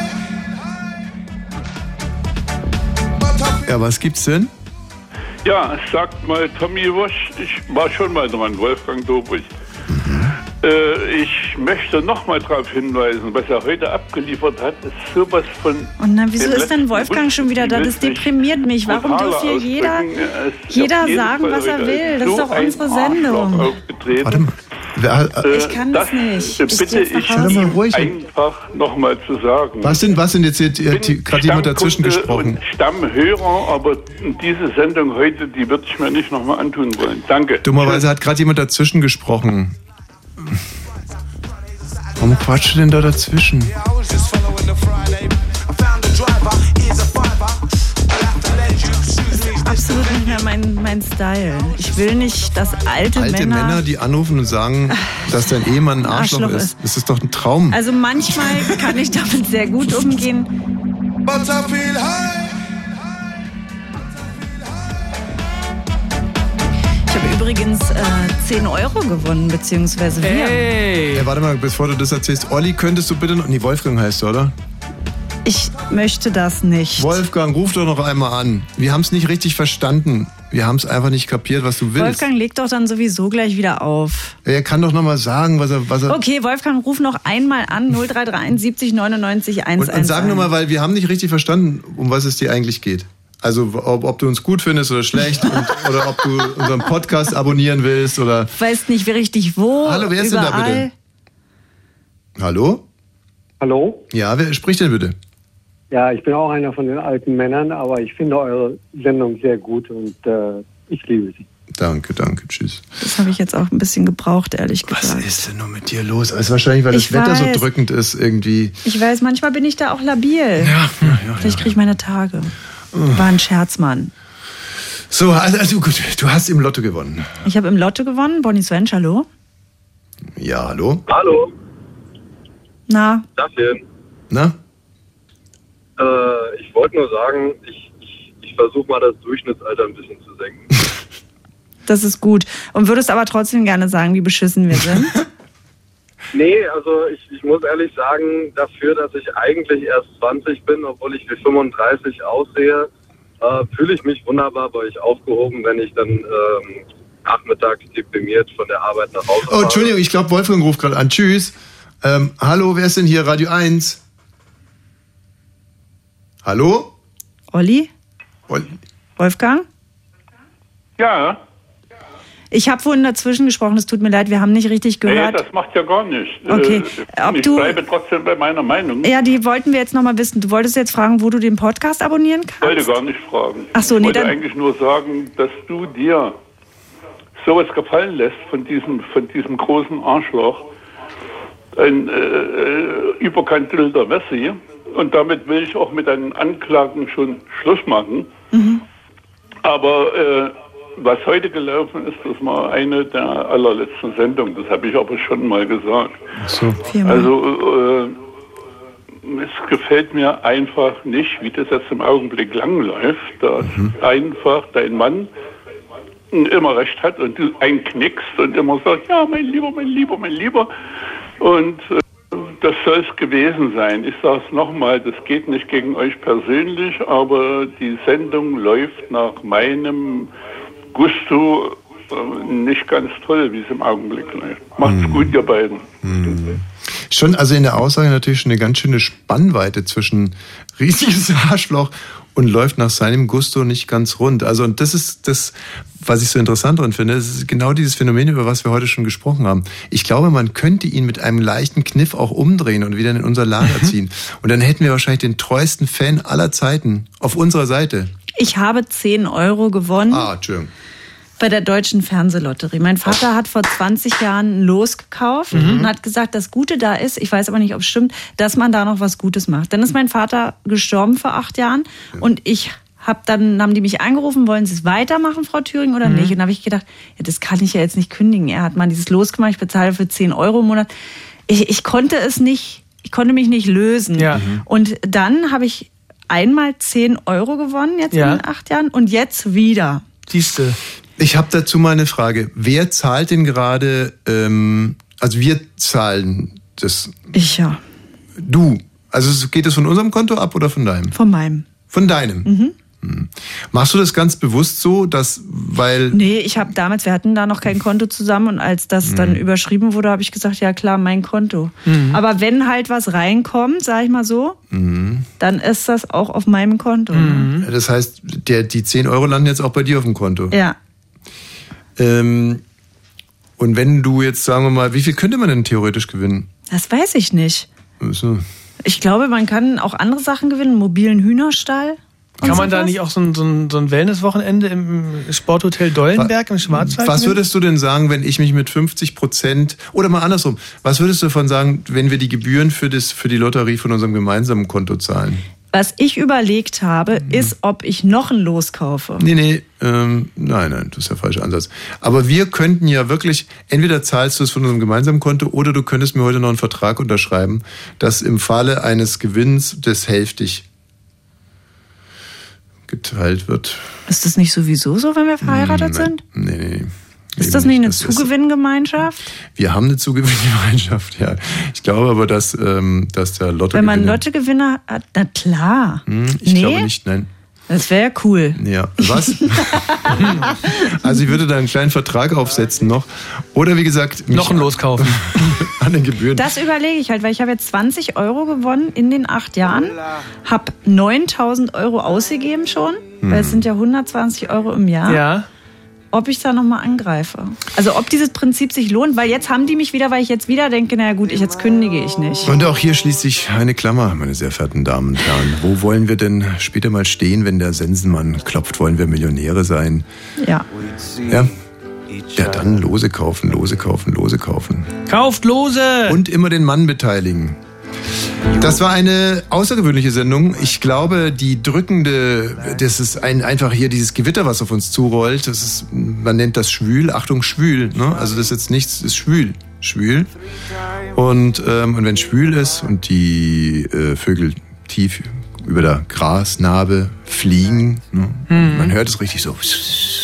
Ja, was gibt's denn? Ja, sagt mal Tommy Wosch, ich war schon mal dran, Wolfgang Dobrich. Äh, ich möchte noch mal darauf hinweisen, was er heute abgeliefert hat, ist sowas von... Und na, wieso dem ist denn letzten Wolfgang schon wieder da? Das Rhythmus nicht deprimiert mich. Warum brutaler darf hier ausdrücken. jeder, Er ist jeder auf jeden sagen, Fall was er heute will? Das ist so doch ein unsere Sendung. Arschloch aufgetreten. äh, Ich kann das nicht. Ich Bitte geh jetzt nach ich Hause. ihm einfach noch mal zu sagen. Was denn, was denn jetzt hier hier hat die- gerade jemand dazwischen gesprochen? Stammhörer, aber diese Sendung heute, die würde ich mir nicht nochmal antun wollen. Danke. Dummerweise hat gerade jemand dazwischen gesprochen. Warum quatscht du denn da dazwischen? Das ist absolut nicht mehr mein, mein Style. Ich will nicht, dass alte, Alte Männer, Männer die anrufen und sagen, dass dein Ehemann ein Arschloch, Arschloch ist. ist. Das ist doch ein Traum. Also manchmal kann ich damit sehr gut umgehen. Ich habe übrigens äh, 10 Euro gewonnen, beziehungsweise wir. Äh. Ja, warte mal, bevor du das erzählst. Olli, könntest du bitte noch. Nee, Wolfgang heißt du, oder? Ich möchte das nicht. Wolfgang, ruf doch noch einmal an. Wir haben es nicht richtig verstanden. Wir haben es einfach nicht kapiert, was du willst. Wolfgang legt doch dann sowieso gleich wieder auf. Er kann doch noch mal sagen, was er. Was er Okay, Wolfgang, ruf noch einmal an 0331 70 99 und, 111. und sag nochmal, weil wir haben nicht richtig verstanden, um was es dir eigentlich geht. Also ob, ob du uns gut findest oder schlecht und, oder ob du unseren Podcast abonnieren willst oder. Weiß nicht, wie richtig wo. Hallo, wer ist denn da überall. bitte? Hallo? Hallo? Ja, wer spricht denn bitte? Ja, ich bin auch einer von den alten Männern, aber ich finde eure Sendung sehr gut und äh, ich liebe sie. Danke, danke, tschüss. Das habe ich jetzt auch ein bisschen gebraucht, ehrlich gesagt. Was ist denn nur mit dir los? Also wahrscheinlich, weil Ich das Wetter weiß. so drückend ist irgendwie. Ich weiß, manchmal bin ich da auch labil. Vielleicht kriege ich meine Tage. War ein Scherz, Mann. So, also, also gut, du hast im Lotto gewonnen. Ich habe im Lotto gewonnen. Bonnie Svench, hallo. Ja, hallo? Hallo, Na, das hier. Na? Äh, ich wollte nur sagen, ich, ich, ich versuche mal das Durchschnittsalter ein bisschen zu senken. das ist gut. Und würdest aber trotzdem gerne sagen, wie beschissen wir sind. Nee, also ich, ich muss ehrlich sagen, dafür, dass ich eigentlich erst 20 bin, obwohl ich wie 35 aussehe, äh, fühle ich mich wunderbar bei euch aufgehoben, wenn ich dann ähm, nachmittags deprimiert von der Arbeit nach Hause Oh, Entschuldigung, ich glaube, Wolfgang ruft gerade an. Tschüss. Ähm, hallo, wer ist denn hier? Radio 1? Hallo? Olli? Wolfgang? Ja, Ich habe vorhin dazwischen gesprochen, es tut mir leid, wir haben nicht richtig nee, gehört. das macht ja gar nichts. Okay, Äh, ob ich du- bleibe trotzdem bei meiner Meinung. ja, die wollten wir jetzt nochmal wissen. Du wolltest jetzt fragen, wo du den Podcast abonnieren kannst? Ich wollte gar nicht fragen. Ach so, nee, ich wollte dann- eigentlich nur sagen, dass du dir sowas gefallen lässt von diesem, von diesem großen Arschloch, ein äh, äh, überkantelter Messi. Und damit will ich auch mit deinen Anklagen schon Schluss machen. Mhm. Aber äh, was heute gelaufen ist, das war eine der allerletzten Sendungen. Das habe ich aber schon mal gesagt. So. Genau. Also äh, es gefällt mir einfach nicht, wie das jetzt im Augenblick langläuft, dass Mhm. einfach dein Mann immer recht hat und du einknickst und immer sagst, ja, mein Lieber, mein Lieber, mein Lieber. Und äh, das soll es gewesen sein. Ich sage es nochmal, das geht nicht gegen euch persönlich, aber die Sendung läuft nach meinem Gusto äh, nicht ganz toll, wie es im Augenblick läuft. Macht's Mhm. gut, ihr beiden. Schon, also in der Aussage natürlich schon eine ganz schöne Spannweite zwischen riesiges Arschloch und läuft nach seinem Gusto nicht ganz rund. Also, und das ist das, was ich so interessant dran finde. Es ist genau dieses Phänomen, über was wir heute schon gesprochen haben. Ich glaube, man könnte ihn mit einem leichten Kniff auch umdrehen und wieder in unser Lager ziehen. Und dann hätten wir wahrscheinlich den treuesten Fan aller Zeiten auf unserer Seite. Ich habe 10 Euro gewonnen Ah, Entschuldigung. bei der Deutschen Fernsehlotterie. Mein Vater hat vor 20 Jahren ein Los gekauft Mhm. und hat gesagt, das Gute da ist, ich weiß aber nicht, ob es stimmt, dass man da noch was Gutes macht. Dann ist mein Vater gestorben vor acht Jahren und ich hab dann haben die mich angerufen, wollen Sie es weitermachen, Frau Thüring, oder Mhm. nicht? Und da habe ich gedacht, ja, das kann ich ja jetzt nicht kündigen. Er hat mal dieses Los gemacht, ich bezahle für 10 Euro im Monat. Ich, ich konnte es nicht, ich konnte mich nicht lösen. Ja. Mhm. Und dann habe ich einmal 10 Euro gewonnen jetzt Ja. in den acht Jahren und jetzt wieder. Siehste. Ich habe dazu mal eine Frage. Wer zahlt denn gerade, ähm, also wir zahlen das. Ich ja. Du. Also es- geht das von unserem Konto ab oder von deinem? Von meinem. Von deinem. Mhm. Hm. Machst du das ganz bewusst so, dass, weil. Nee, ich habe damals, wir hatten da noch kein Konto zusammen und als das dann überschrieben wurde, habe ich gesagt, ja klar, mein Konto. Mhm. Aber wenn halt was reinkommt, sage ich mal so, Mhm. dann ist das auch auf meinem Konto. Das heißt, der, die 10 Euro landen jetzt auch bei dir auf dem Konto. Ja, Ähm, und wenn du jetzt, sagen wir mal, wie viel könnte man denn theoretisch gewinnen? Also, das weiß ich nicht. So. Ich glaube, man kann auch andere Sachen gewinnen, einen mobilen Hühnerstall. und Kann man da sowas. nicht auch so ein, so ein, so ein Wellnesswochenende im Sporthotel Dollenberg im Schwarzwald? Was nehmen? würdest du denn sagen, wenn ich mich mit 50 Prozent oder mal andersrum, was würdest du davon sagen, wenn wir die Gebühren für, das, für die Lotterie von unserem gemeinsamen Konto zahlen? Was ich überlegt habe, ist, ob ich noch ein Los kaufe. Nee, nee, ähm, nein, nein, das ist der falsche Ansatz. Aber wir könnten ja wirklich, entweder zahlst du es von unserem gemeinsamen Konto oder du könntest mir heute noch einen Vertrag unterschreiben, dass im Falle eines Gewinns das hälftig geteilt wird. Ist das nicht sowieso so, wenn wir verheiratet Nein. sind? Nee, nee, nee. Ist Eben das nicht eine Das ist- Zugewinngemeinschaft? Wir haben eine Zugewinngemeinschaft, ja. Ich glaube aber, dass, ähm, dass der Lotto. Wenn man einen Lottogewinner hat, na klar. hm, ich nee, glaube nicht, nein. das wäre ja cool. Ja. Was? also ich würde da einen kleinen Vertrag aufsetzen noch. Oder wie gesagt, noch ein Los kaufen. An den Gebühren. Das überlege ich halt, weil ich habe jetzt 20 Euro gewonnen in den acht Jahren, habe 9000 Euro ausgegeben schon, weil es sind ja 120 Euro im Jahr. Ja. Ob ich da nochmal angreife. Also ob dieses Prinzip sich lohnt, weil jetzt haben die mich wieder, weil ich jetzt wieder denke, naja gut, ich jetzt kündige ich nicht. Und auch hier schließt sich eine Klammer, meine sehr verehrten Damen und Herren. Wo wollen wir denn später mal stehen, wenn der Sensenmann klopft? Wollen wir Millionäre sein? Ja. Ja. Ja, dann Lose kaufen, Lose kaufen, Lose kaufen. Kauft Lose! Und immer den Mann beteiligen. Das war eine außergewöhnliche Sendung. Ich glaube, die drückende, das ist ein, einfach hier dieses Gewitter, was auf uns zurollt. Das ist, man nennt das schwül. Achtung, schwül. Ne? Also das ist jetzt nichts, das ist schwül. Schwül. Und, ähm, und wenn schwül ist und die äh, Vögel tief über der Grasnarbe fliegen, ne? man hört es richtig so. Hm.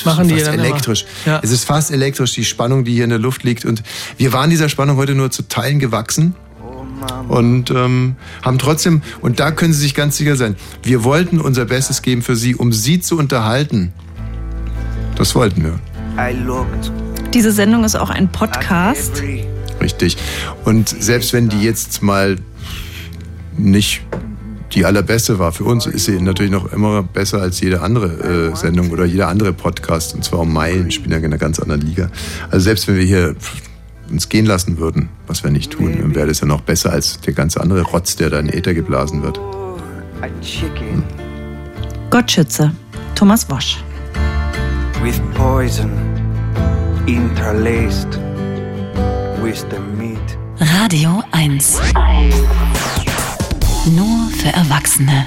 Machen die fast dann immer. elektrisch. Ja. Es ist fast elektrisch, die Spannung, die hier in der Luft liegt. Und wir waren dieser Spannung heute nur zu Teilen gewachsen und ähm, haben trotzdem, und da können Sie sich ganz sicher sein, wir wollten unser Bestes geben für Sie, um Sie zu unterhalten. Das wollten wir. Diese Sendung ist auch ein Podcast. Richtig. Und selbst wenn die jetzt mal nicht die allerbeste war. Für uns ist sie natürlich noch immer besser als jede andere äh, Sendung oder jeder andere Podcast. Und zwar um Meilen, spielen ja in einer ganz anderen Liga. Also selbst wenn wir hier pff, uns gehen lassen würden, was wir nicht tun, dann wäre das ja noch besser als der ganze andere Rotz, der da in den Äther geblasen wird. A chicken Gott schütze. Thomas Wosch. with poison interlaced with the meat. Radio 1. Nur für Erwachsene.